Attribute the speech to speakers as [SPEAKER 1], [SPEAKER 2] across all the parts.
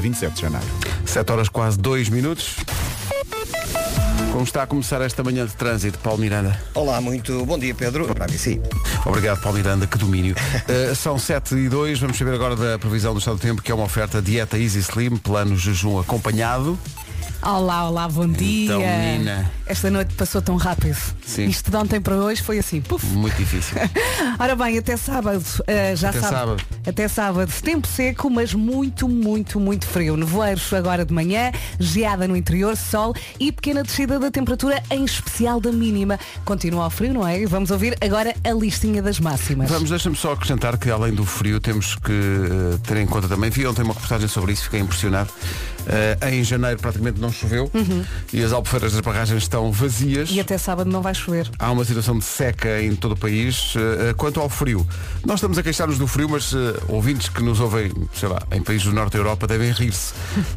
[SPEAKER 1] 27 de janeiro.
[SPEAKER 2] 7 horas quase 2 minutos. Como está a começar esta manhã de trânsito, Paulo Miranda?
[SPEAKER 3] Olá, muito bom dia, Pedro. Para mim, sim.
[SPEAKER 2] Obrigado, Paulo Miranda, que domínio. Uh, são 7 e 2, vamos saber agora da previsão do estado do tempo, que é uma oferta dieta Easy Slim, plano jejum acompanhado.
[SPEAKER 4] Olá, olá, bom dia.
[SPEAKER 2] Então, menina.
[SPEAKER 4] Esta noite passou tão rápido.
[SPEAKER 2] Sim.
[SPEAKER 4] Isto de ontem para hoje foi assim, puf.
[SPEAKER 2] Muito difícil.
[SPEAKER 4] Ora bem, até sábado, eh, já
[SPEAKER 2] Até
[SPEAKER 4] sabe-
[SPEAKER 2] sábado.
[SPEAKER 4] Até sábado, tempo seco, mas muito, muito, muito frio. Nevoeiros agora de manhã, geada no interior, sol e pequena descida da temperatura, em especial da mínima. Continua ao frio, não é? E vamos ouvir agora a listinha das máximas.
[SPEAKER 2] Vamos, deixa-me só acrescentar que além do frio temos que eh, ter em conta também, vi ontem uma reportagem sobre isso, fiquei impressionado. Eh, em janeiro praticamente não choveu e as albufeiras das barragens estão vazias.
[SPEAKER 4] E até sábado não vai chover.
[SPEAKER 2] Há uma situação de seca em todo o país. Eh, eh, Quanto ao frio, nós estamos a queixar-nos do frio, mas eh, ouvintes que nos ouvem, sei lá, em países do Norte da Europa devem rir-se.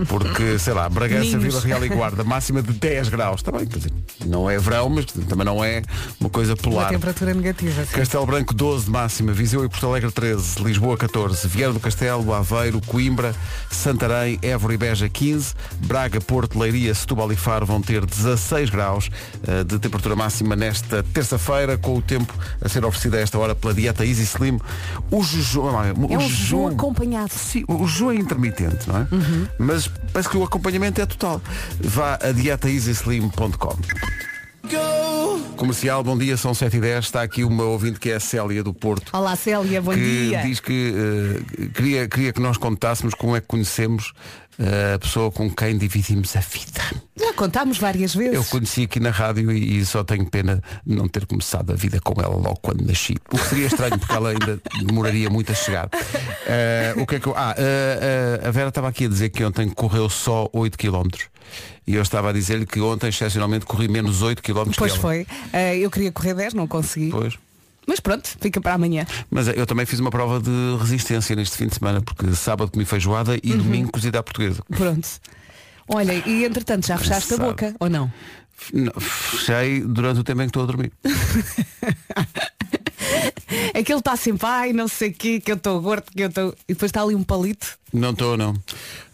[SPEAKER 2] Porque, sei lá, Bragança,
[SPEAKER 4] Ninhos.
[SPEAKER 2] Vila Real e Guarda, máxima de 10 graus. Está bem, quer dizer, não é verão, mas também não é uma coisa
[SPEAKER 4] Uma
[SPEAKER 2] polar.
[SPEAKER 4] temperatura negativa. sim.
[SPEAKER 2] Castelo Branco 12 de máxima, Viseu e Porto Alegre 13, Lisboa 14, Vieira do Castelo, Aveiro, Coimbra, Santarém, Évora e Beja 15, Braga, Porto, Leiria, Setúbal e Faro vão ter 16 graus eh, de temperatura máxima nesta terça-feira, com o tempo a ser oferecido a esta hora pela dieta Easy Slim. O jejum, ah, o
[SPEAKER 4] É um jejum acompanhado.
[SPEAKER 2] Sim, o jejum é intermitente, não é?
[SPEAKER 4] Uhum.
[SPEAKER 2] Mas parece que o acompanhamento é total. Vá a dietaeasyslim.com. Comercial, bom dia, são 7h10. Está aqui uma ouvinte que é a Célia do Porto.
[SPEAKER 4] Olá Célia, bom
[SPEAKER 2] que
[SPEAKER 4] dia.
[SPEAKER 2] diz que eh, queria, queria que nós contássemos como é que conhecemos eh, a pessoa com quem dividimos a vida.
[SPEAKER 4] Já contámos várias vezes.
[SPEAKER 2] Eu conheci aqui na rádio e, e só tenho pena de não ter começado a vida com ela logo quando nasci. O que seria estranho porque ela ainda demoraria muito a chegar. Eh, o que é que eu- Ah, eh, eh, a Vera estava aqui a dizer que ontem correu só 8 km. E eu estava a dizer-lhe que ontem excepcionalmente corri menos 8 km
[SPEAKER 4] Pois
[SPEAKER 2] que ela.
[SPEAKER 4] foi. Eh, eu queria correr 10, não consegui.
[SPEAKER 2] Pois.
[SPEAKER 4] Mas pronto, fica para amanhã.
[SPEAKER 2] Mas eh, eu também fiz uma prova de resistência neste fim de semana, porque sábado comi feijoada
[SPEAKER 4] Uhum.
[SPEAKER 2] e domingo cozida à portuguesa.
[SPEAKER 4] Pronto. Olha, e entretanto já fechaste a
[SPEAKER 2] Sabe.
[SPEAKER 4] boca, ou não?
[SPEAKER 2] F- não, Fechei durante o tempo em que estou a dormir.
[SPEAKER 4] Aquele está sempre, ai, não sei o quê, que eu estou gordo, que eu estou. E depois está ali um palito.
[SPEAKER 2] Não estou, não.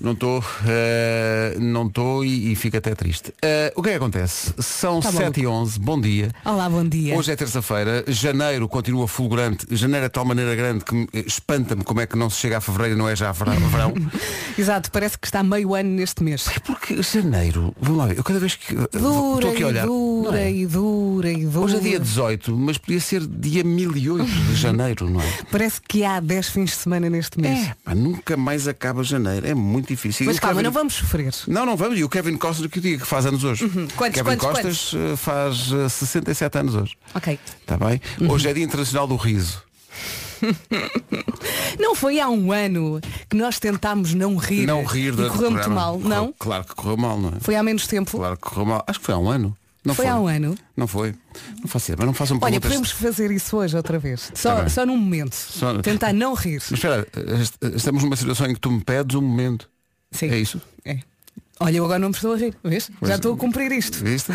[SPEAKER 2] Não estou. eh, não estou e, e fico até triste. Eh, o que é que acontece? São
[SPEAKER 4] Tá
[SPEAKER 2] 7 e 11 bom dia.
[SPEAKER 4] Olá, bom dia.
[SPEAKER 2] Hoje é terça-feira, janeiro continua fulgurante, janeiro é de tal maneira grande que me- espanta-me como é que não se chega a fevereiro e não é já verão. verão.
[SPEAKER 4] Exato, parece que está meio ano neste mês.
[SPEAKER 2] É Porque janeiro, vamos lá ver, eu cada vez que eh, estou
[SPEAKER 4] Dura
[SPEAKER 2] aqui a
[SPEAKER 4] e
[SPEAKER 2] olhar. não
[SPEAKER 4] dura
[SPEAKER 2] é?
[SPEAKER 4] e dura e dura.
[SPEAKER 2] Hoje é dia 18, mas podia ser dia 1008 de janeiro, não é?
[SPEAKER 4] Parece que há 10 fins de semana neste mês.
[SPEAKER 2] É, pá, nunca mais acaba janeiro, é muito difícil. E
[SPEAKER 4] Mas
[SPEAKER 2] o
[SPEAKER 4] calma,
[SPEAKER 2] Kevin-
[SPEAKER 4] não vamos sofrer.
[SPEAKER 2] Não, não vamos. E o Kevin Costner que o diga, que faz anos hoje.
[SPEAKER 4] Uhum. Quantos,
[SPEAKER 2] Kevin
[SPEAKER 4] quantos,
[SPEAKER 2] Costas eh, faz eh, 67 anos hoje.
[SPEAKER 4] Ok.
[SPEAKER 2] Está bem?
[SPEAKER 4] Uhum.
[SPEAKER 2] Hoje é Dia Internacional do Riso.
[SPEAKER 4] Não foi há um ano que nós tentámos não rir.
[SPEAKER 2] não rir
[SPEAKER 4] e
[SPEAKER 2] da
[SPEAKER 4] correu muito
[SPEAKER 2] programa.
[SPEAKER 4] mal,
[SPEAKER 2] Correu-
[SPEAKER 4] não?
[SPEAKER 2] Claro que correu mal, não é?
[SPEAKER 4] Foi há menos tempo.
[SPEAKER 2] Claro que correu mal. Acho que foi há um ano. Não foi,
[SPEAKER 4] Foi há um ano?
[SPEAKER 2] Não foi. Não faço ideia, mas não façam
[SPEAKER 4] Olha,
[SPEAKER 2] perguntas.
[SPEAKER 4] podemos fazer isso hoje outra vez.
[SPEAKER 2] Tá
[SPEAKER 4] Só,
[SPEAKER 2] bem.
[SPEAKER 4] só num momento.
[SPEAKER 2] Só-
[SPEAKER 4] Tentar não rir.
[SPEAKER 2] Mas espera, est- estamos numa situação em que tu me pedes um momento.
[SPEAKER 4] Sim.
[SPEAKER 2] É isso?
[SPEAKER 4] É. Olha, eu agora não me estou a rir, vês? Já
[SPEAKER 2] é.
[SPEAKER 4] estou a cumprir isto.
[SPEAKER 2] Viste?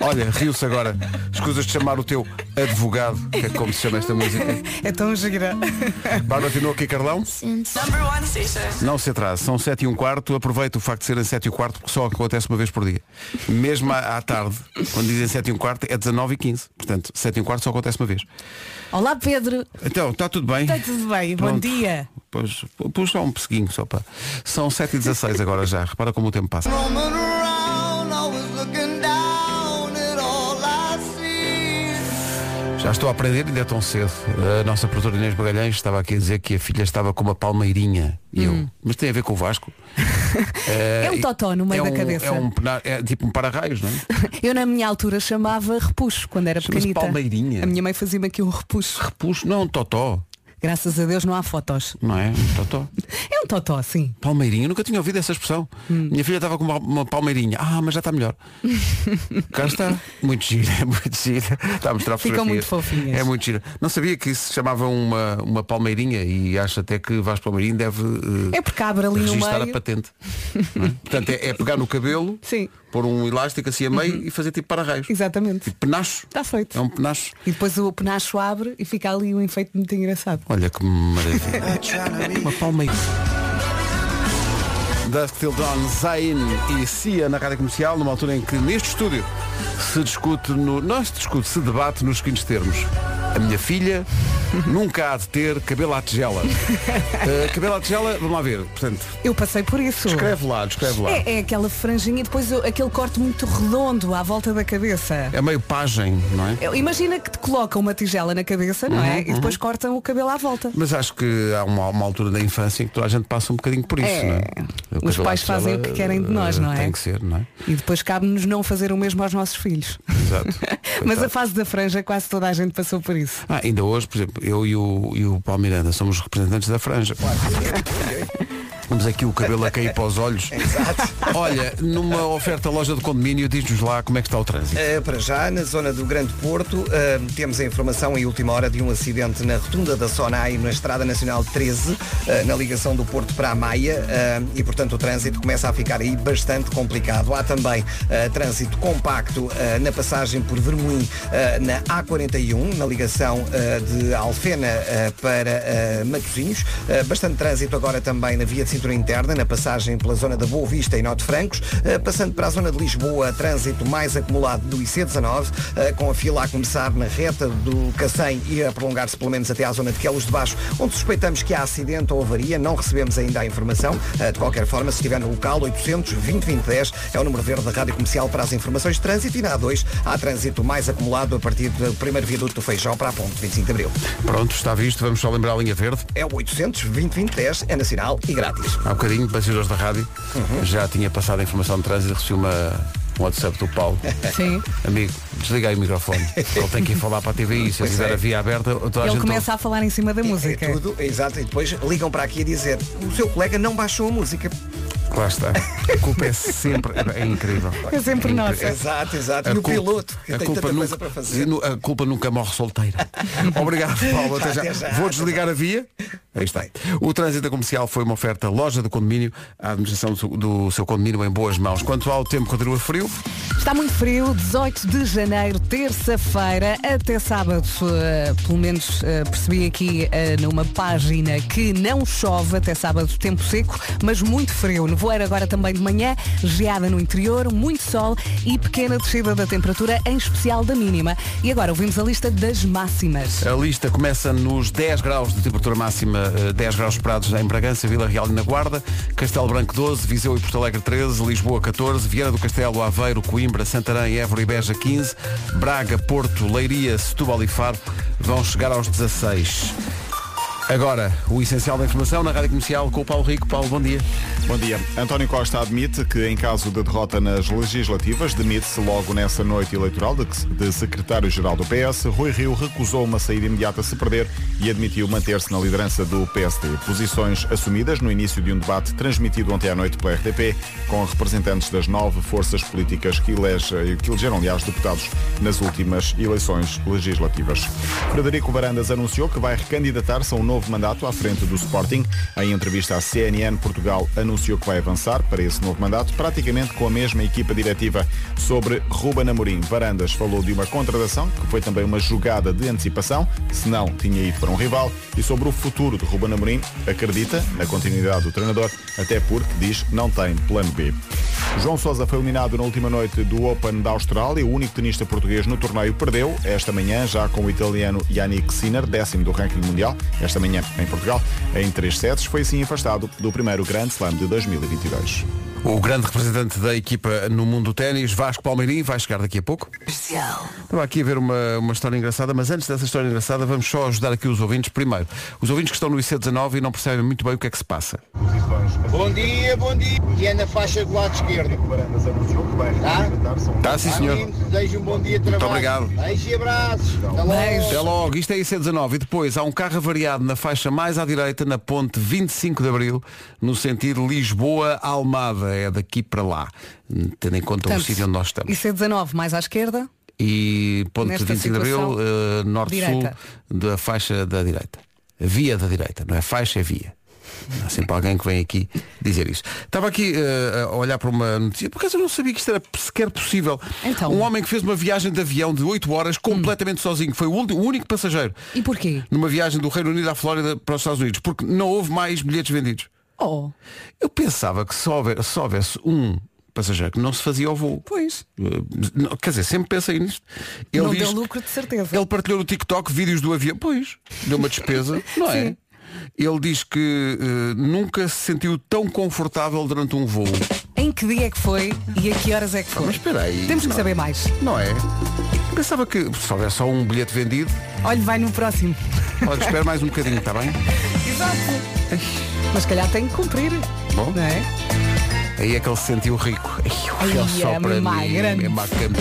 [SPEAKER 2] Olha, riu-se agora. Escusas de chamar o teu advogado, que é como se chama esta música.
[SPEAKER 4] É tão gira.
[SPEAKER 2] Bárbara Tinoco e Carlão. Não se atrase, são 7 e um quarto. Aproveita o facto de serem 7 e um quarto, porque só acontece uma vez por dia. Mesmo à, à tarde, quando dizem 7 e um quarto, é 19 e 15. Portanto, 7 e um quarto só acontece uma vez.
[SPEAKER 4] Olá Pedro,
[SPEAKER 2] Então, está tudo bem?
[SPEAKER 4] está tudo bem? Bom
[SPEAKER 2] Pronto.
[SPEAKER 4] dia.
[SPEAKER 2] Pois, pus só um pesseguinho só para. São 7 e 16 agora já. Repara como o tempo passa. Já estou a aprender, ainda é tão cedo. A nossa produtora Inês Bagalhães estava aqui a dizer que a filha estava com uma palmeirinha. E eu, mas tem a ver com o Vasco?
[SPEAKER 4] Hum. É um totó no meio
[SPEAKER 2] é
[SPEAKER 4] da
[SPEAKER 2] um-
[SPEAKER 4] cabeça.
[SPEAKER 2] É, um pena- é tipo um para-raios, não é?
[SPEAKER 4] Eu na minha altura chamava repuxo quando era
[SPEAKER 2] Chama-se
[SPEAKER 4] pequenita.
[SPEAKER 2] palmeirinha.
[SPEAKER 4] A minha mãe fazia-me aqui um repuxo.
[SPEAKER 2] Repuxo, não é um totó,
[SPEAKER 4] Graças a Deus não há fotos.
[SPEAKER 2] não é? Um totó.
[SPEAKER 4] É um totó, sim. Hum.
[SPEAKER 2] Palmeirinha, eu nunca tinha ouvido essa expressão. Minha filha estava com uma, uma palmeirinha. Ah, mas já está melhor. Cá está. Muito gira, muito gira. Está a mostrar
[SPEAKER 4] Ficam
[SPEAKER 2] fotografias.
[SPEAKER 4] muito fofinhas.
[SPEAKER 2] É muito gira. Não sabia que isso se chamava uma, uma palmeirinha e acho até que Vasco Palmeirinho deve eh,
[SPEAKER 4] É porque abre ali no
[SPEAKER 2] registrar a
[SPEAKER 4] meio.
[SPEAKER 2] patente. não é? Portanto, é, é pegar no cabelo,
[SPEAKER 4] Sim. Uhum.
[SPEAKER 2] pôr um elástico assim a meio e fazer tipo para-raios.
[SPEAKER 4] Exatamente.
[SPEAKER 2] Penacho.
[SPEAKER 4] Está feito.
[SPEAKER 2] É um penacho.
[SPEAKER 4] E depois o penacho abre e fica ali um enfeite muito engraçado.
[SPEAKER 2] Olha que maravilha. Uma palmeira. Dusk Till Dawn, Zayn e Cia na Rádio Comercial, numa altura em que neste estúdio se discute, no, não se discute, se debate nos seguintes termos. A minha filha nunca há de ter cabelo à tigela. Uh, cabelo à tigela, vamos lá ver. Portanto,
[SPEAKER 4] Eu passei por isso.
[SPEAKER 2] escreve lá, escreve lá.
[SPEAKER 4] É, é aquela franjinha e depois o- aquele corte muito redondo à volta da cabeça.
[SPEAKER 2] É meio pagem, não é?
[SPEAKER 4] Eu- Imagina que te colocam uma tigela na cabeça, não
[SPEAKER 2] Uhum,
[SPEAKER 4] é? E depois cortam o cabelo à volta.
[SPEAKER 2] Mas acho que há uma, uma altura da infância em que toda a gente passa um bocadinho por isso,
[SPEAKER 4] É.
[SPEAKER 2] não é? O
[SPEAKER 4] Os
[SPEAKER 2] cabelo
[SPEAKER 4] pais
[SPEAKER 2] à tigela,
[SPEAKER 4] fazem o que querem de nós,
[SPEAKER 2] eh,
[SPEAKER 4] não é?
[SPEAKER 2] Tem que ser, não é?
[SPEAKER 4] E depois cabe-nos não fazer o mesmo aos nossos filhos.
[SPEAKER 2] Exato.
[SPEAKER 4] Mas a fase da franja quase toda a gente passou por isso.
[SPEAKER 2] Ah, ainda hoje, por exemplo, eu e o, e o Paulo Miranda somos representantes da franja. Temos aqui o cabelo a cair para os olhos. Olha, numa oferta loja de condomínio, diz-nos lá como é que está o trânsito.
[SPEAKER 3] Eh, para já, na zona do Grande Porto, eh, temos a informação em última hora de um acidente na rotunda da Sonai, na Estrada Nacional 13, eh, na ligação do Porto para a Maia, eh, e portanto o trânsito começa a ficar aí bastante complicado. Há também eh, trânsito compacto eh, na passagem por Vermoim, eh, na A41, na ligação eh, de Alfena eh, para uh, Matosinhos. Eh, bastante trânsito agora também na via de cintura interna, na passagem pela zona da Boa Vista e Norte Francos, eh, passando para a zona de Lisboa, trânsito mais acumulado do IC19, eh, com a fila a começar na reta do Cacém e a prolongar-se pelo menos até à zona de Quelos de Baixo, onde suspeitamos que há acidente ou avaria, não recebemos ainda a informação. Eh, de qualquer forma, se estiver no local, 800 20 20 10 é o número verde da Rádio Comercial para as informações de trânsito e na A2 há trânsito mais acumulado a partir do primeiro viaduto do Feijão para a ponte 25 de Abril.
[SPEAKER 2] Pronto, está visto, vamos só lembrar a linha verde.
[SPEAKER 3] É o 800 20 20 10, é nacional e grátis.
[SPEAKER 2] Há um bocadinho, bastidores da rádio, já tinha passado a informação de trânsito, recebi uma, um WhatsApp do Paulo.
[SPEAKER 4] Sim.
[SPEAKER 2] Amigo, desliga aí o microfone. Ele tem que ir falar para a TVI. Se eu
[SPEAKER 3] Pois
[SPEAKER 2] tiver
[SPEAKER 3] é.
[SPEAKER 2] a via aberta, toda a
[SPEAKER 4] Ele
[SPEAKER 2] gente
[SPEAKER 4] começa a falar em cima da música.
[SPEAKER 3] É tudo, exato. E depois ligam para aqui a dizer, o seu colega não baixou a música.
[SPEAKER 2] ouve. Lá está. A culpa é sempre. É incrível.
[SPEAKER 4] É sempre
[SPEAKER 2] incri-
[SPEAKER 4] nossa.
[SPEAKER 3] Exato, exato.
[SPEAKER 2] A
[SPEAKER 3] e o
[SPEAKER 2] culpa-
[SPEAKER 3] piloto, que
[SPEAKER 2] a
[SPEAKER 3] tem
[SPEAKER 2] culpa
[SPEAKER 3] tanta
[SPEAKER 2] nunca,
[SPEAKER 3] coisa para fazer.
[SPEAKER 2] nu- A culpa nunca morre solteira. Obrigado, Paulo. Até
[SPEAKER 3] Tá,
[SPEAKER 2] já.
[SPEAKER 3] até já.
[SPEAKER 2] Vou desligar a via. Aí está. O trânsito comercial foi uma oferta loja do condomínio, a administração do seu- do seu condomínio em boas mãos. Quanto ao tempo, continua frio.
[SPEAKER 4] Está muito frio, 18 de janeiro, terça-feira, até sábado, eh, pelo menos eh, percebi aqui eh, numa página que não chove até sábado, tempo seco, mas muito frio. Nevoeiro agora também de manhã, geada no interior, muito sol e pequena descida da temperatura, em especial da mínima. E agora ouvimos a lista das máximas.
[SPEAKER 2] A lista começa nos 10 graus de temperatura máxima, eh, 10 graus esperados em Bragança, Vila Real e na Guarda, Castelo Branco 12, Viseu e Porto Alegre 13, Lisboa 14, Viana do Castelo, Aveiro, Coimbra, Santarém, Évora e Beja 15, Braga, Porto, Leiria, Setúbal e Faro vão chegar aos 16. Agora, o essencial da informação na Rádio Comercial com o Paulo Rico. Paulo, bom dia.
[SPEAKER 1] Bom dia. António Costa admite que, em caso de derrota nas legislativas, demite-se logo nessa noite eleitoral de, de secretário-geral do PS. Rui Rio recusou uma saída imediata se perder e admitiu manter-se na liderança do PSD. Posições assumidas no início de um debate transmitido ontem à noite pela RTP, com representantes das nove forças políticas que, elege, que elegeram, aliás, deputados nas últimas eleições legislativas. Frederico Varandas anunciou que vai recandidatar-se a um novo mandato à frente do Sporting. Em entrevista à CNN Portugal, anunciou que vai avançar para esse novo mandato, praticamente com a mesma equipa diretiva. Sobre Ruben Amorim, Varandas falou de uma contratação, que foi também uma jogada de antecipação, se não tinha ido para um rival. E sobre o futuro de Ruben Amorim, acredita na continuidade do treinador, até porque diz não tem plano B. João Sousa foi eliminado na última noite do Open da Austrália. O único tenista português no torneio perdeu esta manhã, já com o italiano Yannick Sinner, décimo do ranking mundial, esta manhã em Portugal, em três sets. Foi assim afastado do primeiro Grand Slam de 2022.
[SPEAKER 2] O grande representante da equipa no mundo do ténis, Vasco Palmeirim, vai chegar daqui a pouco. Estava aqui a ver uma, uma história engraçada, mas antes dessa história engraçada, vamos só ajudar aqui os ouvintes. Primeiro, os ouvintes que estão no IC19 e não percebem muito bem o que é que se passa.
[SPEAKER 5] Bom dia, bom dia. E é na faixa do lado esquerdo. Tá?
[SPEAKER 2] Tá, sim, senhor.
[SPEAKER 5] Amigos, desejo um bom dia de trabalho.
[SPEAKER 2] obrigado.
[SPEAKER 5] Beijos e abraços. Até
[SPEAKER 4] Beijos.
[SPEAKER 5] logo.
[SPEAKER 2] Até logo, isto é IC19. E depois, há um carro avariado na faixa mais à direita, na ponte 25 de Abril, no sentido Lisboa-Almada. É daqui para lá, tendo em conta o
[SPEAKER 4] Portanto,
[SPEAKER 2] sítio onde nós estamos.
[SPEAKER 4] Isso é 19, mais à esquerda.
[SPEAKER 2] E ponte
[SPEAKER 4] Nesta
[SPEAKER 2] 25 de Abril,
[SPEAKER 4] situação,
[SPEAKER 2] eh, norte-sul
[SPEAKER 4] direita.
[SPEAKER 2] da faixa da direita. Via da direita, não é faixa, é via. Há sempre alguém que vem aqui dizer isso. Estava aqui eh, a olhar para uma notícia, por acaso eu não sabia que isto era sequer possível.
[SPEAKER 4] Então. Hum.
[SPEAKER 2] Um homem que fez uma viagem de avião de 8 horas completamente sozinho, foi o ulti- o único passageiro
[SPEAKER 4] E porquê?
[SPEAKER 2] numa viagem do Reino Unido à Flórida para os Estados Unidos, porque não houve mais bilhetes vendidos.
[SPEAKER 4] Oh,
[SPEAKER 2] Eu pensava que só houver- só houvesse um passageiro que não se fazia ao voo.
[SPEAKER 4] pois.
[SPEAKER 2] Uh, não, Quer dizer, sempre pensei nisto.
[SPEAKER 4] Não
[SPEAKER 2] diz
[SPEAKER 4] deu
[SPEAKER 2] que-
[SPEAKER 4] lucro, de certeza.
[SPEAKER 2] Ele partilhou no TikTok vídeos do avião. Pois, deu uma despesa, não é?
[SPEAKER 4] Sim.
[SPEAKER 2] Ele diz que eh, nunca se sentiu tão confortável durante um voo.
[SPEAKER 4] Em que dia é que foi e a que horas é que foi?
[SPEAKER 2] Mas espera aí.
[SPEAKER 4] Temos que
[SPEAKER 2] não,
[SPEAKER 4] saber mais.
[SPEAKER 2] Não é? Pensava que se houver só um bilhete vendido,
[SPEAKER 4] Olha, vai no próximo.
[SPEAKER 2] olha, espera mais um bocadinho, está bem?
[SPEAKER 4] Exato. Mas se calhar tem que cumprir.
[SPEAKER 2] Bom.
[SPEAKER 4] Não é?
[SPEAKER 2] Aí é que ele se sentiu rico. Ai,
[SPEAKER 4] Ai,
[SPEAKER 2] olha só
[SPEAKER 4] é
[SPEAKER 2] para
[SPEAKER 4] má
[SPEAKER 2] mim,
[SPEAKER 4] grande.
[SPEAKER 2] é má grande.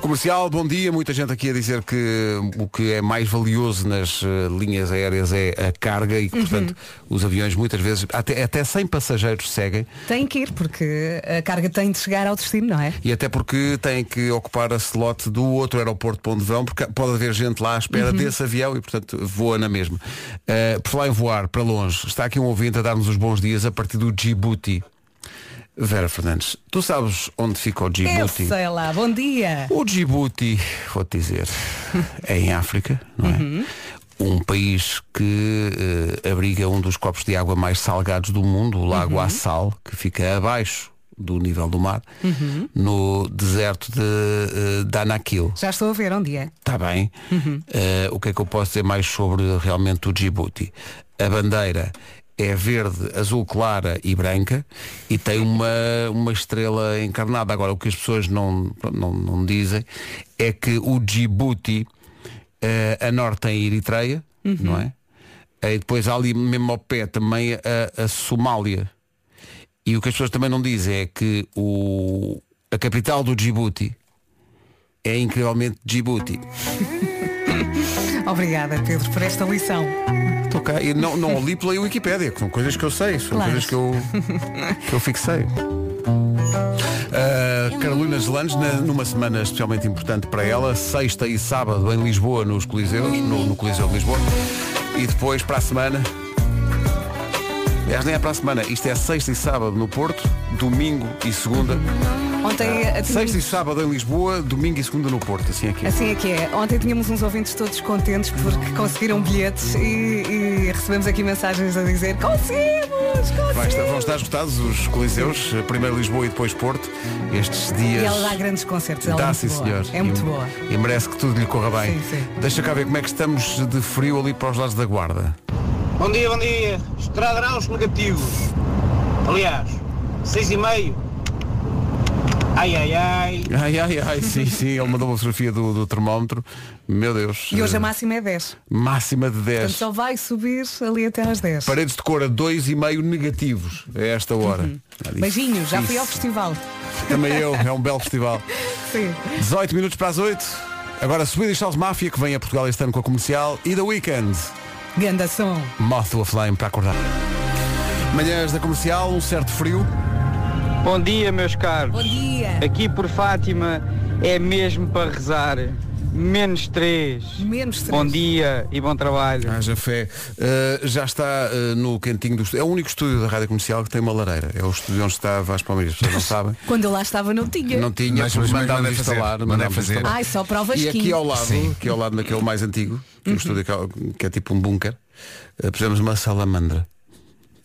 [SPEAKER 2] Comercial, bom dia. Muita gente aqui a dizer que o que é mais valioso nas eh, linhas aéreas é a carga
[SPEAKER 4] Uhum.
[SPEAKER 2] e que, portanto, os aviões muitas vezes, até, até 100 passageiros seguem
[SPEAKER 4] Tem que ir, porque a carga tem de chegar ao destino, não é?
[SPEAKER 2] e até porque têm que ocupar a slot do outro aeroporto para onde vão, porque pode haver gente lá à
[SPEAKER 4] Uhum.
[SPEAKER 2] espera desse avião e, portanto, voa na mesma. Eh, por falar em voar para longe, está aqui um ouvinte a dar-nos os bons dias a partir do Djibouti. Vera Fernandes, tu sabes onde fica o Djibouti?
[SPEAKER 4] Eu sei lá, bom dia.
[SPEAKER 2] O Djibouti, vou-te dizer, é em África, não é?
[SPEAKER 4] Uhum.
[SPEAKER 2] Um país que eh, abriga um dos copos de água mais salgados do mundo, o Lago
[SPEAKER 4] Uhum.
[SPEAKER 2] Assal, que fica abaixo do nível do mar,
[SPEAKER 4] Uhum.
[SPEAKER 2] no deserto de eh, Danakil.
[SPEAKER 4] Já estou a ver Uhum. onde é.
[SPEAKER 2] Está bem. Eh, o que é que eu posso dizer mais sobre realmente o Djibouti? A bandeira é verde, azul clara e branca e tem uma, uma estrela encarnada. Agora, o que as pessoas não, não, não dizem é que o Djibouti, eh, a norte tem a Eritreia, não é? E depois há ali mesmo ao pé também a, a Somália. E o que as pessoas também não dizem é que o, a capital do Djibouti é incrivelmente Djibouti.
[SPEAKER 4] Obrigada, Pedro, por esta lição.
[SPEAKER 2] Estou cá. E não, não li pela Wikipédia, que são coisas que eu sei, são
[SPEAKER 4] Claro.
[SPEAKER 2] coisas que eu, que eu fixei. Ah, Carolina Gelandes, na- numa semana especialmente importante para ela, sexta e sábado em Lisboa, nos Coliseus, no, no Coliseu de Lisboa, e depois para a semana. Aliás, nem é para a semana, isto é sexta e sábado no Porto, domingo e segunda. Ah,
[SPEAKER 4] Ontem eh, tínhamos-
[SPEAKER 2] Sexta e sábado em Lisboa, domingo e segunda no Porto, assim aqui.
[SPEAKER 4] Assim é que é. Ontem tínhamos uns ouvintes todos contentes porque conseguiram bilhetes e, e recebemos aqui mensagens a dizer conseguimos,
[SPEAKER 2] Vai estar- vão
[SPEAKER 4] conseguimos.
[SPEAKER 2] estar esgotados os Coliseus, eh, primeiro Lisboa e depois Porto, estes dias.
[SPEAKER 4] E ela dá grandes concertos. Ela
[SPEAKER 2] Dá,
[SPEAKER 4] é muito
[SPEAKER 2] sim,
[SPEAKER 4] boa.
[SPEAKER 2] senhor.
[SPEAKER 4] É muito
[SPEAKER 2] E- um-
[SPEAKER 4] boa.
[SPEAKER 2] E merece que tudo lhe corra bem.
[SPEAKER 4] Sim, sim.
[SPEAKER 2] Deixa cá ver como é que estamos de frio ali para os lados da guarda.
[SPEAKER 5] Bom dia, bom dia. Estradarãos negativos. Aliás, seis e meio. Ai, ai, ai.
[SPEAKER 2] Ai, ai, ai, sim, sim, ele mandou uma fotografia do, do termómetro. Meu Deus.
[SPEAKER 4] E hoje a
[SPEAKER 2] Eh,
[SPEAKER 4] máxima é 10.
[SPEAKER 2] máxima de 10.
[SPEAKER 4] Portanto, só vai subir ali até às 10.
[SPEAKER 2] Paredes de cor a 2,5 negativos a esta hora. Ah, isso-
[SPEAKER 4] Uhum. Beijinhos, já fui
[SPEAKER 2] isso.
[SPEAKER 4] ao festival.
[SPEAKER 2] Também eu, é um belo festival.
[SPEAKER 4] Sim.
[SPEAKER 2] 18 minutos para as 8. Agora Swedish House Mafia, que vem a Portugal este ano com a comercial, e The Weekend.
[SPEAKER 4] Ganda som.
[SPEAKER 2] Moth to a Flame para acordar. Manhãs da comercial, um certo frio.
[SPEAKER 6] Bom dia, meus
[SPEAKER 4] Bom
[SPEAKER 6] caros.
[SPEAKER 4] dia.
[SPEAKER 6] Aqui por Fátima é mesmo para rezar. Menos três.
[SPEAKER 4] Menos três.
[SPEAKER 6] Bom dia e bom trabalho.
[SPEAKER 2] Haja fé. Uh, já está uh, no cantinho do estúdio. É o único estúdio da rádio comercial que tem uma lareira. É o estúdio onde está Vasco Palmeiras. As pessoas não sabem.
[SPEAKER 4] Quando eu lá estava não tinha.
[SPEAKER 2] Não tinha,
[SPEAKER 7] Mas-
[SPEAKER 2] mas
[SPEAKER 7] mas
[SPEAKER 2] mandámos
[SPEAKER 7] mandei fazer.
[SPEAKER 2] instalar.
[SPEAKER 7] Mandei
[SPEAKER 2] mandámos
[SPEAKER 7] fazer.
[SPEAKER 2] instalar.
[SPEAKER 4] Ai, só para o
[SPEAKER 2] E é aqui
[SPEAKER 4] Vasquinho. Uhum.
[SPEAKER 2] ao lado, aqui ao lado daquele mais antigo, que é o estúdio que é- que é tipo um bunker, uh, pusemos uma salamandra.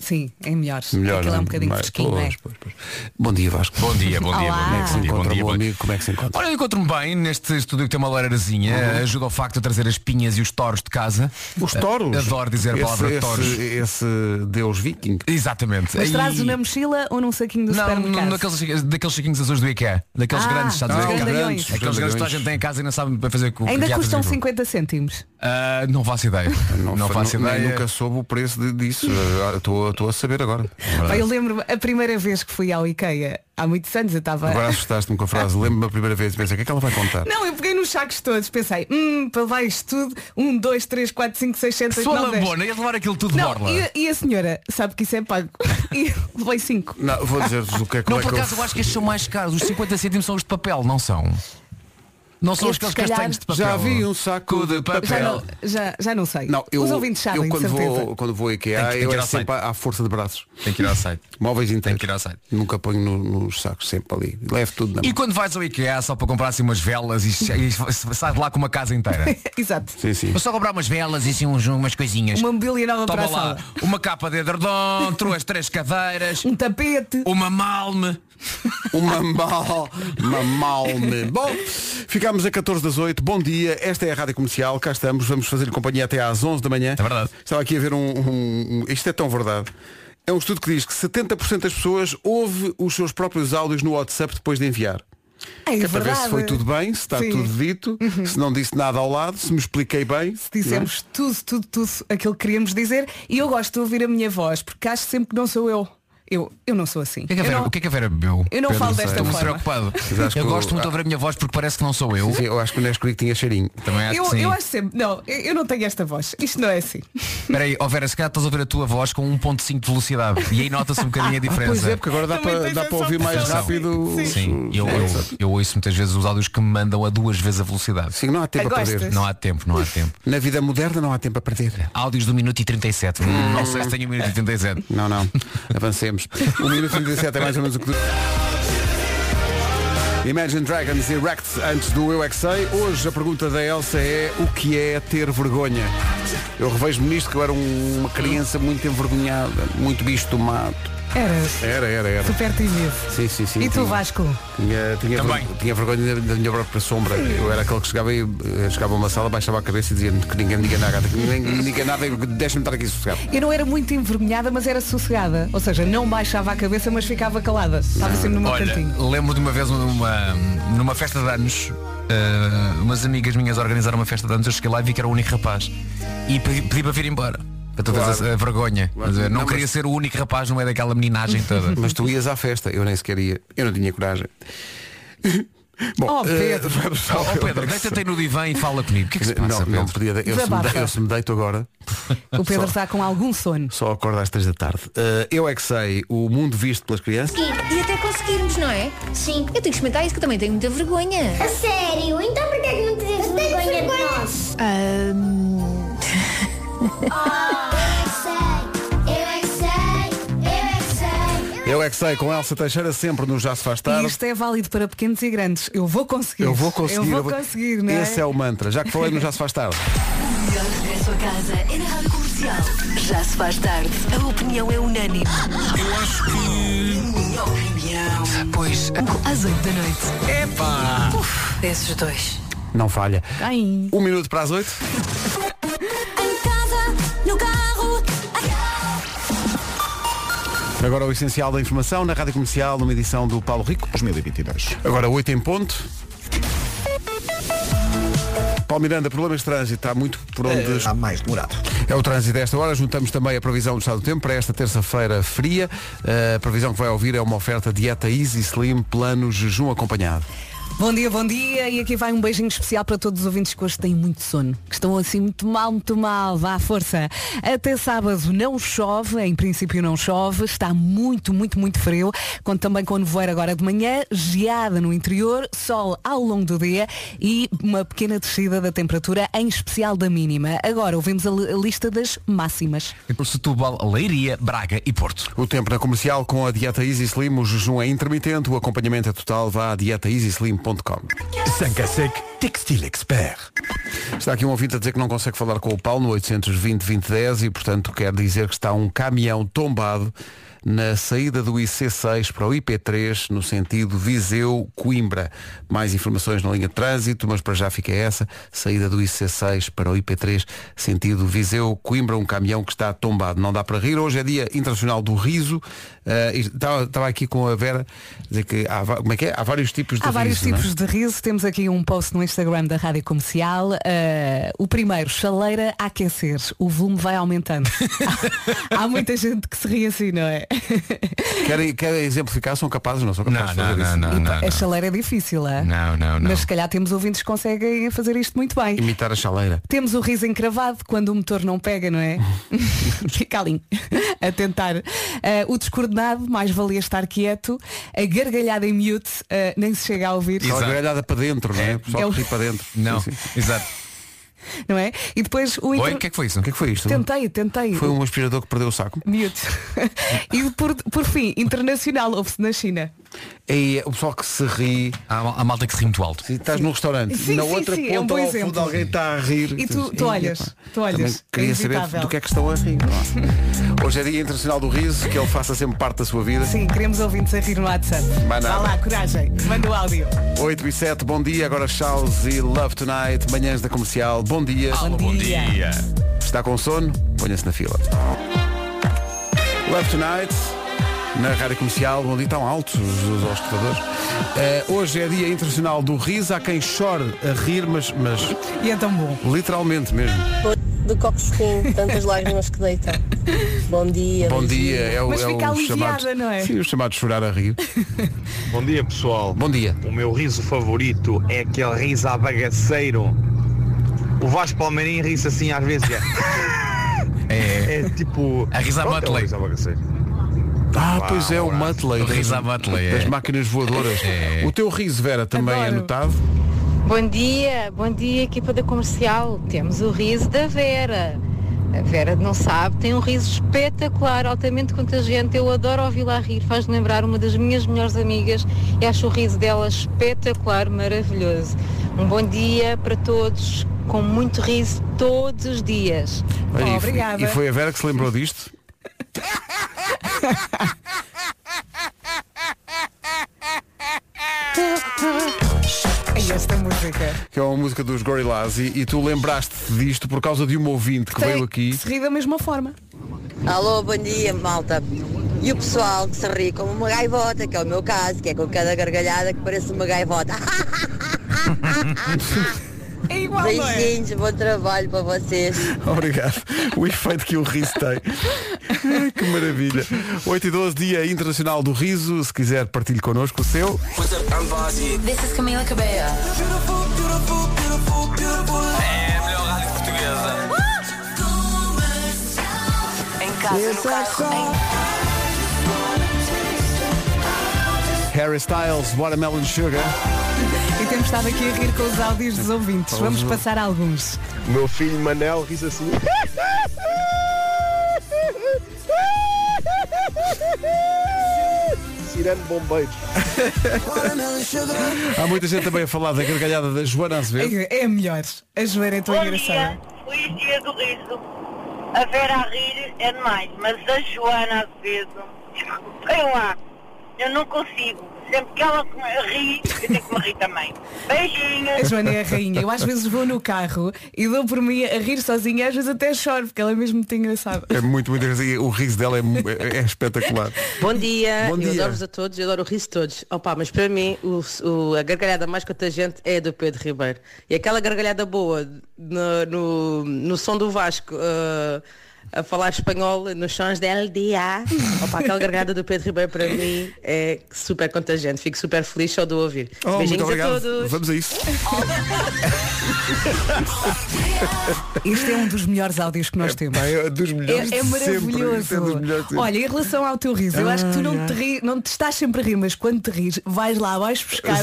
[SPEAKER 4] Sim, é melhor.
[SPEAKER 2] Melhor.
[SPEAKER 4] Aquilo é um
[SPEAKER 2] não?
[SPEAKER 4] bocadinho
[SPEAKER 2] Mais-
[SPEAKER 4] fresquinho, não é?
[SPEAKER 2] pois, pois, pois. Bom dia, Vasco.
[SPEAKER 7] Bom dia, bom dia,
[SPEAKER 4] Olá.
[SPEAKER 7] bom dia, bom dia, bom
[SPEAKER 2] Encontra
[SPEAKER 7] dia,
[SPEAKER 2] bom
[SPEAKER 7] bom dia.
[SPEAKER 2] amigo, como é que se encontra?
[SPEAKER 7] Olha, eu encontro-me bem neste estúdio que tem uma lareirazinha. Ajuda ao facto de trazer as pinhas e os toros de casa.
[SPEAKER 2] Uhum. Os toros.
[SPEAKER 7] Adoro dizer a palavra
[SPEAKER 2] esse,
[SPEAKER 7] toros.
[SPEAKER 2] Esse, esse deus viking.
[SPEAKER 7] Exatamente.
[SPEAKER 4] Mas
[SPEAKER 7] E-
[SPEAKER 4] trazes na mochila ou num saquinho do
[SPEAKER 7] Não,
[SPEAKER 4] supermercado?
[SPEAKER 7] não, daqueles, daqueles chiquinhos azuis do IKEA. Daqueles
[SPEAKER 4] Ah,
[SPEAKER 7] grandes, sabes?
[SPEAKER 4] os
[SPEAKER 7] do IKEA.
[SPEAKER 4] grandalhões.
[SPEAKER 7] Aqueles grandes que toda a gente tem em casa e não sabe para fazer com o que
[SPEAKER 4] Ainda
[SPEAKER 7] é
[SPEAKER 4] custam
[SPEAKER 7] fazer.
[SPEAKER 4] 50 cêntimos.
[SPEAKER 7] Ah, Não faço ideia. Não,
[SPEAKER 2] fa-
[SPEAKER 7] faço
[SPEAKER 2] nem
[SPEAKER 7] ideia.
[SPEAKER 2] Nunca soube o preço de- disso. Ah, Estou estou a saber agora.
[SPEAKER 4] Pá, eu lembro-me, a primeira vez que fui ao IKEA, há muitos anos, eu estava.
[SPEAKER 2] Agora assustaste-me com a frase. Lembro-me a primeira vez e pensei, o que é que ela vai contar?
[SPEAKER 4] Não, eu peguei nos sacos todos, pensei, hum, para levar isto tudo, 1, 2, 3, 4, 5, 6, 7, 8,
[SPEAKER 7] Sua
[SPEAKER 4] 9, 10.
[SPEAKER 7] lambona, ias levar aquilo tudo de
[SPEAKER 4] Não,
[SPEAKER 7] borla.
[SPEAKER 4] e, e a senhora sabe que isso é pago. E levei 5.
[SPEAKER 2] Não, vou dizer-vos o que é, como
[SPEAKER 7] Não,
[SPEAKER 2] é
[SPEAKER 7] por
[SPEAKER 2] que eu
[SPEAKER 7] acaso eu acho que estes são mais caros. Os 50 cêntimos são os de papel, não são? Não são
[SPEAKER 4] Esses,
[SPEAKER 7] aqueles
[SPEAKER 4] se calhar,
[SPEAKER 7] castanhos de papel.
[SPEAKER 2] Já vi um saco de
[SPEAKER 4] Já
[SPEAKER 2] papel.
[SPEAKER 4] não, já, já não sei.
[SPEAKER 2] Não, eu,
[SPEAKER 4] Os ouvintes sabem,
[SPEAKER 2] eu
[SPEAKER 4] de
[SPEAKER 2] quando
[SPEAKER 4] certeza.
[SPEAKER 2] vou quando vou a
[SPEAKER 7] Tem que-
[SPEAKER 2] IKEA,
[SPEAKER 7] tem que
[SPEAKER 2] eu
[SPEAKER 7] ir
[SPEAKER 2] é
[SPEAKER 7] ao site.
[SPEAKER 2] sempre à, à força de braços.
[SPEAKER 7] Tem que ir ao site.
[SPEAKER 2] Móveis inteiros.
[SPEAKER 7] que ir ao site.
[SPEAKER 2] Nunca ponho no- nos sacos, sempre ali. Levo tudo na mão.
[SPEAKER 7] E quando vais ao IKEA só para comprar assim umas velas e, che- e sai de lá com uma casa inteira?
[SPEAKER 4] Exato.
[SPEAKER 2] Sim, sim.
[SPEAKER 7] Vou só comprar umas velas e assim uns- umas coisinhas.
[SPEAKER 4] Uma mobília nova para
[SPEAKER 7] Toma
[SPEAKER 4] a
[SPEAKER 7] lá,
[SPEAKER 4] sala.
[SPEAKER 7] uma capa de edredom, truas três cadeiras,
[SPEAKER 4] Um tapete.
[SPEAKER 7] uma malme.
[SPEAKER 2] Uma mal, uma malme. Bom, ficámos a 14 das 8. Bom dia, esta é a Rádio Comercial, cá estamos, vamos fazer companhia até às 11 da manhã.
[SPEAKER 7] É verdade.
[SPEAKER 2] Estava aqui a ver um, um- um- Isto é tão verdade. É um estudo que diz que 70% das pessoas ouve os seus próprios áudios no WhatsApp depois de enviar.
[SPEAKER 4] É,
[SPEAKER 2] que é para ver se
[SPEAKER 4] verdade.
[SPEAKER 2] foi tudo bem, se está
[SPEAKER 4] Sim. Uhum.
[SPEAKER 2] tudo dito, se não disse nada ao lado, se me expliquei bem. é?
[SPEAKER 4] Se Dissemos tudo, tudo, tudo aquilo que queríamos dizer e eu gosto de ouvir a minha voz porque acho sempre que não sou eu. Eu, eu não sou assim.
[SPEAKER 7] O que é que a
[SPEAKER 4] eu
[SPEAKER 7] Vera,
[SPEAKER 4] não,
[SPEAKER 7] o que é que a Vera bebeu?
[SPEAKER 4] eu não
[SPEAKER 7] Pedro,
[SPEAKER 4] falo
[SPEAKER 7] sei.
[SPEAKER 4] desta
[SPEAKER 7] Estou muito
[SPEAKER 4] forma.
[SPEAKER 7] preocupado.
[SPEAKER 2] acho
[SPEAKER 7] Eu
[SPEAKER 2] que o-
[SPEAKER 7] gosto muito de ouvir a minha voz porque parece que não sou eu.
[SPEAKER 2] Sim, eu acho que o Nesquik tinha cheirinho.
[SPEAKER 7] Também acho
[SPEAKER 4] eu,
[SPEAKER 7] é que assim? sim.
[SPEAKER 4] eu acho sempre, não, eu- eu não tenho esta voz. Isto não é assim.
[SPEAKER 7] Espera aí, ó Vera, se calhar estás a ouvir a tua voz com 1.5 de velocidade e aí nota-se um bocadinho a diferença.
[SPEAKER 2] Pois é, porque agora dá
[SPEAKER 4] Também
[SPEAKER 2] para,
[SPEAKER 4] tens
[SPEAKER 2] dá
[SPEAKER 4] essa
[SPEAKER 2] para ouvir mais
[SPEAKER 4] opção.
[SPEAKER 2] rápido.
[SPEAKER 4] Sim,
[SPEAKER 2] os-
[SPEAKER 7] Sim, eu,
[SPEAKER 2] é,
[SPEAKER 7] eu,
[SPEAKER 2] exato.
[SPEAKER 7] eu ouço muitas vezes os áudios que me mandam a duas vezes a velocidade.
[SPEAKER 2] Sim, não há tempo a
[SPEAKER 4] Agostas.
[SPEAKER 2] perder.
[SPEAKER 7] Não há tempo, não há tempo.
[SPEAKER 2] Na vida moderna não há tempo a perder.
[SPEAKER 7] Áudios do minuto e 37. Não sei se tenho o minuto e 37.
[SPEAKER 2] Hum. Não, não. Avancemos. O minuto 37 é mais ou menos o que. Imagine Dragons e Rex antes do Eu é Que Sei. Hoje a pergunta da Elsa é o que é ter vergonha? Eu revejo-me nisto que eu era um- uma criança muito envergonhada, muito bicho do mato.
[SPEAKER 4] Era
[SPEAKER 2] Era, era, era.
[SPEAKER 4] super tímido.
[SPEAKER 2] Sim, sim, sim.
[SPEAKER 4] E tu
[SPEAKER 2] tinha-
[SPEAKER 4] Vasco?
[SPEAKER 2] Tinha, tinha,
[SPEAKER 7] Também.
[SPEAKER 2] ver- tinha vergonha da- da minha própria sombra. Eu era aquele que chegava e eh, chegava a uma sala, baixava a cabeça e dizia que ninguém me diga nada, que ninguém me diga nada e deixa-me estar aqui sossegado.
[SPEAKER 4] Eu não era muito envergonhada, mas era sossegada. Ou seja, não baixava a cabeça, mas ficava calada. Estava sempre no meu
[SPEAKER 7] Olha,
[SPEAKER 4] cantinho.
[SPEAKER 7] lembro de uma vez numa, numa festa de anos, eh, umas amigas minhas organizaram uma festa de anos, eu cheguei lá e vi que era o único rapaz. E pedi, pedi para vir embora. Para tu teres
[SPEAKER 2] Claro.
[SPEAKER 7] a, a vergonha.
[SPEAKER 2] Claro.
[SPEAKER 7] Mas, eh, Não,
[SPEAKER 2] Não,
[SPEAKER 7] queria
[SPEAKER 2] mas-
[SPEAKER 7] ser o único rapaz no meio daquela meninagem toda.
[SPEAKER 2] Mas tu ias à festa, eu nem sequer ia, eu não tinha coragem.
[SPEAKER 4] Oh,
[SPEAKER 2] Bom, eh,
[SPEAKER 4] Pedro.
[SPEAKER 2] vamos
[SPEAKER 7] Ó
[SPEAKER 2] ao
[SPEAKER 7] oh, Pedro,
[SPEAKER 2] Eu é que sei.
[SPEAKER 7] deita-te aí no divã e fala comigo. O que é que se passa,
[SPEAKER 2] Não, não
[SPEAKER 7] Pedro?
[SPEAKER 2] podia, de- eu se, me
[SPEAKER 4] Desabafa.
[SPEAKER 2] de- eu se me deito agora,
[SPEAKER 4] O Pedro está com algum sono.
[SPEAKER 2] só acordo às três da tarde. Eh, eu é que sei, o mundo visto pelas crianças.
[SPEAKER 8] E até conseguirmos, não é? Sim. Eu tenho que experimentar isso que eu também tenho muita vergonha.
[SPEAKER 9] A sério? Então porquê é que não tens vergonha de nós? Sei, Ah, eu é que sei, eu é que sei.
[SPEAKER 2] Eu é que sei, com Elsa Teixeira sempre no Já se faz
[SPEAKER 4] E
[SPEAKER 2] tarde.
[SPEAKER 4] isto é válido para pequenos e grandes. Eu vou conseguir.
[SPEAKER 2] Eu vou conseguir.
[SPEAKER 4] Eu
[SPEAKER 2] eu
[SPEAKER 4] vou conseguir, não é?
[SPEAKER 2] Esse é o mantra. Já que falei, não já se faz tarde.
[SPEAKER 10] Melhor regresso a casa é na Rádio Comercial. Já se faz tarde. A opinião é unânime.
[SPEAKER 7] Eu acho que. Pois.
[SPEAKER 10] Às 8 da noite.
[SPEAKER 7] Epá!
[SPEAKER 10] Esses dois.
[SPEAKER 2] Não falha.
[SPEAKER 4] Ai.
[SPEAKER 2] Um minuto para as oito.
[SPEAKER 9] Em casa, no carro,
[SPEAKER 2] Agora o essencial da informação na Rádio Comercial, numa edição do Paulo Rico.
[SPEAKER 1] 2022.
[SPEAKER 2] Agora 8 em ponto. Paulo Miranda, problemas de trânsito, está muito por onde.
[SPEAKER 3] Eh, Está mais demorado.
[SPEAKER 2] É o trânsito desta hora, juntamos também a previsão do estado do tempo para esta terça-feira fria. Eh, A previsão que vai ouvir é uma oferta dieta Easy Slim, plano jejum acompanhado.
[SPEAKER 4] Bom dia, bom dia. E aqui vai um beijinho especial para todos os ouvintes que hoje têm muito sono. Que estão assim muito mal, muito mal. Vá à força. Até sábado não chove, em princípio não chove. Está muito, muito, muito frio. Conto também com nevoeiro agora de manhã, geada no interior, sol ao longo do dia e uma pequena descida da temperatura, em especial da mínima. Agora ouvimos a li- a lista das máximas.
[SPEAKER 7] Setúbal, Leiria, Braga e Porto.
[SPEAKER 2] O tempo na comercial com a dieta Easy Slim, o jejum é intermitente, o acompanhamento é total, vá a dietaeasyslim.com.
[SPEAKER 11] Sankasek Textile Expert.
[SPEAKER 2] Está aqui um ouvinte a dizer que não consegue falar com o Paulo no 820-2010 e, portanto, quer dizer que está um caminhão tombado na saída do IC6 para o IP3 no sentido Viseu-Coimbra. Mais informações na linha de trânsito, mas para já fica essa. Saída do IC6 para o IP3 sentido Viseu-Coimbra, um caminhão que está tombado. Não dá para rir. Hoje é dia internacional do riso. Ah, e estava, estava aqui com a Vera a dizer que há, va- como é que é? há vários tipos de
[SPEAKER 4] Há
[SPEAKER 2] riso.
[SPEAKER 4] vários
[SPEAKER 2] não é?
[SPEAKER 4] tipos de riso. Temos aqui um post no Instagram da Rádio Comercial. Eh, o primeiro, chaleira a aquecer. O volume vai aumentando. há, há muita gente que se ri assim, não é?
[SPEAKER 2] Querem, querem exemplificar? São capazes? Não são capazes
[SPEAKER 7] Não,
[SPEAKER 2] de fazer
[SPEAKER 7] não,
[SPEAKER 2] isso.
[SPEAKER 7] não, não, não,
[SPEAKER 4] A chaleira é difícil, é?
[SPEAKER 7] Não, não, não.
[SPEAKER 4] Mas se calhar temos ouvintes que conseguem fazer isto muito bem.
[SPEAKER 2] é Imitar a chaleira.
[SPEAKER 4] Temos o riso encravado quando o motor não pega, não é? Fica ali a tentar. Ah, o descoordenado, mais valia estar quieto. A gargalhada em mute, ah, nem se chega a ouvir.
[SPEAKER 2] Aquela gargalhada para dentro, não é?
[SPEAKER 4] É
[SPEAKER 2] Pessoal
[SPEAKER 4] o-
[SPEAKER 2] que ri para dentro.
[SPEAKER 7] Não, exato.
[SPEAKER 4] Não é? E depois o. inter-
[SPEAKER 7] foi isso? O
[SPEAKER 2] que é que foi isto?
[SPEAKER 4] Tentei, tentei.
[SPEAKER 2] Foi um aspirador que perdeu o saco.
[SPEAKER 4] Mute. e por, por fim, internacional, ouve-se na China.
[SPEAKER 2] E é o pessoal que se ri.
[SPEAKER 7] Há a malta que se ri muito alto.
[SPEAKER 2] estás num restaurante
[SPEAKER 4] Sim,
[SPEAKER 2] e na
[SPEAKER 4] sim,
[SPEAKER 2] outra
[SPEAKER 4] sim,
[SPEAKER 2] ponta
[SPEAKER 4] é um bom
[SPEAKER 2] ao
[SPEAKER 4] exemplo.
[SPEAKER 2] fundo alguém está a rir.
[SPEAKER 4] E tu- tu
[SPEAKER 2] Ei, epá,
[SPEAKER 4] olhas, tu olhas.
[SPEAKER 2] Também
[SPEAKER 4] É
[SPEAKER 2] queria saber
[SPEAKER 4] inevitável.
[SPEAKER 2] do que é que estão a rir. não é? Hoje é Dia Internacional do Riso, que ele faça sempre parte da sua vida.
[SPEAKER 4] Sim, queremos ouvintes a rir no WhatsApp.
[SPEAKER 2] Mais
[SPEAKER 4] Vá
[SPEAKER 2] nada.
[SPEAKER 4] lá, coragem. Manda o áudio.
[SPEAKER 2] 8 e 7, bom dia, agora Charles e Love Tonight, manhãs da comercial, bom dia.
[SPEAKER 4] Alô, bom dia.
[SPEAKER 2] Está com sono? Ponha-se na fila. Love Tonight, na rádio comercial, bom dia, estão altos os, os escutadores. Eh, hoje é dia internacional do riso, há quem chore a rir, mas, mas
[SPEAKER 4] E é tão bom.
[SPEAKER 2] literalmente mesmo.
[SPEAKER 12] Do copo espinho, tantas lágrimas que deita. Bom dia.
[SPEAKER 2] Bom dia, é o,
[SPEAKER 12] Mas
[SPEAKER 2] é
[SPEAKER 12] fica
[SPEAKER 2] o
[SPEAKER 12] aliviada,
[SPEAKER 2] chamado.
[SPEAKER 12] não é?
[SPEAKER 2] Sim, o chamado chorar a rir.
[SPEAKER 13] Bom dia pessoal.
[SPEAKER 2] Bom dia.
[SPEAKER 13] O meu riso favorito é aquele riso à bagaceiro. O Vasco Palmeirinho ri-se assim às vezes. que É, é, tipo.
[SPEAKER 7] A risa à
[SPEAKER 13] Pronto, é o
[SPEAKER 7] Butley.
[SPEAKER 13] riso à bagaceiro.
[SPEAKER 2] Ah,
[SPEAKER 13] Vá,
[SPEAKER 2] pois é, o Mutley.
[SPEAKER 7] O
[SPEAKER 2] das-
[SPEAKER 7] riso à Mutley, é.
[SPEAKER 2] Das máquinas voadoras.
[SPEAKER 7] É.
[SPEAKER 2] O teu riso, Vera, também é
[SPEAKER 14] Adoro.
[SPEAKER 2] notado.
[SPEAKER 14] Bom dia, bom dia equipa da comercial. Temos o riso da Vera. A Vera não sabe, tem um riso espetacular, altamente contagiante. Eu adoro ouvi-la a rir, faz-me lembrar uma das minhas melhores amigas e acho o riso dela espetacular, maravilhoso. Um bom dia para todos, com muito riso todos os dias.
[SPEAKER 2] Olha, e- E foi a Vera que se lembrou disto.
[SPEAKER 4] E É esta música.
[SPEAKER 2] que é uma música dos Gorillaz e, e tu lembraste disto por causa de um ouvinte que
[SPEAKER 4] Tem-
[SPEAKER 2] veio aqui.
[SPEAKER 4] Se ri da mesma forma.
[SPEAKER 15] Alô, bom dia, malta. E o pessoal que se ri como uma gaivota, que é o meu caso, que é com cada gargalhada que parece uma gaivota.
[SPEAKER 4] É igual, não é?
[SPEAKER 15] Beijinhos, bom trabalho para vocês.
[SPEAKER 2] Obrigado. O efeito que o riso tem. que maravilha. 8 e 12, Dia Internacional do Riso. Se quiser, partilhe connosco o seu.
[SPEAKER 10] This is Camila Cabello.
[SPEAKER 7] É a melhor rádio portuguesa.
[SPEAKER 10] Em casa,
[SPEAKER 16] é
[SPEAKER 10] no carro,
[SPEAKER 2] Harry Styles, Watermelon Sugar.
[SPEAKER 4] E temos estado aqui a rir com os áudios dos ouvintes. Vamos passar alguns.
[SPEAKER 16] O meu filho Manel ri assim. Tirando bombeiros.
[SPEAKER 2] Há muita gente também a falar da gargalhada da Joana Azevedo.
[SPEAKER 4] É, é a melhor. A Joana é tão
[SPEAKER 17] Bom
[SPEAKER 4] engraçada.
[SPEAKER 17] dia, feliz é dia do riso. A Vera a rir é demais, mas a Joana Azevedo, desculpem lá, eu não consigo. Sempre que ela me ri, eu tenho que me rir também. Beijinhos.
[SPEAKER 4] A Joana é a rainha. Eu às vezes vou no carro e dou por mim a rir sozinha, às vezes até choro, porque ela é mesmo muito engraçada.
[SPEAKER 2] É muito, muito engraçado. E O riso dela é, mu- é- é espetacular.
[SPEAKER 12] Bom dia,
[SPEAKER 2] Bom
[SPEAKER 12] eu
[SPEAKER 2] dia.
[SPEAKER 12] adoro-vos a todos, eu adoro o riso de todos. Opa, mas para mim o, o- a gargalhada mais contagiante é a do Pedro Ribeiro. E aquela gargalhada boa no, no, no som do Vasco eh, a falar espanhol nos sons del dia. Opa, aquela gargalhada do Pedro Ribeiro para mim é super contagiante. Fico super feliz só de o ouvir.
[SPEAKER 2] Oh, muito
[SPEAKER 12] Beijinhos a
[SPEAKER 2] obrigado.
[SPEAKER 12] todos.
[SPEAKER 2] Vamos a isso.
[SPEAKER 4] Este é um dos melhores áudios que nós temos.
[SPEAKER 2] É, dos melhores
[SPEAKER 4] é,
[SPEAKER 2] de sempre. Este é dos
[SPEAKER 4] maravilhoso.
[SPEAKER 2] melhores de sempre.
[SPEAKER 4] Olha, em relação ao teu riso, eu acho que tu
[SPEAKER 2] Ai,
[SPEAKER 4] não
[SPEAKER 2] ai.
[SPEAKER 4] te, ri, não te estás sempre a rir, mas quando te ris, vais lá, vais pescar,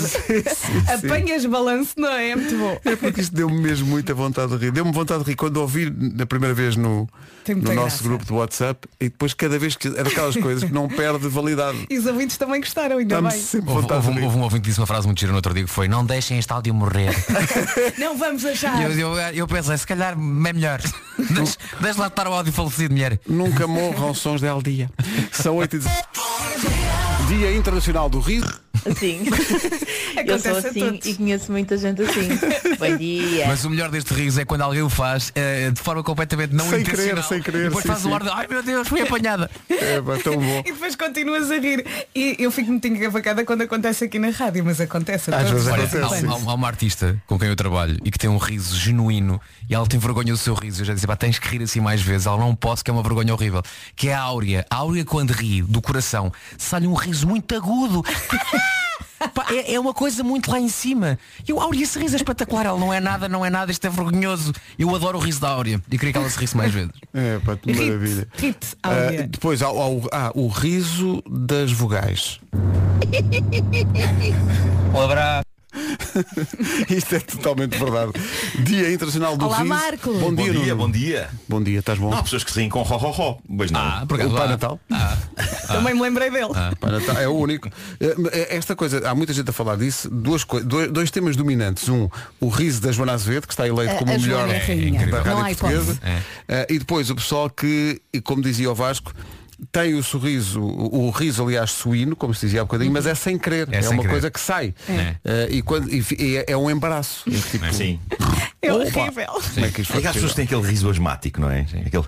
[SPEAKER 4] apanhas balanço, não é? É muito bom.
[SPEAKER 2] É porque isto deu-me mesmo muita vontade de rir. Deu-me vontade de rir quando ouvi na primeira vez no,
[SPEAKER 4] Tem muita
[SPEAKER 2] no nosso
[SPEAKER 4] graça.
[SPEAKER 2] grupo de WhatsApp e depois cada vez que é daquelas coisas que não perde validade.
[SPEAKER 4] E os ouvintes também gostaram, ainda
[SPEAKER 2] Dá-me
[SPEAKER 4] bem.
[SPEAKER 2] sempre
[SPEAKER 7] Houve,
[SPEAKER 2] vontade
[SPEAKER 7] houve,
[SPEAKER 2] de
[SPEAKER 7] um-
[SPEAKER 2] rir.
[SPEAKER 7] houve um ouvinte que disse uma frase muito gira no outro dia que foi Não deixem este áudio morrer
[SPEAKER 17] "Oh."
[SPEAKER 4] Não vamos achar.
[SPEAKER 7] E eu, eu, eu pensei, se calhar é melhor Deixa- Deixa lá estar o áudio falecido, mulher
[SPEAKER 2] Nunca morram sons del dia São 8 e 19. Dia Internacional do Riso
[SPEAKER 18] Assim. eu
[SPEAKER 4] Acontece
[SPEAKER 18] sou
[SPEAKER 4] a
[SPEAKER 18] assim e conheço muita gente assim. Bom dia.
[SPEAKER 7] Mas o melhor deste riso é quando alguém o faz eh, de forma completamente não
[SPEAKER 2] Sem
[SPEAKER 7] intencional.
[SPEAKER 2] querer, sem querer,
[SPEAKER 7] E depois
[SPEAKER 2] sim,
[SPEAKER 7] um- faz
[SPEAKER 2] sim.
[SPEAKER 7] o ar de, ai meu Deus, fui apanhada.
[SPEAKER 2] É, pá, tão bom.
[SPEAKER 4] E depois continuas a rir. E eu fico muito encavacada quando acontece aqui na rádio, mas acontece. a todos.
[SPEAKER 7] Olha, há, um, há- há uma artista com quem eu trabalho e que tem um riso genuíno e ela tem vergonha do seu riso. Eu já disse, pá, tens que rir assim mais vezes. Ela não posso, que é uma vergonha horrível. Que é a Áurea. A Áurea, quando ri do coração, sai um riso muito agudo. Pá, é, é uma coisa muito lá em cima. E o Áurea, esse riso é espetacular. Ela não é nada, não é nada. Isto é vergonhoso. Eu adoro o riso da Áurea. E queria que ela se risse mais vezes.
[SPEAKER 2] É, pá, que
[SPEAKER 7] Rite,
[SPEAKER 2] maravilha.
[SPEAKER 4] rite,
[SPEAKER 2] Ah,
[SPEAKER 4] Áurea.
[SPEAKER 2] depois há, há o- há o riso das vogais.
[SPEAKER 7] Um abraço.
[SPEAKER 2] Isto é totalmente verdade. Dia Internacional do
[SPEAKER 4] Olá,
[SPEAKER 2] Riso.
[SPEAKER 4] Marco.
[SPEAKER 2] Bom
[SPEAKER 19] Bom
[SPEAKER 2] dia,
[SPEAKER 19] dia,
[SPEAKER 2] Nuno.
[SPEAKER 19] bom dia.
[SPEAKER 2] Bom dia, estás bom?
[SPEAKER 19] Não, há pessoas que riem com ro ro ro, mas não.
[SPEAKER 2] Ah, por acaso, O Pai ah, Natal?
[SPEAKER 19] ah.
[SPEAKER 4] Também me lembrei dele.
[SPEAKER 2] Pai Natal é o único. Eh, Esta coisa, há muita gente a falar disso, duas coi- dois, dois temas dominantes. Um, o riso da Joana Azevedo, que está eleito
[SPEAKER 4] A-
[SPEAKER 2] como
[SPEAKER 4] a
[SPEAKER 2] o melhor
[SPEAKER 4] Joana é rainha.
[SPEAKER 2] da
[SPEAKER 4] Não
[SPEAKER 2] rádio
[SPEAKER 4] há
[SPEAKER 2] portuguesa.
[SPEAKER 4] hipótese.
[SPEAKER 19] É.
[SPEAKER 2] Eh, E depois o pessoal que, e como dizia o Vasco, tem o sorriso, o, o riso aliás suíno, como se dizia há bocadinho,
[SPEAKER 4] Uhum.
[SPEAKER 2] mas é sem querer. É,
[SPEAKER 19] É sem
[SPEAKER 2] uma
[SPEAKER 19] querer.
[SPEAKER 2] coisa que sai.
[SPEAKER 19] É.
[SPEAKER 2] Eh, e quando, e, fi- e é, é um embaraço. É tipo,
[SPEAKER 19] Sim.
[SPEAKER 4] É horrível.
[SPEAKER 19] Como é que é
[SPEAKER 2] isto
[SPEAKER 19] que assim? as pessoas têm aquele riso asmático, não é? Aquele...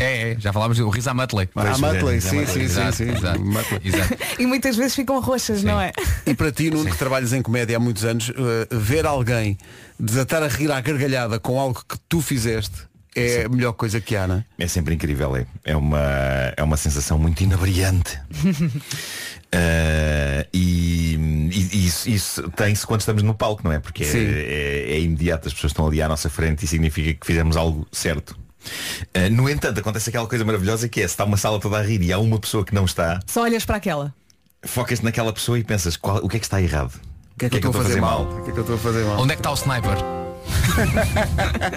[SPEAKER 7] É, é, já falámos do riso à Mutley.
[SPEAKER 2] À Ah, Mutley, sim, sim, sim,
[SPEAKER 7] Exato,
[SPEAKER 2] sim.
[SPEAKER 7] exato, exato.
[SPEAKER 4] E muitas vezes ficam roxas, não é?
[SPEAKER 2] E para ti, Nuno, que trabalhas em comédia há muitos anos, eh, ver alguém desatar a rir à gargalhada com algo que tu fizeste é a melhor coisa que há, não é?
[SPEAKER 19] É sempre incrível, é. É uma, é uma sensação muito inabriante. Ah, e, e isso, isso tem-se quando estamos no palco, não é? Porque é,
[SPEAKER 2] Sim.
[SPEAKER 19] é- é imediato, as pessoas estão ali à nossa frente e significa que fizemos algo certo. Ah, no entanto, acontece aquela coisa maravilhosa que é, se está uma sala toda a rir e há uma pessoa que não está,
[SPEAKER 4] Só olhas para aquela.
[SPEAKER 19] focas-te naquela pessoa e pensas qual- o que é que está errado? O
[SPEAKER 2] que é que, eu estou a fazer mal? O que é que eu estou a fazer mal?
[SPEAKER 7] Onde é que está o sniper?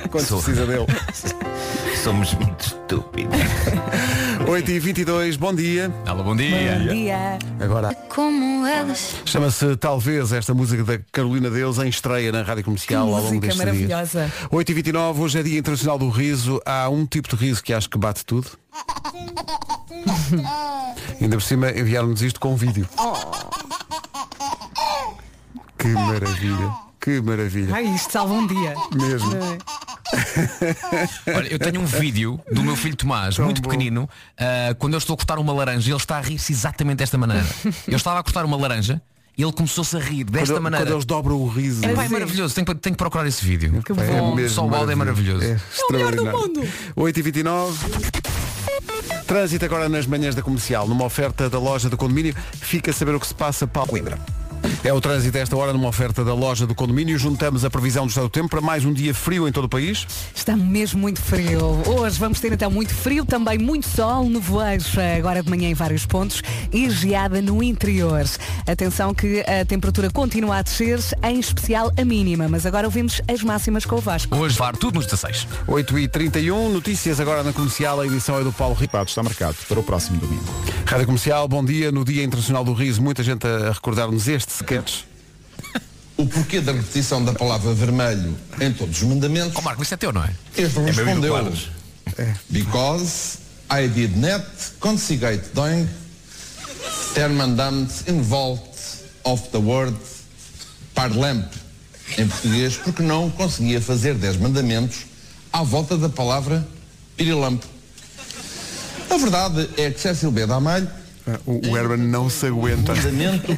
[SPEAKER 2] Quando se precisa dele.
[SPEAKER 19] Somos muito estúpidos.
[SPEAKER 2] 8h22, bom dia.
[SPEAKER 7] Alô, bom dia.
[SPEAKER 4] dia.
[SPEAKER 2] Agora.
[SPEAKER 9] Como elas.
[SPEAKER 2] Chama-se Talvez esta música da Carolina Deus em estreia na Rádio Comercial
[SPEAKER 4] Que
[SPEAKER 2] ao longo
[SPEAKER 4] música
[SPEAKER 2] deste
[SPEAKER 4] maravilhosa.
[SPEAKER 2] dia. 8h29, hoje é Dia Internacional do Riso. Há um tipo de riso que acho que bate tudo. Ainda por cima enviaram-nos isto com um vídeo.
[SPEAKER 7] Oh.
[SPEAKER 2] Que maravilha, que maravilha.
[SPEAKER 4] Ai, isto salva um dia. É.
[SPEAKER 2] Mesmo.
[SPEAKER 4] Não é?
[SPEAKER 7] Olha, eu tenho um vídeo do meu filho Tomás, muito pequenino, ah, quando eu estou a cortar uma laranja, ele está a rir-se exatamente desta maneira. Eu estava a cortar uma laranja e ele começou-se a rir desta
[SPEAKER 2] Quando-
[SPEAKER 7] maneira.
[SPEAKER 2] quando eles dobram o riso.
[SPEAKER 7] É,
[SPEAKER 2] não
[SPEAKER 7] pá,
[SPEAKER 2] é?
[SPEAKER 7] é maravilhoso, tenho, que- tenho que procurar esse vídeo.
[SPEAKER 2] Pá, é mesmo
[SPEAKER 7] Só o balde é maravilhoso.
[SPEAKER 2] É, extraordinário. 8h29. Trânsito agora nas manhãs da comercial, numa oferta da loja do condomínio. Fica a saber o que se passa para Coimbra. É o trânsito a esta hora numa oferta da loja do condomínio. Juntamos a previsão do estado do tempo para mais um dia frio em todo o país.
[SPEAKER 4] Está mesmo muito frio. Hoje vamos ter então muito frio, também muito sol, nevoeiros eh, agora de manhã em vários pontos e geada no interior. Atenção que a temperatura continua a descer, em especial a mínima, mas agora ouvimos as máximas com o Vasco.
[SPEAKER 7] Hoje VAR tudo nos 16.
[SPEAKER 2] 8h31, notícias agora na comercial. A edição é do Paulo Ripado. Está marcado para o próximo domingo. Rádio Comercial, bom dia. No Dia Internacional do Riso, muita gente a a recordar-nos este sketch.
[SPEAKER 20] O porquê da repetição da palavra vermelho em todos os mandamentos. Oh,
[SPEAKER 7] Marco, isso é teu, não é?
[SPEAKER 20] Este
[SPEAKER 7] meu Igor
[SPEAKER 20] respondeu.
[SPEAKER 7] Quadros.
[SPEAKER 2] É.
[SPEAKER 20] Because I did not consigate doing ter mandamt involved of the word parlamp. Em português, porque não conseguia fazer 10 mandamentos à volta da palavra pirilampo. A verdade é que Cecil B. Damalho.
[SPEAKER 2] É, O, o Herman não se aguenta.
[SPEAKER 20] Mandamento.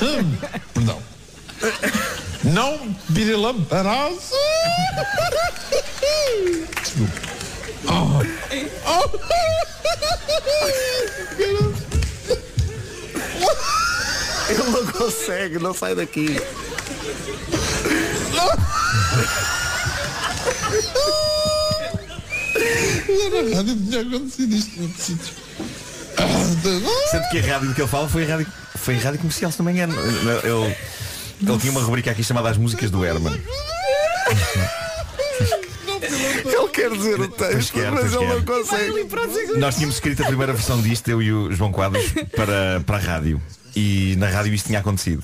[SPEAKER 20] Hum, Perdão. Não pirilamparás. Desculpa. Oh.
[SPEAKER 2] Ele não consegue, não sai daqui.
[SPEAKER 20] Na rádio tinha acontecido isto noutro sítio.
[SPEAKER 19] Sendo que a rádio que ele fala foi a rádio, foi a rádio comercial, se não me engano. Ele, ele tinha uma rubrica aqui chamada As Músicas do Herman.
[SPEAKER 2] Ele quer dizer o
[SPEAKER 19] Pois
[SPEAKER 2] texto,
[SPEAKER 19] quer,
[SPEAKER 2] mas
[SPEAKER 19] pois
[SPEAKER 2] ele
[SPEAKER 19] quer.
[SPEAKER 2] não consegue.
[SPEAKER 19] Nós tínhamos escrito a primeira versão disto, eu e o João Quadros, para, para a rádio. E na rádio isto tinha acontecido.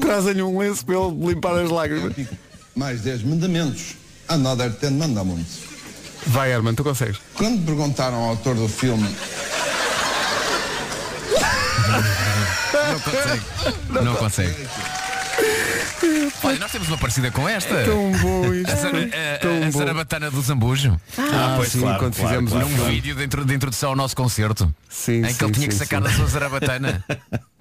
[SPEAKER 2] Trazem-lhe um lenço para ele limpar as lágrimas.
[SPEAKER 20] Mais 10 mandamentos. Another 10 mandamentos.
[SPEAKER 2] Vai, Herman, tu consegues.
[SPEAKER 20] Quando perguntaram ao autor do filme.
[SPEAKER 7] Não consegue. Não, consegue. Olha, nós temos uma parecida com esta.
[SPEAKER 2] É tão bom isto.
[SPEAKER 7] A, sar- a- a-
[SPEAKER 2] Tão
[SPEAKER 7] a
[SPEAKER 2] bom.
[SPEAKER 7] sarabatana do Zambujo.
[SPEAKER 2] Ah, Ah, pois, sim, claro, quando claro, fizemos claro,
[SPEAKER 7] um
[SPEAKER 2] claro.
[SPEAKER 7] vídeo de, intro- de introdução ao nosso concerto. em que
[SPEAKER 2] sim,
[SPEAKER 7] ele tinha que
[SPEAKER 2] sim,
[SPEAKER 7] sacar
[SPEAKER 2] sim.
[SPEAKER 7] da sua zarabatana.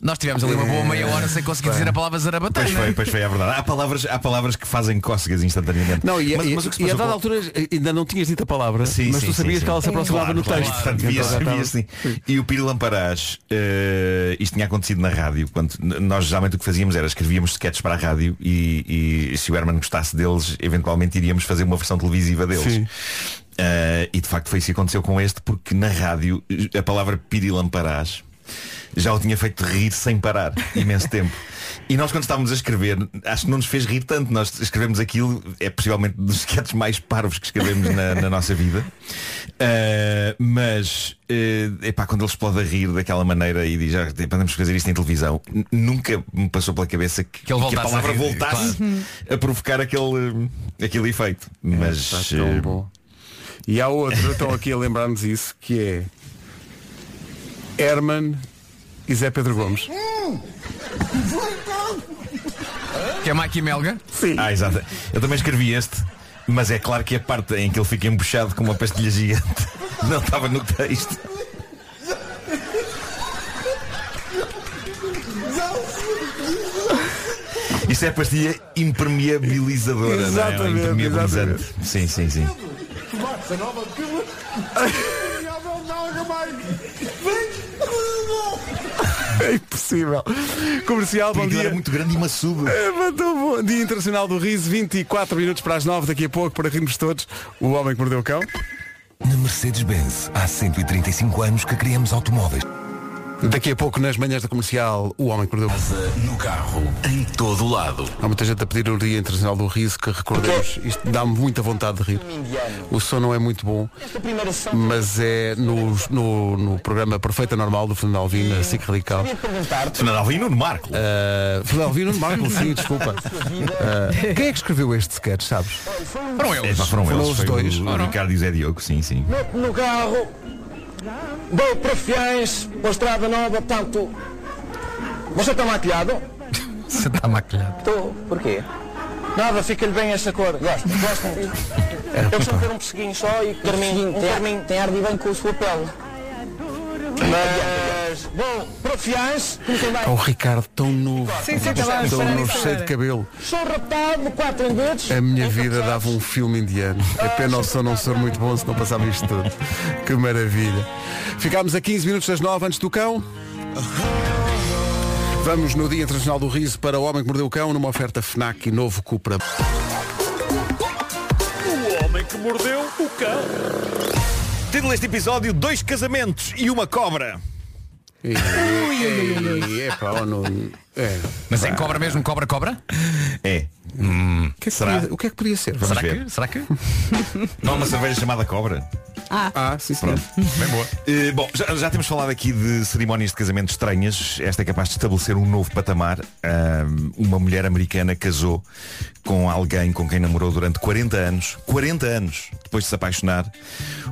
[SPEAKER 7] nós tivemos ali uma boa meia hora sem conseguir dizer a palavra zarabatana.
[SPEAKER 19] Pois foi, pois foi, é verdade. Há palavras, há palavras que fazem cócegas instantaneamente.
[SPEAKER 2] Não, e,
[SPEAKER 19] mas,
[SPEAKER 2] e-
[SPEAKER 19] mas o que se
[SPEAKER 2] e a
[SPEAKER 19] passou
[SPEAKER 2] dada
[SPEAKER 19] com-
[SPEAKER 2] altura ainda não tinhas dito a palavra,
[SPEAKER 19] Sim,
[SPEAKER 2] mas
[SPEAKER 19] sim,
[SPEAKER 2] tu
[SPEAKER 19] sim,
[SPEAKER 2] sabias
[SPEAKER 19] sim.
[SPEAKER 2] que ela se aproximava
[SPEAKER 19] Claro,
[SPEAKER 2] no
[SPEAKER 19] claro,
[SPEAKER 2] texto.
[SPEAKER 19] portanto, via-se,
[SPEAKER 2] Então já estava-
[SPEAKER 19] via-se, sim. E o Piri Lamparás, eh, isto tinha acontecido na rádio, quando n- nós geralmente o que fazíamos era escrevíamos sketches para a rádio e, e se o Herman gostasse deles, eventualmente iríamos fazer uma versão televisiva deles. Eh, e de facto foi isso que aconteceu com este, porque na rádio eh, a palavra Piri Lamparás já o tinha feito rir sem parar imenso tempo. E nós quando estávamos a escrever, acho que não nos fez rir tanto. Nós escrevemos aquilo, é possivelmente dos sketches mais parvos que escrevemos na, na nossa vida. Ah, mas eh, epá, quando ele explode a rir daquela maneira e diz, ah, epá, vamos fazer isto em televisão, n- nunca me passou pela cabeça que,
[SPEAKER 7] ele
[SPEAKER 19] que a
[SPEAKER 7] voltasse a
[SPEAKER 19] palavra
[SPEAKER 7] rir,
[SPEAKER 19] voltasse
[SPEAKER 7] claro.
[SPEAKER 19] a provocar aquele,
[SPEAKER 2] eh,
[SPEAKER 19] aquele efeito. é Mas
[SPEAKER 2] está É, tá tão
[SPEAKER 19] eh,
[SPEAKER 2] bom. E há outro, estão aqui a lembrar-nos isso, que é Herman e Zé Pedro Gomes.
[SPEAKER 7] Que é Mike Melga?
[SPEAKER 2] Sim.
[SPEAKER 19] Ah, exato. Eu também escrevi este, mas é claro que a parte em que ele fica embuchado com uma pastilha gigante não estava no texto. Isto é a pastilha impermeabilizadora, não é? Ou
[SPEAKER 2] Exatamente,
[SPEAKER 19] Impermeabilizante. Sim, sim, sim.
[SPEAKER 2] É impossível. Comercial, bom dia. É,
[SPEAKER 19] muito grande e maçudo.
[SPEAKER 2] bom. Dia Internacional do Riso, 24 minutos para as 9, daqui a pouco, para rirmos todos, o homem que mordeu o cão.
[SPEAKER 11] Na Mercedes-Benz, há 135 anos que criamos automóveis.
[SPEAKER 2] Daqui a pouco, nas manhãs da comercial, o homem que mordeu o cão.
[SPEAKER 11] No carro, em todo lado.
[SPEAKER 2] Há muita gente a pedir o Dia Internacional do Riso, que recordemos, isto dá-me muita vontade de rir. O som não é muito bom, mas é no, no, no programa Perfeita Normal do Fernando Alvim, na SIC Radical.
[SPEAKER 19] Fernando Alvim e Nuno Marco.
[SPEAKER 2] Uh, Fernando Alvim e Nuno Marco, sim, desculpa. Uh, quem é que escreveu este sketch, sabes?
[SPEAKER 7] Foram eles.
[SPEAKER 19] Epá, É, foram,
[SPEAKER 2] Foram
[SPEAKER 19] eles.
[SPEAKER 2] os
[SPEAKER 19] Foi
[SPEAKER 2] dois.
[SPEAKER 19] O, o
[SPEAKER 2] Foram.
[SPEAKER 19] Ricardo e o Zé Diogo, sim, sim.
[SPEAKER 21] Mete no carro, dou para fiéis, para a estrada nova, portanto. Você está maquilhado?
[SPEAKER 7] Você
[SPEAKER 2] tá
[SPEAKER 7] está maquilhado.
[SPEAKER 21] Estou. Porquê? Nada, fica-lhe bem esta cor. Gosto, gosto. Eu costumo ter um pesseguinho só e carminho, um carminho. Tem ar de bem com a sua pele. Mas, bom, para fiéis, comecei
[SPEAKER 2] É o Ricardo tão novo.
[SPEAKER 21] Sim, sim, tá estava a
[SPEAKER 2] tão
[SPEAKER 21] reparar
[SPEAKER 2] novo,
[SPEAKER 21] nisso
[SPEAKER 2] cheio de
[SPEAKER 21] agora.
[SPEAKER 2] cabelo.
[SPEAKER 21] Sou raptado, quatro embetes.
[SPEAKER 2] A minha vida dava um filme indiano. É pena o som não ser muito bom se não passava isto tudo. Que maravilha. Ficámos a 15 minutos das 9 antes do cão. Vamos no Dia Internacional do Riso para o Homem que Mordeu o Cão numa oferta FNAC e novo Cupra.
[SPEAKER 11] O homem que mordeu o cão.
[SPEAKER 19] Título deste episódio, dois casamentos e uma cobra.
[SPEAKER 2] E, e, epá, oh, não, é.
[SPEAKER 7] Mas em cobra mesmo, cobra, cobra?
[SPEAKER 19] É.
[SPEAKER 2] O que é que podia- o que é que podia ser?
[SPEAKER 19] Vamos
[SPEAKER 7] Será
[SPEAKER 19] ver.
[SPEAKER 7] que? Será que?
[SPEAKER 19] Não, há uma cerveja chamada cobra.
[SPEAKER 2] Ah, sim, sim.
[SPEAKER 19] Bem boa. Eh, bom, já, já temos falado aqui de cerimónias de casamento estranhas. Esta é capaz de estabelecer um novo patamar. Ahm, uma mulher americana casou com alguém com quem namorou durante 40 anos. 40 anos depois de se apaixonar,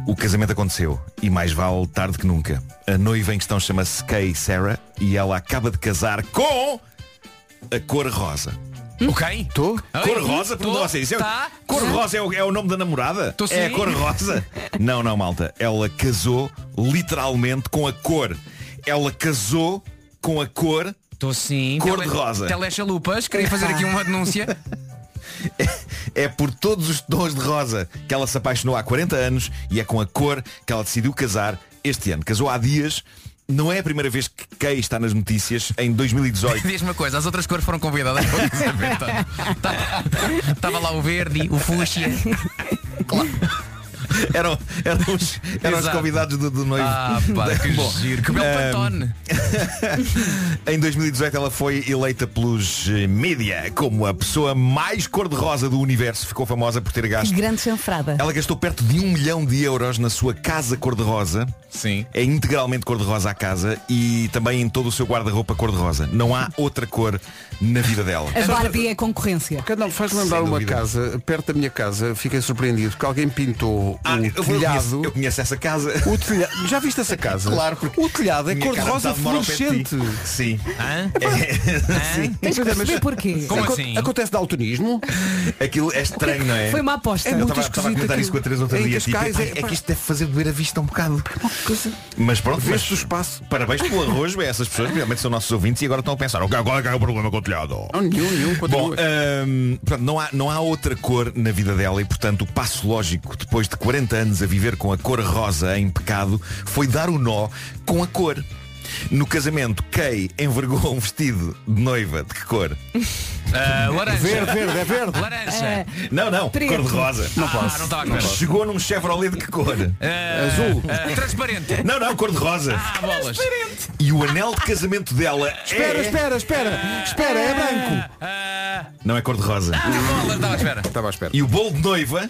[SPEAKER 19] o casamento aconteceu. E mais vale tarde que nunca. A noiva em questão chama-se Kay Sarah e ela acaba de casar com a cor rosa.
[SPEAKER 7] O quem?
[SPEAKER 2] Tu?
[SPEAKER 19] Cor rosa? Perguntou
[SPEAKER 2] assim.
[SPEAKER 19] vocês. Isso é-
[SPEAKER 7] Tá.
[SPEAKER 19] Cor rosa é o, é o nome da namorada?
[SPEAKER 7] Tô
[SPEAKER 19] é a
[SPEAKER 7] sim.
[SPEAKER 19] cor rosa? não, não, malta. Ela casou literalmente com a cor. Ela casou com a cor.
[SPEAKER 7] Estou sim.
[SPEAKER 19] Cor de rosa.
[SPEAKER 7] Telecha Lupas, queria fazer aqui uma denúncia.
[SPEAKER 19] É por todos os tons de rosa que ela se apaixonou há 40 anos e é com a cor que ela decidiu casar este ano. Casou há dias. Não é a primeira vez que Kay está nas notícias em 2018.
[SPEAKER 7] Diz-me uma coisa, as outras cores foram convidadas para o casamento. Estava lá o verde, o fúcsia.
[SPEAKER 19] eram, eram os, eram os
[SPEAKER 7] Exato.
[SPEAKER 19] convidados do, do noivo.
[SPEAKER 7] Ah, pá, que
[SPEAKER 19] Bom,
[SPEAKER 7] giro. Que belo
[SPEAKER 19] ehm,
[SPEAKER 7] pantone.
[SPEAKER 19] Em 2018 ela foi eleita pelos eh, mídia como a pessoa mais cor-de-rosa do universo. Ficou famosa por ter gasto.
[SPEAKER 4] Grande chanfrada.
[SPEAKER 19] Ela gastou perto de um milhão de euros na sua casa cor-de-rosa.
[SPEAKER 7] Sim.
[SPEAKER 19] É integralmente cor-de-rosa a casa e também em todo o seu guarda-roupa cor-de-rosa. Não há outra cor na vida dela.
[SPEAKER 4] A Barbie é concorrência.
[SPEAKER 2] Não, faz lembrar
[SPEAKER 19] Sem
[SPEAKER 2] uma
[SPEAKER 19] dúvida.
[SPEAKER 2] casa, perto da minha casa, fiquei surpreendido porque alguém pintou
[SPEAKER 19] Ah, eu
[SPEAKER 2] telhado.
[SPEAKER 19] Eu conheço essa casa.
[SPEAKER 2] O telhado. Já viste essa casa?
[SPEAKER 19] Claro, porque
[SPEAKER 2] o telhado é
[SPEAKER 19] minha
[SPEAKER 2] cor-de-rosa
[SPEAKER 19] cara metade mora ao pé de ti.
[SPEAKER 2] fluorescente.
[SPEAKER 19] Sim. Sim.
[SPEAKER 4] Tens que perceber porquê.
[SPEAKER 19] Aco-
[SPEAKER 2] Acontece de altunismo?
[SPEAKER 19] Aquilo é estranho, não é?
[SPEAKER 4] Foi uma aposta.
[SPEAKER 19] É
[SPEAKER 4] É
[SPEAKER 19] eu
[SPEAKER 4] muito
[SPEAKER 19] estava estava a
[SPEAKER 4] esquisito
[SPEAKER 19] comentar isso com a Teresa outro
[SPEAKER 2] Em
[SPEAKER 19] dia. Tipo,
[SPEAKER 2] Cascais,
[SPEAKER 19] "Epá,
[SPEAKER 2] é-
[SPEAKER 19] é que isto deve fazer doer a vista um bocado. Mas pronto, mas
[SPEAKER 2] Veste o espaço.
[SPEAKER 19] Parabéns pelo arroz, bem, essas pessoas realmente são nossos ouvintes e agora estão a pensar, "Ok, qual é que é o problema com o telhado?
[SPEAKER 2] Não, nenhum, nenhum.
[SPEAKER 19] Bom,
[SPEAKER 2] continua.
[SPEAKER 19] hum, pronto, não, há, não há outra cor na vida dela e, portanto, o passo lógico, depois de 40 anos a viver com a cor rosa em pecado, foi dar o nó com a cor. No casamento, Kay envergou um vestido de noiva de que cor?
[SPEAKER 7] Ah, laranja.
[SPEAKER 2] Verde, verde, é verde.
[SPEAKER 7] Laranja.
[SPEAKER 19] Não, não,
[SPEAKER 7] Preto.
[SPEAKER 19] cor de rosa.
[SPEAKER 7] Não Ah, posso. não estava à espera.
[SPEAKER 19] Chegou num Chevrolet de que cor?
[SPEAKER 7] Eh, eh, transparente.
[SPEAKER 19] Não, não, cor de rosa.
[SPEAKER 7] Ah, bolas.
[SPEAKER 19] E o anel de casamento dela
[SPEAKER 2] Espera,
[SPEAKER 19] é...
[SPEAKER 2] espera, espera. Espera, é branco.
[SPEAKER 19] Não é cor de rosa.
[SPEAKER 7] Ah, Estava à espera.
[SPEAKER 2] Estava à espera.
[SPEAKER 19] E o bolo de noiva,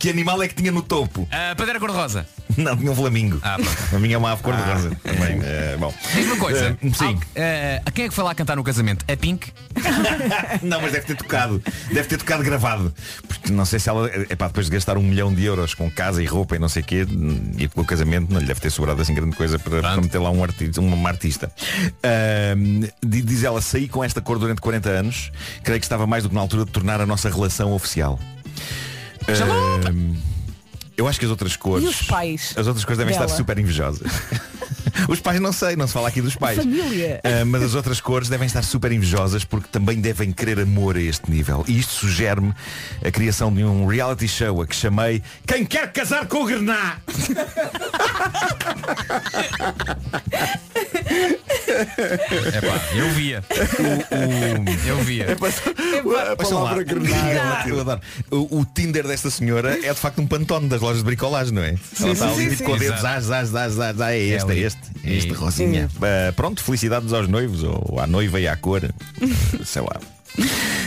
[SPEAKER 19] que animal é que tinha no topo?
[SPEAKER 7] Eh, Padeira cor-de-rosa. Ah,
[SPEAKER 19] Não, tinha um flamingo. a minha é uma ave cor-de-rosa. Também, eh, bom.
[SPEAKER 7] Diz-me uma coisa.
[SPEAKER 19] Eh, sim.
[SPEAKER 7] Al- eh, a quem é que foi lá cantar no casamento? A Pink?
[SPEAKER 19] não, mas deve ter tocado. Deve ter tocado gravado. Porque não sei se ela. Epá, depois de gastar um milhão de euros com casa e roupa e não sei o quê, e com o casamento, não lhe deve ter sobrado assim grande coisa para, para meter lá um artista, uma, uma artista. Ahm, di- diz ela, saí com esta cor durante 40 anos, creio que estava mais do que na altura de tornar a nossa relação oficial. Ahm, eu acho que as outras cores.
[SPEAKER 4] E os pais?
[SPEAKER 19] As outras cores devem
[SPEAKER 4] dela?
[SPEAKER 19] estar super invejosas. Os pais não sei, não se fala aqui dos pais.
[SPEAKER 4] Família.
[SPEAKER 19] Ah, mas as outras cores devem estar super invejosas porque também devem querer amor a este nível. E isto sugere-me a criação de um reality show a que chamei Quem quer casar com o Grená?
[SPEAKER 7] Epá, eu via. O- então, o- eu via.
[SPEAKER 2] A palavra granada.
[SPEAKER 19] Eu adoro. O, o Tinder desta senhora é de facto um pantone das lojas de bricolagem, não é?
[SPEAKER 2] Sim,
[SPEAKER 19] Ela está
[SPEAKER 2] sim,
[SPEAKER 19] ali
[SPEAKER 2] sim,
[SPEAKER 19] tipo
[SPEAKER 2] sim.
[SPEAKER 19] com dedos,
[SPEAKER 2] Exato.
[SPEAKER 19] as, as, as, as, ah, é este, é
[SPEAKER 7] ali.
[SPEAKER 19] este, é este rosinha. Ah, pronto, felicidades aos noivos, ou à noiva e à cor, sei lá.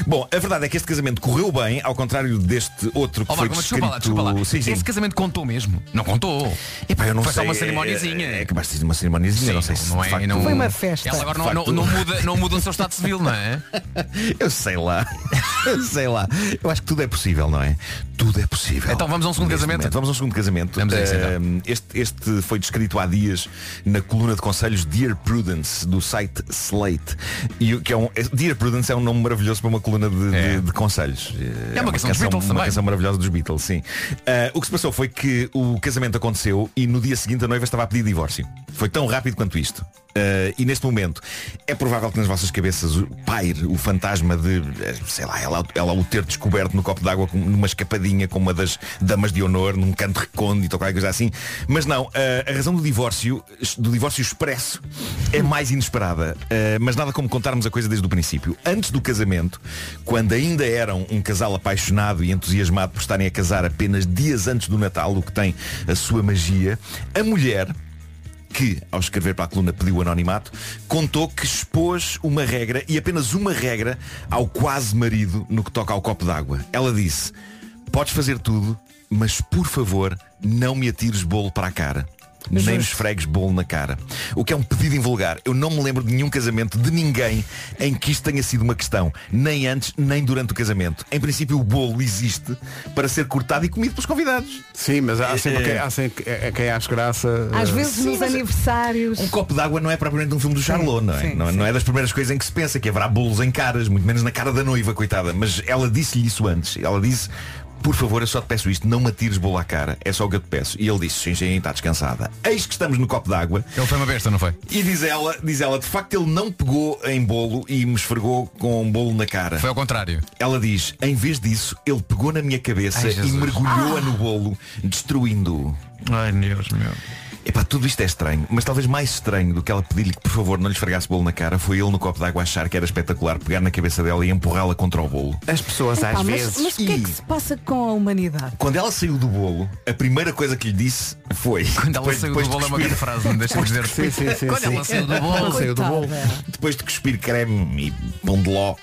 [SPEAKER 19] Bom, a verdade é que este casamento correu bem, ao contrário deste outro que
[SPEAKER 7] Oh,
[SPEAKER 19] foi
[SPEAKER 7] Marco, mas
[SPEAKER 19] descrito...
[SPEAKER 7] desculpa lá, desculpa lá.
[SPEAKER 19] Sim, sim.
[SPEAKER 7] Esse casamento contou mesmo. Não contou.
[SPEAKER 19] Epá, eu não
[SPEAKER 7] Foi só
[SPEAKER 19] sei,
[SPEAKER 7] uma
[SPEAKER 19] é-
[SPEAKER 7] cerimoniazinha.
[SPEAKER 19] É, que basta de uma cerimoniazinha,
[SPEAKER 7] Sim,
[SPEAKER 19] não sei se
[SPEAKER 7] não
[SPEAKER 19] de
[SPEAKER 7] é-
[SPEAKER 19] facto-
[SPEAKER 7] não-
[SPEAKER 4] Foi uma festa.
[SPEAKER 7] Ela agora não,
[SPEAKER 19] De
[SPEAKER 7] não,
[SPEAKER 19] facto.
[SPEAKER 7] não muda, não muda o seu estado civil, não é?
[SPEAKER 19] Eu sei lá. Eu sei lá. Eu acho que tudo é possível, não é? Tudo é possível.
[SPEAKER 7] Então vamos a um segundo
[SPEAKER 19] Neste
[SPEAKER 7] casamento?
[SPEAKER 19] Vamos a um segundo casamento.
[SPEAKER 7] Vamos a isso, então.
[SPEAKER 19] Eh, este, este foi descrito há dias na coluna de conselhos Dear Prudence do site Slate. E o que é um, Dear Prudence é um nome maravilhoso para uma coluna de, de- de conselhos. Eh,
[SPEAKER 7] É uma canção dos Beatles
[SPEAKER 19] uma
[SPEAKER 7] também.
[SPEAKER 19] canção maravilhosa dos Beatles, sim. Eh, o que se passou foi que o casamento aconteceu e no dia seguinte a noiva estava a pedir divórcio. Foi tão rápido quanto isto. Eh, e neste momento é provável que nas vossas cabeças o- paire o fantasma de, eh, sei lá, ela, ela o ter descoberto no copo d'água com- numa escapadinha com uma das damas de honor, num canto recôndito ou qualquer coisa assim. Mas não, eh, a razão do divórcio, do divórcio expresso, é mais inesperada. Eh, mas nada como contarmos a coisa desde o princípio. Antes do casamento, quando ainda eram um casal apaixonado e entusiasmado por estarem a casar apenas dias antes do Natal, o que tem a sua magia, a mulher que, ao escrever para a coluna pediu anonimato, contou que expôs uma regra, e apenas uma regra, ao quase marido no que toca ao copo d'água. Ela disse, podes fazer tudo, mas por favor, não me atires bolo para a cara. Nem me esfregues bolo na cara. O que é um pedido invulgar. Eu não me lembro de nenhum casamento de ninguém em que isto tenha sido uma questão. Nem antes, nem durante o casamento. Em princípio, o bolo existe para ser cortado e comido pelos convidados.
[SPEAKER 2] Sim, mas há sempre
[SPEAKER 19] Eh,
[SPEAKER 2] quem,
[SPEAKER 19] eh.
[SPEAKER 2] há sempre quem- quem acha graça.
[SPEAKER 4] Às
[SPEAKER 7] Ah.
[SPEAKER 2] eh,
[SPEAKER 4] vezes nos aniversários.
[SPEAKER 19] Um copo d'água não é propriamente um filme do Charlot, não é?
[SPEAKER 4] sim,
[SPEAKER 19] não, não é das primeiras coisas em que se pensa que haverá bolos em caras, muito menos na cara da noiva, coitada. Mas ela disse-lhe isso antes. Ela disse, por favor, eu só te peço isto, não me atires bolo à cara, é só o que eu te peço. E ele disse, sim, sim, está descansada. Eis que estamos no copo d'água
[SPEAKER 7] Ele foi uma besta, não foi?
[SPEAKER 19] e diz ela, diz ela, de facto ele não pegou em bolo e me esfregou com um bolo na cara.
[SPEAKER 7] Foi ao contrário.
[SPEAKER 19] Ela diz, em vez disso, ele pegou na minha cabeça
[SPEAKER 7] Ai,
[SPEAKER 19] e
[SPEAKER 7] Jesus. Ah!
[SPEAKER 19] mergulhou-a no bolo, destruindo-o.
[SPEAKER 7] Ai, Deus meu.
[SPEAKER 19] Epá, tudo isto é estranho, mas talvez mais estranho do que ela pedir-lhe que por favor não lhe esfregasse bolo na cara foi ele no copo d'água achar que era espetacular pegar na cabeça dela e empurrá-la contra o bolo.
[SPEAKER 2] As pessoas
[SPEAKER 4] Epá,
[SPEAKER 2] às
[SPEAKER 4] mas-
[SPEAKER 2] vezes.
[SPEAKER 4] Mas o que é que se passa com a humanidade?
[SPEAKER 19] Quando ela saiu do bolo, a primeira coisa que lhe disse foi.
[SPEAKER 7] Quando ela saiu do bolo é uma grande frase, não deixa-me dizer.
[SPEAKER 2] Sim, sim, sim,
[SPEAKER 7] Quando
[SPEAKER 2] sim.
[SPEAKER 7] ela saiu do bolo.
[SPEAKER 2] Saiu do bolo.
[SPEAKER 19] Depois de cuspir creme e pão de ló,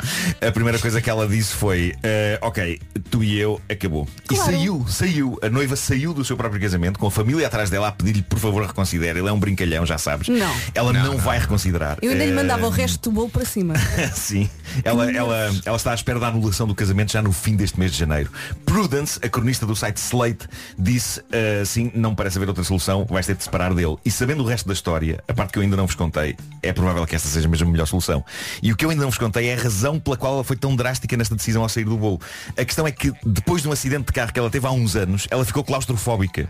[SPEAKER 19] a primeira coisa que ela disse foi "Eh, Ok, tu e eu, acabou. E saiu, saiu. A noiva saiu do seu próprio casamento, com a família atrás dela a pedir-lhe por favor favor, reconsidera. Ele é um brincalhão, já sabes.
[SPEAKER 4] Não.
[SPEAKER 19] Ela não, vai reconsiderar.
[SPEAKER 4] Eu ainda lhe
[SPEAKER 19] Eh,
[SPEAKER 4] mandava o resto do bolo para cima.
[SPEAKER 19] Sim, ela, ela, ela está à espera da anulação do casamento já no fim deste mês de janeiro. Prudence, a cronista do site Slate, disse ah, assim, não parece haver outra solução, vais ter de te separar dele. E sabendo o resto da história, a parte que eu ainda não vos contei, é provável que esta seja mesmo a melhor solução. E o que eu ainda não vos contei é a razão pela qual ela foi tão drástica nesta decisão ao sair do bolo. A questão é que depois de um acidente de carro que ela teve há uns anos, ela ficou claustrofóbica.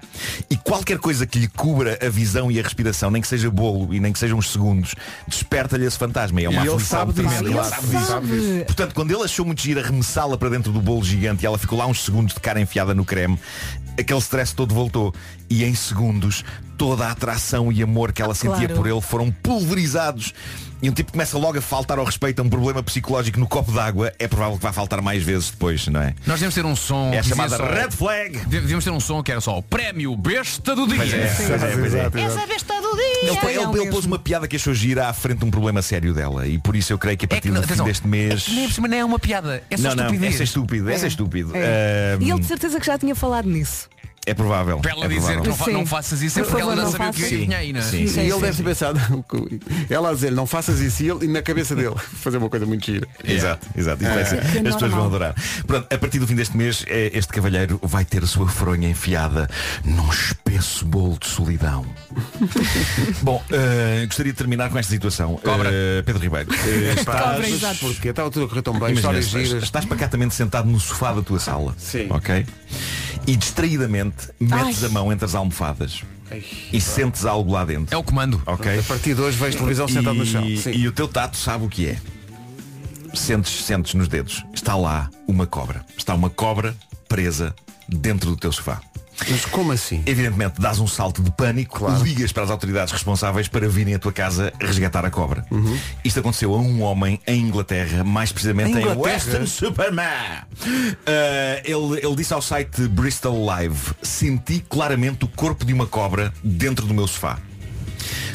[SPEAKER 19] E qualquer coisa que lhe cubra a visão e a respiração, nem que seja bolo e nem que sejam uns segundos, desperta-lhe esse fantasma. E é uma
[SPEAKER 2] E ele
[SPEAKER 19] aflição
[SPEAKER 2] sabe disso,
[SPEAKER 19] tremenda.
[SPEAKER 2] claro.
[SPEAKER 19] Ele sabe disso.
[SPEAKER 2] Sabe.
[SPEAKER 19] Portanto, quando ele achou muito giro arremessá-la para dentro do bolo gigante e ela ficou lá uns segundos de cara enfiada no creme, aquele stress todo voltou. E em segundos, toda a atração e amor que ela sentia
[SPEAKER 5] Claro.
[SPEAKER 19] por ele foram pulverizados. E um tipo começa logo a faltar ao respeito a um problema psicológico no copo d'água. É provável que vá faltar mais vezes depois, não é?
[SPEAKER 7] Nós devemos ter um som.
[SPEAKER 19] É a
[SPEAKER 7] dizia
[SPEAKER 19] chamada
[SPEAKER 7] só-
[SPEAKER 19] red flag.
[SPEAKER 7] Deve- Devíamos ter um som que era só o prémio besta do dia.
[SPEAKER 19] Pois é, Sim. pois é, pois é.
[SPEAKER 7] Essa
[SPEAKER 10] besta do dia.
[SPEAKER 19] Ele, ele- ele pôs uma piada que achou gira à frente de um problema sério dela. E por isso eu creio que a partir
[SPEAKER 7] não-
[SPEAKER 19] do fim
[SPEAKER 7] atenção,
[SPEAKER 19] deste mês.
[SPEAKER 7] Nem por cima nem é uma piada. É só
[SPEAKER 19] não, não,
[SPEAKER 7] estupidez.
[SPEAKER 19] essa é estúpido, essa é estúpido.
[SPEAKER 4] É.
[SPEAKER 19] Ahm,
[SPEAKER 4] E ele de certeza que já tinha falado nisso.
[SPEAKER 19] É provável.
[SPEAKER 7] Para ela
[SPEAKER 19] é
[SPEAKER 7] dizer
[SPEAKER 19] provável.
[SPEAKER 7] que não fa- Sim. não faças isso é Por porque ela favor, não não sabia o que faças. vinha aí, não é?
[SPEAKER 19] Sim, sim,
[SPEAKER 2] e ele
[SPEAKER 19] sim,
[SPEAKER 2] deve
[SPEAKER 19] sim.
[SPEAKER 2] ter pensado, ela a dizer não faças isso e, ele, e na cabeça dele fazer uma coisa muito gira.
[SPEAKER 19] Exato, exato. Isto vai
[SPEAKER 2] É.
[SPEAKER 19] ser-
[SPEAKER 2] É
[SPEAKER 19] As pessoas vão
[SPEAKER 2] normal.
[SPEAKER 19] adorar. Pronto, a partir do fim deste mês, eh, este cavalheiro vai ter a sua fronha enfiada num espesso bolo de solidão. Bom, eh, gostaria de terminar com esta situação. Cobra. Pedro Ribeiro. eh, estás-
[SPEAKER 2] porque estava tudo a correr tão bem,
[SPEAKER 19] Imagina,
[SPEAKER 2] histórias
[SPEAKER 19] estás,
[SPEAKER 2] giras.
[SPEAKER 19] estás pacatamente sentado no sofá da tua sala. Sim. Ok? E distraídamente metes a
[SPEAKER 2] Ai.
[SPEAKER 19] mão entre as almofadas. E sentes algo lá dentro. É o comando. Ok.
[SPEAKER 2] A partir de hoje vejo televisão
[SPEAKER 19] E-
[SPEAKER 2] sentado no chão. Sim.
[SPEAKER 19] E o teu tato sabe o que é. Sentes, sentes nos dedos. Está lá uma cobra. Está uma cobra presa dentro do teu sofá.
[SPEAKER 2] Mas como assim?
[SPEAKER 19] Evidentemente, dás um salto de pânico, ligas para as autoridades responsáveis para virem à tua casa resgatar a cobra.
[SPEAKER 2] Uhum.
[SPEAKER 19] Isto aconteceu a um homem em Inglaterra, mais precisamente em,
[SPEAKER 5] Inglaterra?
[SPEAKER 19] Western Superman. Ah, ele, ele disse ao site Bristol Live, senti claramente o corpo de uma cobra dentro do meu sofá.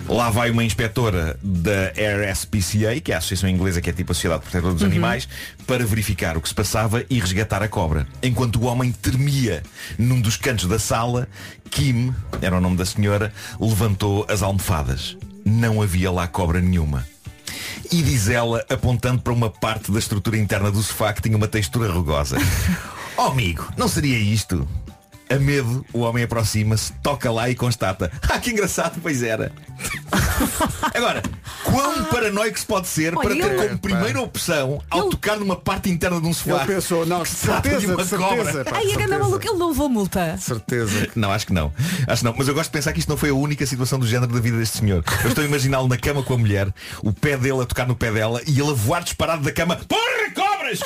[SPEAKER 19] Lá vai uma inspetora da RSPCA, que é a associação inglesa que é tipo a Sociedade Protetora dos
[SPEAKER 5] Uhum.
[SPEAKER 19] Animais, para verificar o que se passava e resgatar a cobra. Enquanto o homem tremia num dos cantos da sala, Kim, era o nome da senhora, levantou as almofadas. Não havia lá cobra nenhuma. E diz ela, apontando para uma parte da estrutura interna do sofá que tinha uma textura rugosa. oh amigo, não seria isto? A medo, o homem aproxima-se, toca lá e constata. Ah, que engraçado, pois era. Agora,
[SPEAKER 2] Ah.
[SPEAKER 19] quão paranoico se pode ser
[SPEAKER 5] Olha,
[SPEAKER 19] para ter
[SPEAKER 5] ele-
[SPEAKER 19] como primeira opção, ao tocar numa parte interna de um sofá,
[SPEAKER 2] Ele pensou, não,
[SPEAKER 19] que se trata
[SPEAKER 2] certeza,
[SPEAKER 19] de uma
[SPEAKER 2] de certeza,
[SPEAKER 19] cobra.
[SPEAKER 4] Ai, a grande maluca, ele não levou multa.
[SPEAKER 19] Certeza. Não, acho que não. Acho que não. Mas eu gosto de pensar que isto não foi a única situação do género da vida deste senhor. Eu estou a imaginá-lo na cama com a mulher, o pé dele a tocar no pé dela e ele a voar disparado da cama. Porra, cobras!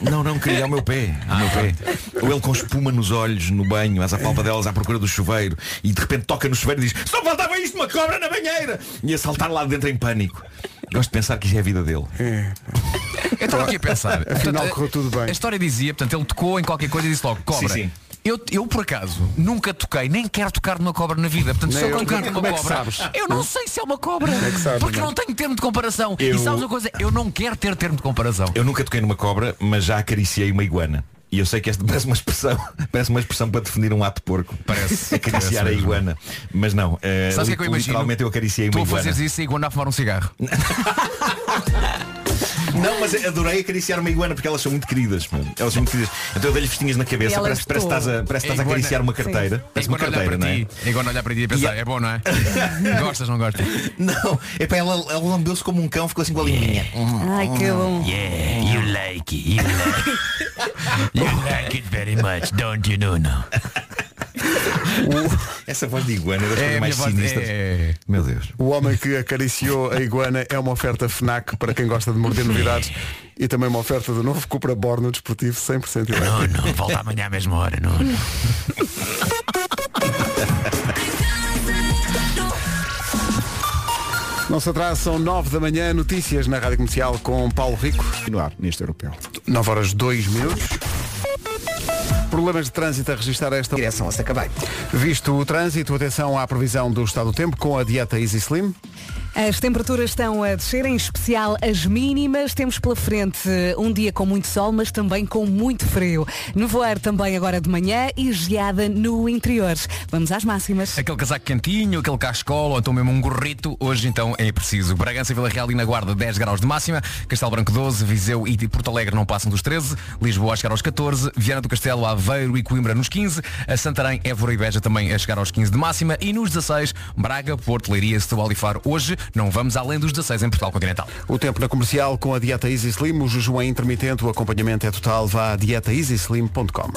[SPEAKER 19] Não, não, queria, é o meu pé. o meu pé. Ou ele com espuma nos olhos, no banho, às apalpa delas à procura do chuveiro e de repente toca no chuveiro e diz Só faltava isto, uma cobra na banheira! E a saltar lá de dentro em pânico. Gosto de pensar que isto é a vida dele.
[SPEAKER 7] Eu estava aqui a pensar.
[SPEAKER 2] Afinal,
[SPEAKER 7] Portanto,
[SPEAKER 2] correu tudo bem.
[SPEAKER 7] A história dizia, portanto, ele tocou em qualquer coisa e disse logo, cobra.
[SPEAKER 2] Sim, sim.
[SPEAKER 7] Eu, eu, por acaso, nunca toquei, nem quero tocar numa cobra na vida. Portanto, se
[SPEAKER 2] Nem
[SPEAKER 7] eu
[SPEAKER 2] eu.
[SPEAKER 7] tocar numa
[SPEAKER 2] Como é que
[SPEAKER 7] cobra,
[SPEAKER 2] sabes?
[SPEAKER 7] eu não sei se é uma cobra.
[SPEAKER 2] Como é que sabes,
[SPEAKER 7] porque
[SPEAKER 19] não é?
[SPEAKER 7] não tenho termo de comparação. E
[SPEAKER 19] Eu-
[SPEAKER 7] sabes uma coisa? Eu não quero ter termo de comparação.
[SPEAKER 19] Eu nunca toquei numa cobra, mas já acariciei uma iguana. E eu sei que esta parece uma expressão, parece uma expressão para definir um ato porco. Parece acariciar
[SPEAKER 7] Parece
[SPEAKER 19] a
[SPEAKER 7] mesmo.
[SPEAKER 19] iguana. Mas não, eh,
[SPEAKER 7] Sabes o que é que eu imagino?
[SPEAKER 19] literalmente eu acariciei é uma
[SPEAKER 7] Tu a
[SPEAKER 19] iguana.
[SPEAKER 7] fazeres isso e quando a fumar um cigarro.
[SPEAKER 19] Não, mas adorei acariciar uma iguana porque elas são muito queridas, mano. Elas são muito queridas. Então eu dei-lhe festinhas na
[SPEAKER 7] E
[SPEAKER 19] cabeça, parece,
[SPEAKER 7] elas
[SPEAKER 19] parece que estás a, parece que estás a
[SPEAKER 7] É iguana-
[SPEAKER 19] acariciar uma carteira.
[SPEAKER 7] Sim.
[SPEAKER 19] Parece uma
[SPEAKER 7] Iguana olhar
[SPEAKER 19] carteira, não
[SPEAKER 7] para
[SPEAKER 19] é?
[SPEAKER 7] ti. É igual olhar para ti e pensar, é bom, não é? Gostas, não gostas?
[SPEAKER 19] Não, é para ela, ela lambeu-se como um cão, ficou
[SPEAKER 7] É.
[SPEAKER 19] assim com a linha. Hum,
[SPEAKER 4] Ai, que bom.
[SPEAKER 7] Yeah, you like it, you like it. You like it very much, don't you know? No?
[SPEAKER 19] Essa voz de iguana é das coisas
[SPEAKER 7] É, a
[SPEAKER 19] mais
[SPEAKER 7] minha voz-
[SPEAKER 19] sinistras.
[SPEAKER 7] é.
[SPEAKER 19] Meu Deus.
[SPEAKER 2] O homem que acariciou a iguana é uma oferta FNAC para quem gosta de morder novidades e também uma oferta do novo Cupra Borno Desportivo 100%
[SPEAKER 7] Não,
[SPEAKER 2] elétrico.
[SPEAKER 7] não, volta amanhã à mesma hora, não. não.
[SPEAKER 2] Não se atrasa, são 9 da manhã, notícias na Rádio Comercial com Paulo Rico.
[SPEAKER 1] Continuar neste europeu.
[SPEAKER 2] 9 horas 2 minutos. Problemas de trânsito a registrar a esta
[SPEAKER 3] direção a Sacabém.
[SPEAKER 2] Visto o trânsito, atenção à previsão do estado do tempo com a dieta Easy Slim.
[SPEAKER 4] As temperaturas estão a descer, em especial as mínimas. Temos pela frente um dia com muito sol, mas também com muito frio. Nevoeiro também agora de manhã e geada no interior. Vamos às máximas.
[SPEAKER 7] Aquele casaco quentinho, aquele cascola, ou então mesmo um gorrito, hoje então é preciso. Bragança, Vila Real e na Guarda 10 graus de máxima, Castelo Branco 12, Viseu e Porto Alegre não passam dos 13, Lisboa a chegar aos 14, Viana do Castelo, Aveiro e Coimbra nos 15, a Santarém, Évora e Beja também a chegar aos 15 de máxima e nos 16, Braga, Porto, Leiria, Setúbal e Faro. Hoje não vamos além dos 16 em Portugal Continental.
[SPEAKER 2] O tempo na comercial com a dieta Easy Slim, o jejum é intermitente, o acompanhamento é total. Vá a dietaeasyslim.com.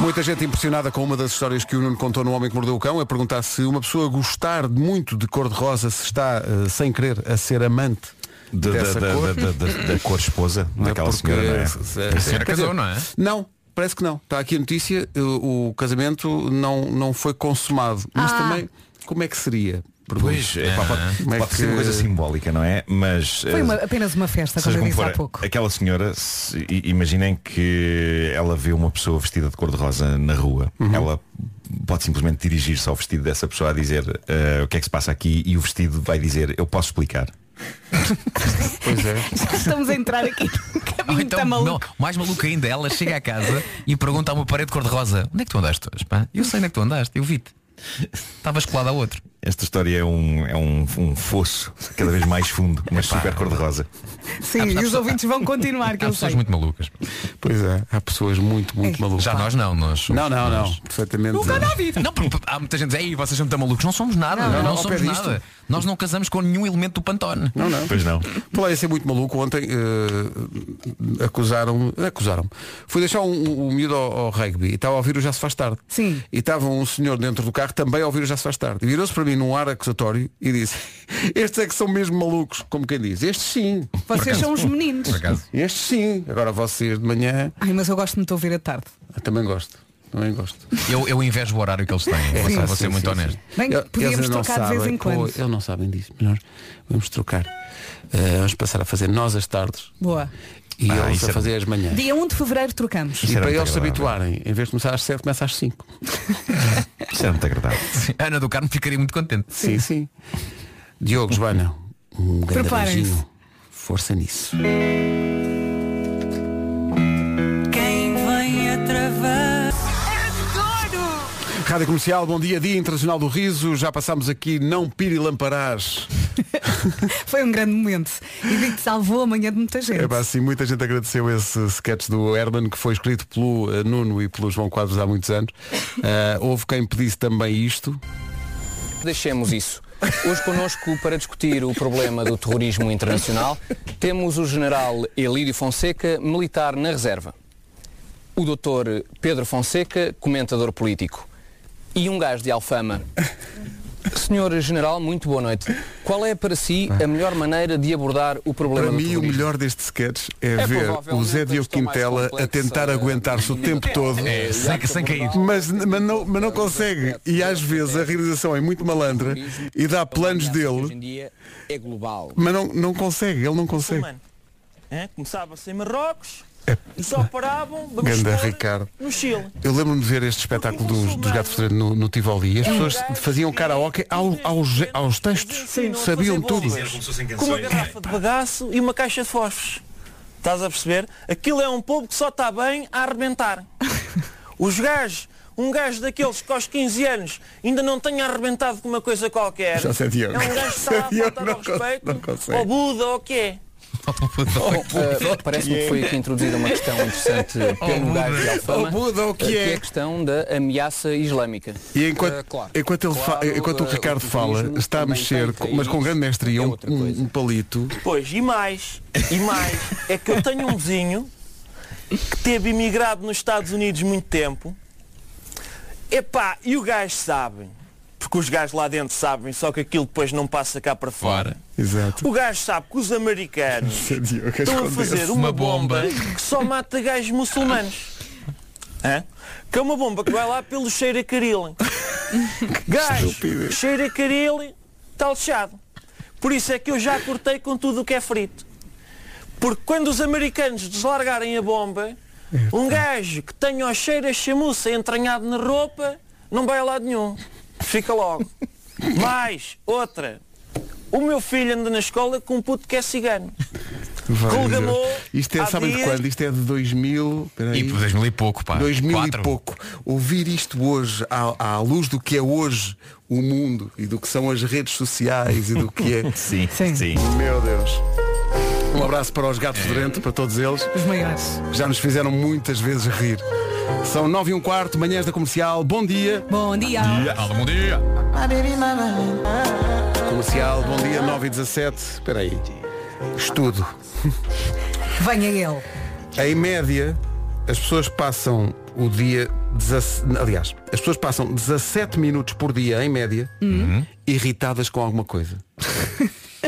[SPEAKER 2] Muita gente impressionada com uma das histórias que o Nuno contou no Homem que Mordeu o Cão, é perguntar se uma pessoa gostar muito de cor-de-rosa se está, eh, sem querer, a ser amante
[SPEAKER 19] Da- da-
[SPEAKER 2] dessa
[SPEAKER 19] da-
[SPEAKER 2] cor.
[SPEAKER 19] da- da- da cor esposa,
[SPEAKER 2] Não é
[SPEAKER 19] daquela
[SPEAKER 2] porque-
[SPEAKER 19] senhora, não é?
[SPEAKER 2] se-
[SPEAKER 19] A senhora
[SPEAKER 2] quer dizer,
[SPEAKER 19] casou, não é?
[SPEAKER 2] Não, parece que não. Está aqui a notícia, eh, o casamento não, não foi consumado. Mas
[SPEAKER 19] Ah.
[SPEAKER 2] também, como é que seria? Pergunto.
[SPEAKER 19] Pois, é, pá, pode,
[SPEAKER 2] Como é
[SPEAKER 19] pode ser uma
[SPEAKER 2] que-
[SPEAKER 19] coisa simbólica, não é? Mas
[SPEAKER 4] Foi
[SPEAKER 19] eh,
[SPEAKER 4] uma- apenas uma festa, como
[SPEAKER 19] Seja
[SPEAKER 4] eu
[SPEAKER 19] como
[SPEAKER 4] disse
[SPEAKER 19] for,
[SPEAKER 4] há pouco.
[SPEAKER 19] aquela senhora, se- i- imaginem que ela vê uma pessoa vestida de cor-de-rosa na rua. Ela pode simplesmente dirigir-se ao vestido dessa pessoa a dizer eh, o que é que se passa aqui e o vestido vai dizer eu posso explicar.
[SPEAKER 2] pois é.
[SPEAKER 4] Estamos a entrar aqui num caminho tão
[SPEAKER 7] então, Não,
[SPEAKER 4] maluco.
[SPEAKER 7] mais maluca ainda, ela chega à casa e pergunta a uma parede cor-de-rosa, onde é que tu andaste hoje? Pá? Eu sei onde é que tu andaste, eu vi-te. Estavas colado a outro.
[SPEAKER 19] Esta história é um, é um, um fosso cada vez mais fundo, mas super cor-de-rosa.
[SPEAKER 4] Sim, e os ouvintes vão continuar, que eu sei.
[SPEAKER 7] malucas.
[SPEAKER 2] Pois é, há pessoas muito, muito malucas. Já
[SPEAKER 7] nós não, nós.
[SPEAKER 2] É. Não, não, não. Perfeitamente.
[SPEAKER 7] Não, porque há muita gente aí, vocês são muito malucos. Não somos nada,
[SPEAKER 2] Não,
[SPEAKER 7] não,
[SPEAKER 2] não, ao
[SPEAKER 7] somos
[SPEAKER 2] pé disto.
[SPEAKER 7] nada. Nós não casamos com nenhum elemento do Pantone.
[SPEAKER 2] Não, não.
[SPEAKER 19] Pois não.
[SPEAKER 2] Falei a ser muito maluco ontem, eh, acusaram acusaram Fui deixar um, um, um miúdo ao, ao rugby e estava a ouvir o Já se faz tarde. Sim. E estava um senhor dentro do carro também a ouvir o Já se faz tarde. E Virou-se para mim num ar acusatório e disse, estes é que são mesmo malucos, como quem diz. Estes sim.
[SPEAKER 4] Vocês Por acaso. são os meninos. Por acaso.
[SPEAKER 2] Estes sim. Agora vocês de manhã,
[SPEAKER 4] Ai, mas eu gosto muito de ouvir a tarde.
[SPEAKER 2] eu também gosto. Também gosto.
[SPEAKER 7] Eu, eu invejo o horário que eles têm. vou
[SPEAKER 2] É,
[SPEAKER 7] ser-
[SPEAKER 2] sim,
[SPEAKER 7] vou ser
[SPEAKER 2] sim,
[SPEAKER 7] muito
[SPEAKER 2] sim,
[SPEAKER 7] honesto.
[SPEAKER 2] sim.
[SPEAKER 4] Bem,
[SPEAKER 2] Eu-
[SPEAKER 4] podíamos
[SPEAKER 2] eles não
[SPEAKER 4] trocar de vez
[SPEAKER 2] sabem,
[SPEAKER 4] em quando.
[SPEAKER 2] pô, Eles não sabem disso. Melhor, vamos trocar. Eh, vamos passar a fazer nós as tardes
[SPEAKER 4] Boa.
[SPEAKER 2] e
[SPEAKER 19] Ah,
[SPEAKER 2] eles
[SPEAKER 19] isso
[SPEAKER 7] é
[SPEAKER 2] a
[SPEAKER 19] era-
[SPEAKER 2] fazer as manhãs.
[SPEAKER 4] Dia 1 de fevereiro trocamos.
[SPEAKER 2] E para eles se
[SPEAKER 19] agradável.
[SPEAKER 2] habituarem, em vez de começar às 7, começa às 5.
[SPEAKER 7] é
[SPEAKER 19] Isso era muito agradável.
[SPEAKER 7] Ana do Carmo ficaria muito contente.
[SPEAKER 2] Sim, sim. Diogo, Joana, um grande
[SPEAKER 4] Preparem-se.
[SPEAKER 2] beijinho. Força nisso.
[SPEAKER 10] Quem vem através.
[SPEAKER 2] Rádio Comercial, bom dia, Dia Internacional do Riso. Já passámos aqui Não Pire Lamparás.
[SPEAKER 4] Foi um grande momento. E digo que salvou amanhã de muita gente.
[SPEAKER 2] É pá, sim, muita gente agradeceu esse sketch do Herman que foi escrito pelo eh, Nuno e pelo João Quadros há muitos anos. Eh, houve quem pedisse também isto.
[SPEAKER 5] Deixemos isso. Hoje connosco para discutir o problema do terrorismo internacional temos o general Elídio Fonseca, militar na reserva. O doutor Pedro Fonseca, comentador político. E um gajo de Alfama. Senhor General, muito boa noite. Qual é para si a melhor maneira de abordar o problema
[SPEAKER 2] Para
[SPEAKER 5] do
[SPEAKER 2] mim, o
[SPEAKER 5] terrorismo?
[SPEAKER 2] melhor deste sketch é,
[SPEAKER 5] É
[SPEAKER 2] ver o
[SPEAKER 5] provavelmente
[SPEAKER 2] Zé Diogo Quintela a tentar aguentar-se o tempo todo.
[SPEAKER 7] É, sem- sem cair.
[SPEAKER 2] Mas, mas, não, mas não consegue. E às vezes a realização é muito malandra e dá planos
[SPEAKER 22] Hoje em
[SPEAKER 2] dele,
[SPEAKER 22] dia é global.
[SPEAKER 2] mas não, não consegue. Ele não consegue. É.
[SPEAKER 22] Mano, hã? Começava-se em Marrocos e só paravam
[SPEAKER 2] Ganda
[SPEAKER 22] Bagostar,
[SPEAKER 2] Ricardo.
[SPEAKER 22] no Chile.
[SPEAKER 2] Eu lembro-me de ver este espetáculo dos, dos Gatos Fedorento no, no Tivoli e as pessoas faziam karaoke ao, aos, aos textos. Sabiam tudo.
[SPEAKER 22] Com uma garrafa de bagaço e uma caixa de fósforos. Estás a perceber? Aquilo é um povo que só está bem a arrebentar. Os gajos, um gajo daqueles que aos 15 anos ainda não tenha arrebentado com uma coisa qualquer.
[SPEAKER 2] Já sei, Diogo.
[SPEAKER 22] É um gajo que está
[SPEAKER 2] Já
[SPEAKER 22] a
[SPEAKER 2] sei, Diogo,
[SPEAKER 22] faltar
[SPEAKER 2] não
[SPEAKER 22] ao respeito.
[SPEAKER 2] con- não consegue.
[SPEAKER 22] Ou Buda ou o quê?
[SPEAKER 2] Eh,
[SPEAKER 5] Uh, Parece-me que foi aqui introduzida uma questão interessante
[SPEAKER 2] Oh,
[SPEAKER 5] pelo gajo de
[SPEAKER 2] é- Buda.
[SPEAKER 5] Alfama,
[SPEAKER 2] Oh, Buda, o que
[SPEAKER 5] uh,
[SPEAKER 2] é?
[SPEAKER 5] a questão da ameaça islâmica.
[SPEAKER 2] E enquanto,
[SPEAKER 5] Uh, claro. ah, eh,
[SPEAKER 2] enquanto, ele fa- enquanto o Ricardo fala, está a mexer, com- mas com grande
[SPEAKER 5] é
[SPEAKER 2] mestria, um, um palito.
[SPEAKER 22] Pois, e mais, e mais, é que eu tenho um vizinho que teve imigrado nos Estados Unidos muito tempo. Epá, e o gajo sabe, porque os gajos lá dentro sabem, só que aquilo depois não passa cá para fora.
[SPEAKER 2] Exato.
[SPEAKER 22] O gajo sabe que os americanos
[SPEAKER 10] é
[SPEAKER 2] Diogo,
[SPEAKER 22] estão a
[SPEAKER 2] escondeu-se.
[SPEAKER 22] fazer uma, bomba, que só mata gajos muçulmanos. Hã? Que é uma bomba que vai lá pelo cheiro a caril. Gajo, cheiro a caril, está lixado. Por isso é que eu já cortei com tudo o que é frito. Porque quando os americanos deslargarem a bomba, um gajo que tenha o cheiro a chamuça entranhado na roupa, não vai a lado nenhum. Fica logo. Mais, outra. O meu filho anda na escola com um puto que é cigano.
[SPEAKER 2] Vai,
[SPEAKER 22] Colgamou
[SPEAKER 2] Isto é,
[SPEAKER 22] há
[SPEAKER 2] sabem de
[SPEAKER 22] dias.
[SPEAKER 2] quando? Isto é de 2000... Peraí.
[SPEAKER 7] E por 2000 e pouco, pá.
[SPEAKER 2] 2000
[SPEAKER 7] Quatro.
[SPEAKER 2] e pouco. Ouvir isto hoje, à, à luz do que é hoje o mundo e do que são as redes sociais e do que é...
[SPEAKER 19] sim, sim,
[SPEAKER 2] Meu Deus. Um abraço para os gatos de Durante, para todos eles.
[SPEAKER 4] Os maiores.
[SPEAKER 2] Já nos fizeram muitas vezes rir. São 9 e um quarto, manhãs da comercial. Bom dia.
[SPEAKER 4] Bom dia.
[SPEAKER 2] Bom dia. Comercial, bom dia, 9 e 17. Espera aí. Estudo.
[SPEAKER 4] Venha ele.
[SPEAKER 2] Em média, as pessoas passam o dia. 17 Aliás, as pessoas passam 17 minutos por dia, em média,
[SPEAKER 4] Uhum.
[SPEAKER 2] irritadas com alguma coisa.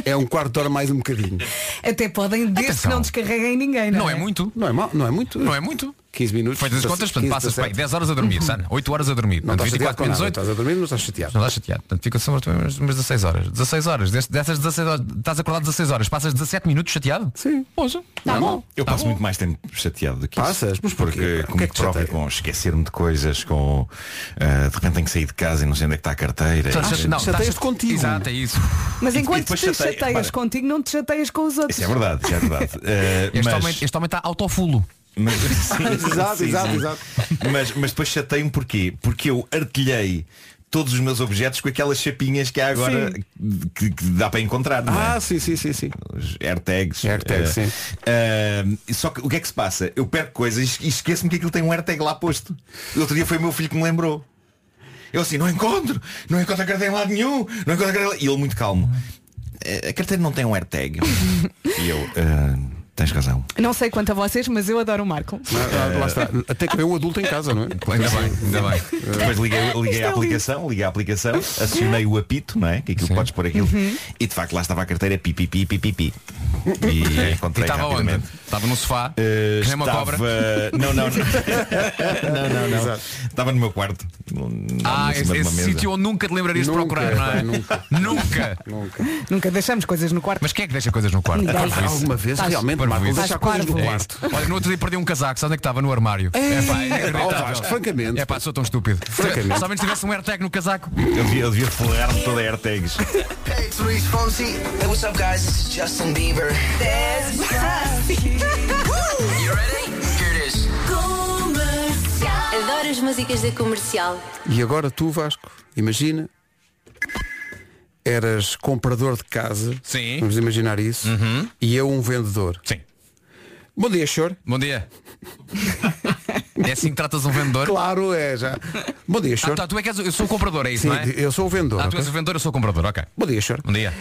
[SPEAKER 2] é um quarto de hora mais um bocadinho.
[SPEAKER 4] Até podem, desde
[SPEAKER 2] Atenção.
[SPEAKER 4] que não descarreguem ninguém, não, é?
[SPEAKER 7] muito.
[SPEAKER 2] Não é, mal, não é muito. Não
[SPEAKER 7] é muito.
[SPEAKER 2] 15 minutos.
[SPEAKER 7] Feitas as contas, portanto,
[SPEAKER 2] 15,
[SPEAKER 7] passas bem,
[SPEAKER 2] 17.
[SPEAKER 7] 10 horas a dormir, Sana, 8 horas a dormir.
[SPEAKER 2] Então, Não
[SPEAKER 7] portanto,
[SPEAKER 2] estás chateado
[SPEAKER 7] 24
[SPEAKER 2] com
[SPEAKER 7] menos
[SPEAKER 2] nada,
[SPEAKER 7] 8.
[SPEAKER 2] então. estás a dormir, não estás chateado.
[SPEAKER 7] Não estás chateado. Portanto, fica só umas umas 16 horas. 16 horas. Des- Dessas 16 horas, estás acordado 16 horas, passas 17 minutos chateado?
[SPEAKER 2] Sim.
[SPEAKER 7] Poxa.
[SPEAKER 2] Tá
[SPEAKER 7] Não,
[SPEAKER 2] bom.
[SPEAKER 19] Eu
[SPEAKER 7] Tá
[SPEAKER 19] passo
[SPEAKER 7] bom.
[SPEAKER 19] muito mais tempo chateado do que
[SPEAKER 2] Passas?
[SPEAKER 19] isso.
[SPEAKER 2] Mas porquê?
[SPEAKER 19] Porque
[SPEAKER 2] O que é
[SPEAKER 19] comigo
[SPEAKER 2] que te
[SPEAKER 19] próprio,
[SPEAKER 2] chateia?
[SPEAKER 19] com esquecer-me de coisas, com ah, de repente tenho que sair de casa e não sei onde é que está a carteira.
[SPEAKER 7] Portanto,
[SPEAKER 19] e-
[SPEAKER 7] chate- não, estás- Exato, é isso.
[SPEAKER 4] Mas
[SPEAKER 19] E- e
[SPEAKER 4] enquanto
[SPEAKER 19] depois
[SPEAKER 4] te
[SPEAKER 19] chateia-
[SPEAKER 4] chateias
[SPEAKER 19] repara,
[SPEAKER 4] contigo, não te chateias com os outros.
[SPEAKER 19] Isso é verdade, isso é verdade. Eh,
[SPEAKER 7] Este
[SPEAKER 19] mas-
[SPEAKER 7] homem- este homem está autofulo.
[SPEAKER 19] Mas,
[SPEAKER 7] Exato, exato, exato.
[SPEAKER 19] Mas, mas depois chatei-me porquê? Porque eu artilhei todos os meus objetos com aquelas chapinhas
[SPEAKER 7] é
[SPEAKER 19] que há agora que, que dá para encontrar. Não é?
[SPEAKER 2] Ah, sim, sim, sim, sim.
[SPEAKER 19] Os AirTags.
[SPEAKER 2] AirTags,
[SPEAKER 19] eh,
[SPEAKER 2] sim.
[SPEAKER 19] eh, só que o que é que se passa? Eu perco coisas e esqueço-me que aquilo tem um AirTag lá posto. Outro dia foi o meu filho que me lembrou. Eu assim, não encontro, não encontro a carteira em lado nenhum, não encontro a carteira. em lado-" E ele muito calmo. "Eh, A carteira não tem um AirTag. e eu, "Ah, tens razão.
[SPEAKER 4] Não sei quanto a vocês, mas eu adoro o Marco.
[SPEAKER 2] Ah, Lá está. Até que vem um adulto em casa, não é?
[SPEAKER 19] Ainda bem, ainda bem. Depois liguei, liguei a aplicação, liguei a aplicação, acionei o apito, não é? Que aquilo podes pôr aquilo.
[SPEAKER 7] Uhum.
[SPEAKER 19] E de facto lá estava a carteira pi pi pi pi pi pi. E encontrei
[SPEAKER 7] Uhum. E estava onde?
[SPEAKER 19] rapidamente.
[SPEAKER 7] Estava no sofá,
[SPEAKER 19] Eh,
[SPEAKER 7] que nem uma
[SPEAKER 19] estava-
[SPEAKER 7] cobra.
[SPEAKER 19] Não, não, não. não, não, não.
[SPEAKER 7] Exato.
[SPEAKER 19] Estava no meu quarto. num-
[SPEAKER 7] Ah,
[SPEAKER 19] em cima
[SPEAKER 7] esse,
[SPEAKER 19] de uma
[SPEAKER 7] esse
[SPEAKER 19] mesa.
[SPEAKER 7] sítio onde nunca te lembrarias de
[SPEAKER 19] Nunca,
[SPEAKER 7] procurar, não é?
[SPEAKER 19] pá, nunca.
[SPEAKER 7] nunca.
[SPEAKER 4] Nunca deixamos coisas no quarto.
[SPEAKER 7] Mas quem é que deixa coisas no quarto?
[SPEAKER 4] Ninguém.
[SPEAKER 7] Parvoíce.
[SPEAKER 4] Alguma vez, Estás- realmente,
[SPEAKER 7] Parvoíce.
[SPEAKER 4] Marco, deixar coisas no quarto.
[SPEAKER 7] É isso. Olha, no outro dia perdi um casaco, sabe onde é que estava? No armário.
[SPEAKER 2] Ei,
[SPEAKER 7] É pá, é inacreditável.
[SPEAKER 2] ó, Vasco, francamente.
[SPEAKER 7] É pá, sou tão estúpido.
[SPEAKER 2] Francamente.
[SPEAKER 7] Somente se tivesse um AirTag no casaco.
[SPEAKER 19] Eu devia, eu devia forrar-me toda a AirTags.
[SPEAKER 6] Hey, it's Luis Fonsi. Hey, what's up, guys? This is Justin Bieber. you ready? Here it is.
[SPEAKER 10] Adoro as músicas da comercial.
[SPEAKER 2] E agora tu, Vasco, imagina, eras comprador de casa,
[SPEAKER 7] Sim. Uhum.
[SPEAKER 2] vamos imaginar isso, e eu um vendedor.
[SPEAKER 7] Sim.
[SPEAKER 2] Bom dia, senhor.
[SPEAKER 7] Bom dia. É assim que tratas um vendedor?
[SPEAKER 2] Claro, é já. Bom dia, senhor.
[SPEAKER 7] Ah, tá, tu é que és, eu sou o comprador, é isso,
[SPEAKER 2] Sim,
[SPEAKER 7] não é?
[SPEAKER 2] eu sou o vendedor.
[SPEAKER 7] Ah, tu
[SPEAKER 2] ok?
[SPEAKER 7] és o vendedor, eu sou o comprador, ok.
[SPEAKER 2] Bom dia, senhor.
[SPEAKER 7] Bom dia.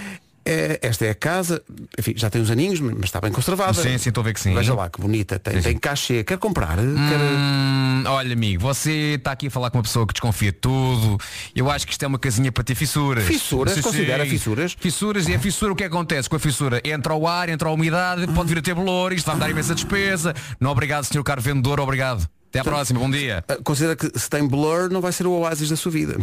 [SPEAKER 2] É, esta é a casa, enfim, já tem uns aninhos, mas está bem conservada.
[SPEAKER 7] Sim, sim, estou a ver que sim.
[SPEAKER 2] Veja lá, que bonita, tem, tem cachê, quer comprar,
[SPEAKER 7] Hum, olha amigo, você está aqui a falar com uma pessoa que desconfia de tudo. Eu acho que isto é uma casinha para ter fissuras.
[SPEAKER 2] Fissuras?
[SPEAKER 7] Sim, sim.
[SPEAKER 2] Considera fissuras?
[SPEAKER 7] Fissuras e a fissura o que acontece com a fissura? Entra ao ar, entra a umidade, pode vir a ter bolor, isto vai me dar imensa despesa. Não obrigado, senhor caro vendedor, obrigado. Até à próxima, bom dia.
[SPEAKER 2] quer. eh, Considera que se tem blur não vai ser o oásis da sua vida.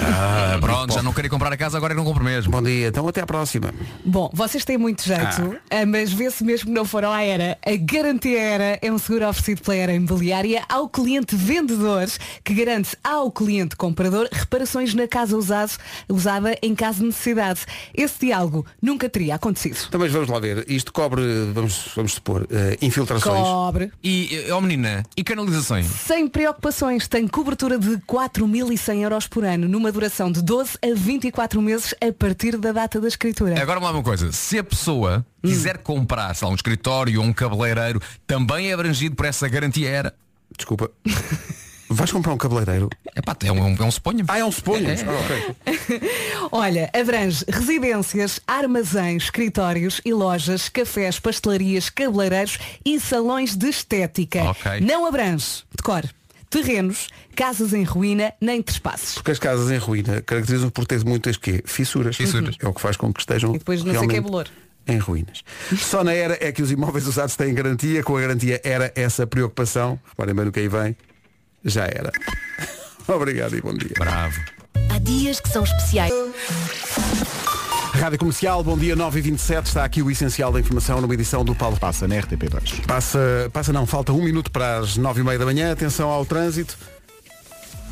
[SPEAKER 7] Ah, Pronto, já não queria comprar a casa, agora eu não compro mesmo.
[SPEAKER 2] Bom dia, então até à próxima.
[SPEAKER 4] Bom, vocês têm muito jeito, ah, mas vê-se mesmo que não foram à ERA. A Garantia ERA é um seguro oferecido pela ERA Imobiliária ao cliente vendedor, que garante ao cliente comprador reparações na casa usado, usada em caso de necessidade. Esse diálogo nunca teria acontecido.
[SPEAKER 2] Então, mas vamos lá ver, isto cobre, vamos, vamos supor, eh, infiltrações.
[SPEAKER 4] Cobre.
[SPEAKER 7] E, eh, ó menina, e canalizações?
[SPEAKER 4] Sem preocupações, tem cobertura de 4.100 euros por ano, numa duração de 12 a 24 meses a partir da data da escritura.
[SPEAKER 7] Agora vamos lá uma coisa, se a pessoa
[SPEAKER 2] Hum.
[SPEAKER 7] quiser comprar, sei lá, um escritório ou um cabeleireiro, também é abrangido por essa garantia era.
[SPEAKER 2] Desculpa. Vais comprar um cabeleireiro?
[SPEAKER 7] É pá, é um, é um suponho.
[SPEAKER 2] Ah, é um suponho. Ah, ok.
[SPEAKER 4] Olha, abrange residências, armazéns, escritórios e lojas, cafés, pastelarias, cabeleireiros e salões de estética.
[SPEAKER 2] Ok.
[SPEAKER 4] Não abrange, decor, terrenos, casas em ruína, nem trespaços.
[SPEAKER 2] Porque as casas em ruína caracterizam por ter muitas quê? Fissuras.
[SPEAKER 4] Fissuras.
[SPEAKER 2] É o que faz com que estejam.
[SPEAKER 4] E depois não sei o que é
[SPEAKER 2] realmente
[SPEAKER 4] bolor.
[SPEAKER 2] Em ruínas. Só na era é que os imóveis usados têm garantia. Com a garantia era essa preocupação. Então, Reparem bem no que aí vem. Já era. Obrigado e bom dia.
[SPEAKER 7] Bravo.
[SPEAKER 10] Há dias que são especiais.
[SPEAKER 2] Rádio Comercial, bom dia 9 e 27 Está aqui o essencial da informação numa edição do Paulo.
[SPEAKER 1] Passa na RTP2.
[SPEAKER 2] Passa, passa não, falta um minuto para as 9 e meia da manhã. Atenção ao trânsito.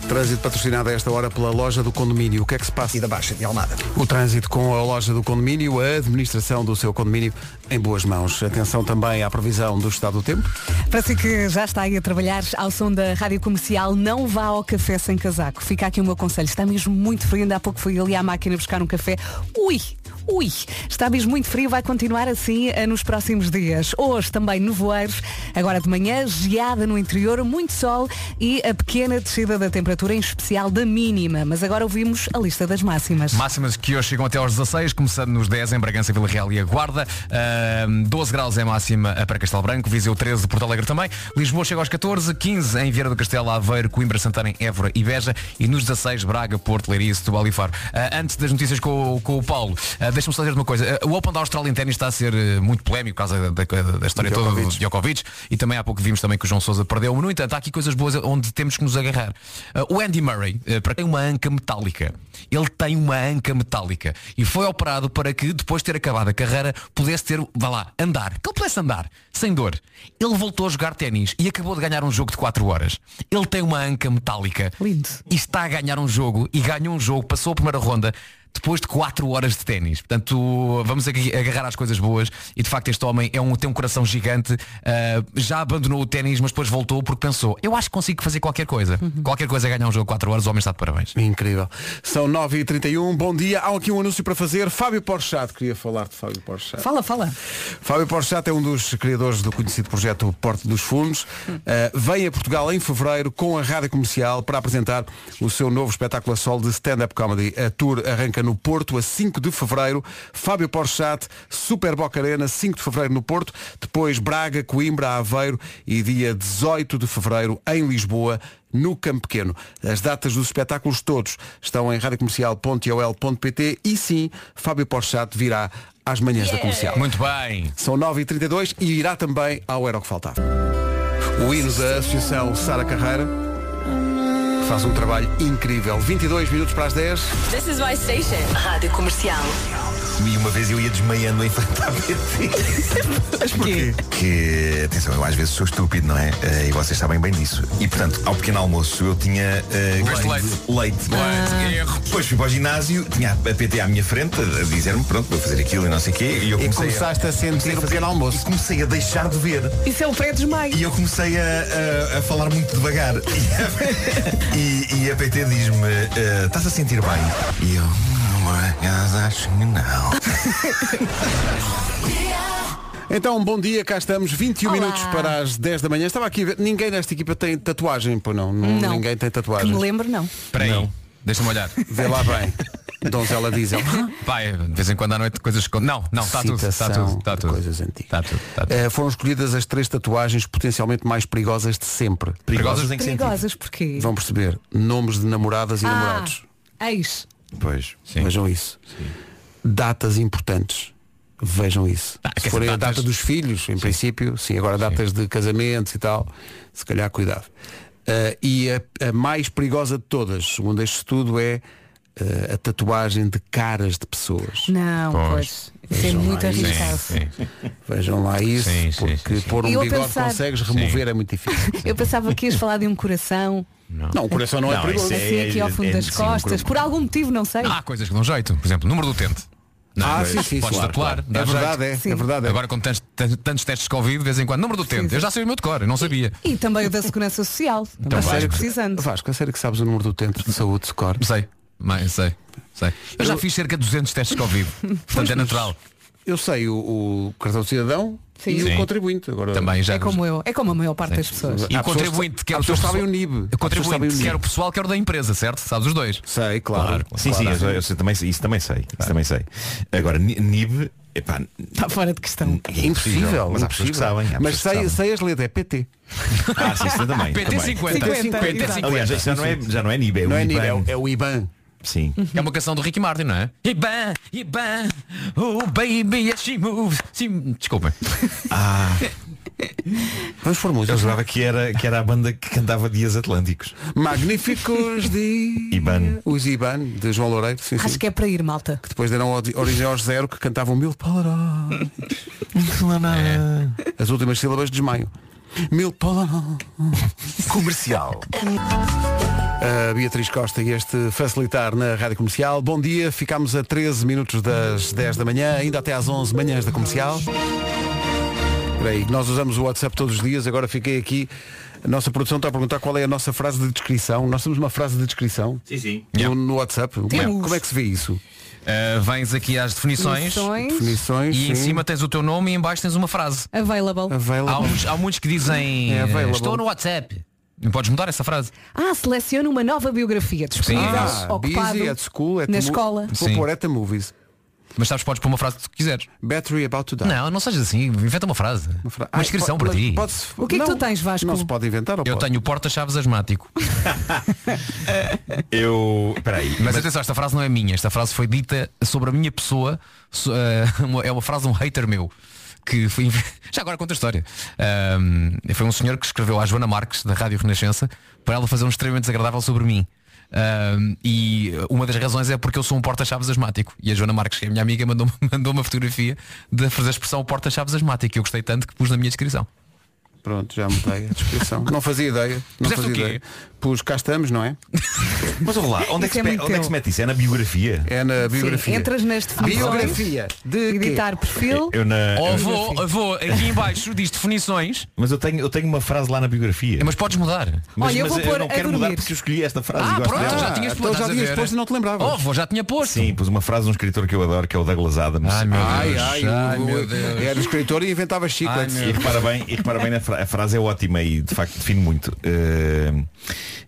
[SPEAKER 2] Trânsito patrocinado a esta hora pela loja do condomínio. O que é que se passa? E
[SPEAKER 3] da Baixa de Almada.
[SPEAKER 2] O trânsito com a loja do condomínio, a administração do seu condomínio em boas mãos. Atenção também à previsão do estado do tempo.
[SPEAKER 4] Para si que já está aí a trabalhar ao som da rádio comercial, não vá ao café sem casaco. Fica aqui o meu conselho. Está mesmo muito frio. Ainda há pouco fui ali à máquina buscar um café. Ui! Ui, está mesmo muito frio, vai continuar assim eh, nos próximos dias. Hoje também nevoeiros, agora de manhã, geada no interior, muito sol e a pequena descida da temperatura, em especial da mínima. Mas agora ouvimos a lista das máximas.
[SPEAKER 7] Máximas que hoje chegam até aos 16, começando nos 10 em Bragança, Vila Real e a Guarda. Ahm, 12 graus é a máxima para Castelo Branco, Viseu 13, Porto Alegre também. Lisboa chega aos 14, 15 em Vieira do Castelo, Aveiro, Coimbra, Santarém, Évora e Beja. E nos 16, Braga, Porto, Leiria, Setúbal e Faro. Ah, antes das notícias com, o- com o Paulo, ah, deixa-me só dizer uma coisa. Ah, o Open da Austrália em ténis está a ser eh, muito polémico por causa da, da- da história toda do Djokovic. E também há pouco vimos também que o João Sousa perdeu. No entanto, há aqui coisas boas onde temos que nos agarrar. Ah, o Andy Murray, eh, para quem tem uma anca metálica, ele tem uma anca metálica e foi operado para que depois de ter acabado a carreira pudesse ter, vá lá, andar, que ele pudesse andar, sem dor. Ele voltou a jogar ténis e acabou de ganhar um jogo de 4 horas. Ele tem uma anca metálica e está a ganhar um jogo e ganhou um jogo, passou a primeira ronda. Depois de 4 horas de ténis. Portanto, vamos aqui agarrar às coisas boas. E de facto, este homem é um, tem um coração gigante. Ah, já abandonou o ténis, mas depois voltou porque pensou: eu acho que consigo fazer qualquer coisa. Qualquer coisa é ganhar um jogo de 4 horas. O homem está de parabéns.
[SPEAKER 2] Uhum. Incrível. São 9h31, bom dia. Há aqui um anúncio para fazer. Fábio Porchat, queria falar de Fábio Porchat.
[SPEAKER 4] Fala, fala.
[SPEAKER 2] Fábio Porchat é um dos criadores do conhecido projeto Porte dos Fundos. Uh, vem a Portugal em fevereiro com a Rádio Comercial para apresentar o seu novo espetáculo a sol de stand-up comedy. A tour arranca no Porto a 5 de fevereiro. Fábio Porchat, Super Boca Arena, 5 de fevereiro no Porto. Depois Braga, Coimbra, Aveiro e dia 18 de fevereiro em Lisboa. No Campo Pequeno. As datas dos espetáculos todos estão em radiocomercial.ol.pt e sim, Fábio Porchat virá às manhãs da comercial.
[SPEAKER 7] Muito bem.
[SPEAKER 2] São 9h32 e irá também ao Era o que Faltava. O hino da Associação Sara Carreira faz um trabalho incrível. 22 minutos para as 10.
[SPEAKER 19] É
[SPEAKER 8] This is my station.
[SPEAKER 10] Rádio Comercial.
[SPEAKER 19] E uma vez eu ia desmaiando em frente à
[SPEAKER 2] Mas porquê?
[SPEAKER 19] Que, atenção, eu às vezes sou estúpido, não é? Eh, e vocês sabem bem disso. E portanto, ao pequeno almoço eu tinha. eh,
[SPEAKER 7] Leite.
[SPEAKER 19] ganho de Leite.
[SPEAKER 7] Ah. Erro.
[SPEAKER 19] Depois fui para o ginásio, tinha a PT à minha frente, a dizer-me, pronto, vou fazer aquilo e não sei o quê. E eu
[SPEAKER 2] E
[SPEAKER 19] comecei
[SPEAKER 2] começaste a sentir o pequeno almoço. E
[SPEAKER 19] comecei a deixar de ver.
[SPEAKER 4] Isso é o pré-desmaio.
[SPEAKER 19] E eu comecei a, a- a falar muito devagar. E, e a PT diz-me, eh, estás a sentir bem? E eu, "Hum, por acaso, acho que não.
[SPEAKER 2] Então, bom dia, cá estamos. 21 minutos para as 10 da manhã. Estava aqui a ver. Ninguém nesta equipa tem tatuagem, pô não. Não,
[SPEAKER 4] Não.
[SPEAKER 2] Ninguém tem
[SPEAKER 4] Que me
[SPEAKER 2] tatuagem.
[SPEAKER 4] lembro, não.
[SPEAKER 7] Espera aí, deixa-me olhar.
[SPEAKER 2] Vê lá bem. Donzela "É diesel.
[SPEAKER 7] Pai, de vez em quando à noite coisas. com- Não, não, está tudo, está
[SPEAKER 2] Citação
[SPEAKER 7] tudo, está tudo.
[SPEAKER 2] Coisas antigas.
[SPEAKER 7] Está tudo, está tudo.
[SPEAKER 2] Eh, foram escolhidas as três tatuagens potencialmente mais perigosas de sempre.
[SPEAKER 19] Perigosas em
[SPEAKER 4] Perigosas porquê?
[SPEAKER 2] Vão perceber. Nomes de namoradas e
[SPEAKER 4] ah,
[SPEAKER 2] namorados.
[SPEAKER 4] eis.
[SPEAKER 19] Pois.
[SPEAKER 2] Vejam isso. Datas importantes. Vejam isso.
[SPEAKER 7] quer
[SPEAKER 2] se
[SPEAKER 7] dizer,
[SPEAKER 2] forem a
[SPEAKER 7] datas-
[SPEAKER 2] data dos filhos, em princípio, sim, agora datas de casamentos e tal, se calhar cuidado. Ah, e a, a mais perigosa de todas, segundo este estudo, é ah, a tatuagem de caras de pessoas.
[SPEAKER 4] Não, pois. Isso é
[SPEAKER 2] Vejam lá
[SPEAKER 4] muito
[SPEAKER 2] isso.
[SPEAKER 4] arriscado.
[SPEAKER 2] Vejam lá isso, porque pôr um
[SPEAKER 4] Eu a
[SPEAKER 2] bigode
[SPEAKER 4] pensar-
[SPEAKER 2] consegues remover é muito difícil.
[SPEAKER 4] Eu pensava que ias falar de um coração.
[SPEAKER 2] Não, o coração não é perigoso.
[SPEAKER 4] Assim aqui ao fundo
[SPEAKER 7] é
[SPEAKER 4] das
[SPEAKER 7] um
[SPEAKER 4] costas. Por algum motivo, não sei.
[SPEAKER 7] Há coisas que dão jeito, por exemplo, número do utente.
[SPEAKER 2] Ah,
[SPEAKER 7] mas
[SPEAKER 2] sim, sim,
[SPEAKER 7] podes
[SPEAKER 2] claro,
[SPEAKER 7] tatuar,
[SPEAKER 2] claro.
[SPEAKER 7] dá
[SPEAKER 2] É verdade,
[SPEAKER 7] jeito.
[SPEAKER 2] é, é Sim. verdade, é.
[SPEAKER 7] Agora com tantos, tan- tantos testes de Covid, de vez em quando, número do utente, eu já sei o meu de cor, eu não sabia.
[SPEAKER 4] E também o da Segurança Social. é Também
[SPEAKER 7] Vasco.
[SPEAKER 4] estás precisando.
[SPEAKER 2] Então Vasco, a sério que sabes o número do tempo de saúde, Secor?
[SPEAKER 7] Sei, mas sei, sei. Eu já fiz cerca de 200 testes de Covid, portanto é natural.
[SPEAKER 2] Eu sei o, o cartão de cidadão
[SPEAKER 4] Sim.
[SPEAKER 2] e
[SPEAKER 7] Sim.
[SPEAKER 2] o contribuinte. Agora,
[SPEAKER 7] Também já.
[SPEAKER 4] É como eu, é como a maior parte das pessoas.
[SPEAKER 7] E
[SPEAKER 2] Há
[SPEAKER 7] o
[SPEAKER 2] pessoas
[SPEAKER 7] contribuinte,
[SPEAKER 2] que-
[SPEAKER 7] quer
[SPEAKER 2] há
[SPEAKER 7] o teu
[SPEAKER 2] pessoas que
[SPEAKER 7] pessoal,
[SPEAKER 2] sabem o NIB.
[SPEAKER 7] O
[SPEAKER 2] Há pessoas que sabem o
[SPEAKER 7] contribuinte,
[SPEAKER 2] NIB.
[SPEAKER 7] quer o pessoal, quer o da empresa, certo? Sabes os dois?
[SPEAKER 2] Sei,
[SPEAKER 7] claro.
[SPEAKER 19] Sim, sim,
[SPEAKER 7] Claro.
[SPEAKER 19] eu, eu sei- também, sei- isso também sei. Isso também sei. Agora, Ni- NIB, epá,
[SPEAKER 4] Está fora de questão.
[SPEAKER 19] é impossível. Mas há pessoas que sabem. há pessoas
[SPEAKER 2] Mas
[SPEAKER 19] que
[SPEAKER 2] sei,
[SPEAKER 19] sabem.
[SPEAKER 2] sei as letras, é PT.
[SPEAKER 19] Ah, sim, sim, também.
[SPEAKER 7] PT
[SPEAKER 19] também.
[SPEAKER 7] 50.
[SPEAKER 19] Aliás, isso já não é, já não é NIB, é
[SPEAKER 2] Não
[SPEAKER 19] o
[SPEAKER 2] é NIB,
[SPEAKER 19] IBAN.
[SPEAKER 2] é o- é o IBAN.
[SPEAKER 19] Sim.
[SPEAKER 7] É uma canção do Ricky Martin, não é? Iban, Iban, oh baby, she moves. Sim, desculpem.
[SPEAKER 19] Ah,
[SPEAKER 2] Vamos por música.
[SPEAKER 19] Eu jurava que era, que era a banda que cantava Dias Atlânticos.
[SPEAKER 2] Magníficos de.
[SPEAKER 19] IBAN.
[SPEAKER 2] Os IBAN, de João Loureiro. Sim,
[SPEAKER 4] Acho
[SPEAKER 2] sim.
[SPEAKER 4] que é para ir, malta.
[SPEAKER 2] Depois deram ori- origem aos zero que cantavam mil polaró. É
[SPEAKER 7] É.
[SPEAKER 2] As últimas sílabas de desmaio. Mil polaró.
[SPEAKER 19] Comercial.
[SPEAKER 2] A Beatriz Costa e este facilitar na Rádio Comercial. Bom dia, ficámos a 13 minutos das 10 da manhã, ainda até às 11 manhãs da Comercial. Espera aí, nós usamos o WhatsApp todos os dias, agora fiquei aqui. A nossa produção está a perguntar qual é a nossa frase de descrição. Nós temos uma frase de descrição
[SPEAKER 19] Sim, sim.
[SPEAKER 2] no, no WhatsApp. Como é, como é que se vê isso?
[SPEAKER 7] Uh, vens aqui às definições,
[SPEAKER 4] Definições.
[SPEAKER 2] Definições,
[SPEAKER 7] e em
[SPEAKER 2] sim.
[SPEAKER 7] cima tens o teu nome e em baixo tens uma frase.
[SPEAKER 4] Available.
[SPEAKER 7] Há, uns- há muitos que dizem eh,
[SPEAKER 2] É available.
[SPEAKER 7] Estou no WhatsApp. Podes mudar essa frase?
[SPEAKER 4] Ah, seleciona uma nova biografia disponível.
[SPEAKER 7] Ah,
[SPEAKER 4] ocupado
[SPEAKER 2] busy, at school, at
[SPEAKER 4] na
[SPEAKER 2] mo-
[SPEAKER 4] escola.
[SPEAKER 2] Vou
[SPEAKER 7] Sim.
[SPEAKER 2] pôr at the movies.
[SPEAKER 7] Mas sabes, podes pôr uma frase que tu quiseres.
[SPEAKER 2] Battery about to die.
[SPEAKER 7] Não, não sejas assim, inventa uma frase. Uma,
[SPEAKER 2] Ai,
[SPEAKER 7] inscrição
[SPEAKER 2] pode-
[SPEAKER 7] para ti.
[SPEAKER 2] pode-se-
[SPEAKER 4] O que é que
[SPEAKER 2] não,
[SPEAKER 4] tu tens, Vasco?
[SPEAKER 2] Não se pode inventar ou
[SPEAKER 7] Eu
[SPEAKER 2] pode?
[SPEAKER 7] tenho porta-chaves asmático.
[SPEAKER 19] Eu. Peraí.
[SPEAKER 7] Mas, atenção, esta frase não é minha. Esta frase foi dita sobre a minha pessoa. so- eh, uma- é uma frase de um hater meu. Que foi. inv- Já agora conta a história. Ahm, foi um senhor que escreveu à Joana Marques, da Rádio Renascença, para ela fazer um extremamente desagradável sobre mim. Ahm, e uma das razões é porque eu sou um porta-chaves asmático. E a Joana Marques, que é a minha amiga, mandou, mandou uma fotografia de fazer a expressão porta-chaves asmático. E eu gostei tanto que pus na minha descrição.
[SPEAKER 2] Pronto, já mudei a descrição. não fazia ideia. Não
[SPEAKER 7] Puseste
[SPEAKER 2] fazia
[SPEAKER 7] o quê?
[SPEAKER 2] ideia. Pus cá estamos, não é?
[SPEAKER 19] Mas ouve lá, onde é, que
[SPEAKER 4] Isso é
[SPEAKER 19] se, pe-
[SPEAKER 4] muito
[SPEAKER 19] onde é que
[SPEAKER 4] teu.
[SPEAKER 19] se mete isso? É na biografia?
[SPEAKER 2] É na
[SPEAKER 4] Sim,
[SPEAKER 2] biografia.
[SPEAKER 4] entras nas definições.
[SPEAKER 2] Biografia. De quê?
[SPEAKER 4] Editar perfil.
[SPEAKER 19] Eu na.
[SPEAKER 7] Ou
[SPEAKER 19] eu-
[SPEAKER 7] Oh, vou, vou, aqui em baixo diz definições.
[SPEAKER 19] Mas eu tenho, eu tenho uma frase lá na biografia.
[SPEAKER 7] Mas podes mudar.
[SPEAKER 19] Mas,
[SPEAKER 4] Olha, eu
[SPEAKER 19] mas
[SPEAKER 4] vou pôr
[SPEAKER 19] não
[SPEAKER 4] a
[SPEAKER 19] quero mudar
[SPEAKER 4] dormir.
[SPEAKER 19] porque eu escolhi esta frase. e
[SPEAKER 7] Ah,
[SPEAKER 19] gosto
[SPEAKER 7] pronto,
[SPEAKER 19] dela.
[SPEAKER 7] já tinhas
[SPEAKER 2] então
[SPEAKER 7] posto.
[SPEAKER 2] já
[SPEAKER 7] estás a
[SPEAKER 2] tinhas
[SPEAKER 7] ver.
[SPEAKER 2] posto e não te lembravas.
[SPEAKER 7] Oh, vou, já tinha posto.
[SPEAKER 19] Sim, pus uma frase de um escritor que eu adoro, que é o Douglas Adams.
[SPEAKER 7] Ai, meu
[SPEAKER 2] Ai,
[SPEAKER 7] Deus.
[SPEAKER 2] ai,
[SPEAKER 7] Ai,
[SPEAKER 2] o-
[SPEAKER 7] meu Deus.
[SPEAKER 2] Era escritor e inventava chicletes.
[SPEAKER 19] E repara bem, e repara bem na fra- a frase é ótima e de facto define muito. Eh,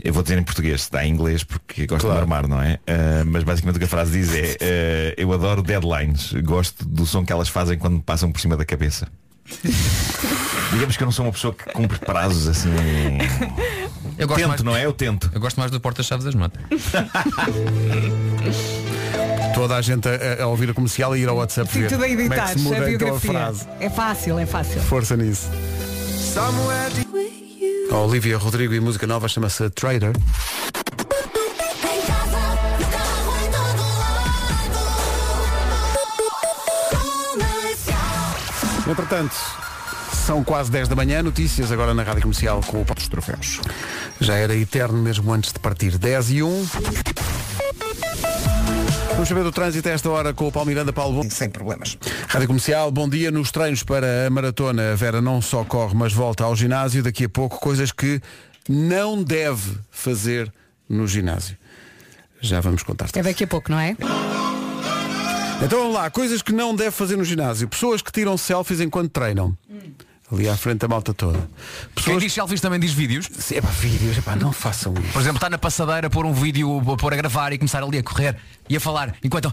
[SPEAKER 19] eu vou dizer em português, se dá em inglês porque gosto de armar, não é? Eh, mas basicamente o que a frase diz é eh, eu adoro deadlines, gosto do som que elas fazem quando me passam por cima da cabeça. Digamos que eu não sou uma pessoa que cumpre prazos assim.
[SPEAKER 7] Eu gosto
[SPEAKER 19] tento,
[SPEAKER 7] mais-
[SPEAKER 19] não é? Eu tento.
[SPEAKER 7] Eu gosto mais do porta-chaves das matas.
[SPEAKER 2] Toda a gente a, a ouvir o comercial e ir ao WhatsApp
[SPEAKER 4] Sim,
[SPEAKER 2] ver
[SPEAKER 4] Assim tudo a
[SPEAKER 2] como é
[SPEAKER 4] editar.
[SPEAKER 2] que se muda
[SPEAKER 4] a
[SPEAKER 2] então a
[SPEAKER 4] biografia.
[SPEAKER 2] frase.
[SPEAKER 4] é fácil, é fácil.
[SPEAKER 2] Força nisso. A Olivia Rodrigo e música nova chama-se Trader. Entretanto, são quase 10 da manhã, notícias agora na Rádio Comercial com o Porto dos Troféus. Já era eterno mesmo antes de partir. 10 e 1. Vamos saber do trânsito a esta hora com o Paulo Miranda, Paulo Bom.
[SPEAKER 3] Sem problemas.
[SPEAKER 2] Rádio Comercial, bom dia. Nos treinos para a maratona, a Vera não só corre, mas volta ao ginásio. Daqui a pouco, coisas que não deve fazer no ginásio. Já vamos contar.
[SPEAKER 4] É daqui a pouco, não é?
[SPEAKER 2] Então vamos lá, coisas que não deve fazer no ginásio. Pessoas que tiram selfies enquanto treinam.
[SPEAKER 4] Hum.
[SPEAKER 2] Ali à frente da malta toda.
[SPEAKER 7] Quem
[SPEAKER 2] Pessoas
[SPEAKER 7] diz selfies também diz vídeos.
[SPEAKER 2] que... Epá, vídeos, é epá, não façam isso.
[SPEAKER 7] Por exemplo, está na passadeira a pôr um vídeo, a pôr a gravar e começar ali a correr e a falar enquanto.
[SPEAKER 2] É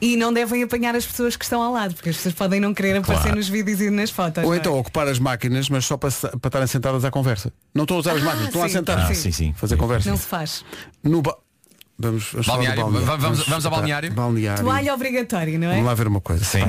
[SPEAKER 4] E não devem apanhar as pessoas que estão ao lado, porque as pessoas podem não querer aparecer nos vídeos e nas fotos.
[SPEAKER 2] Ou
[SPEAKER 4] não é?
[SPEAKER 2] então ocupar as máquinas, mas só para, se- para estarem sentadas à conversa. Não estão a usar as
[SPEAKER 4] Ah,
[SPEAKER 2] máquinas, estão lá
[SPEAKER 4] sim,
[SPEAKER 2] sentadas.
[SPEAKER 4] sim. Ah, sim,
[SPEAKER 19] sim.
[SPEAKER 2] Fazer conversa.
[SPEAKER 4] Não se faz.
[SPEAKER 2] No ba... Vamos, vamos falar do
[SPEAKER 7] Balneário. Vamos- vamos- vamos ao
[SPEAKER 2] tá,
[SPEAKER 7] balneário?
[SPEAKER 2] balneário.
[SPEAKER 4] Toalha obrigatória, não é?
[SPEAKER 2] Vamos lá ver uma coisa. Sim.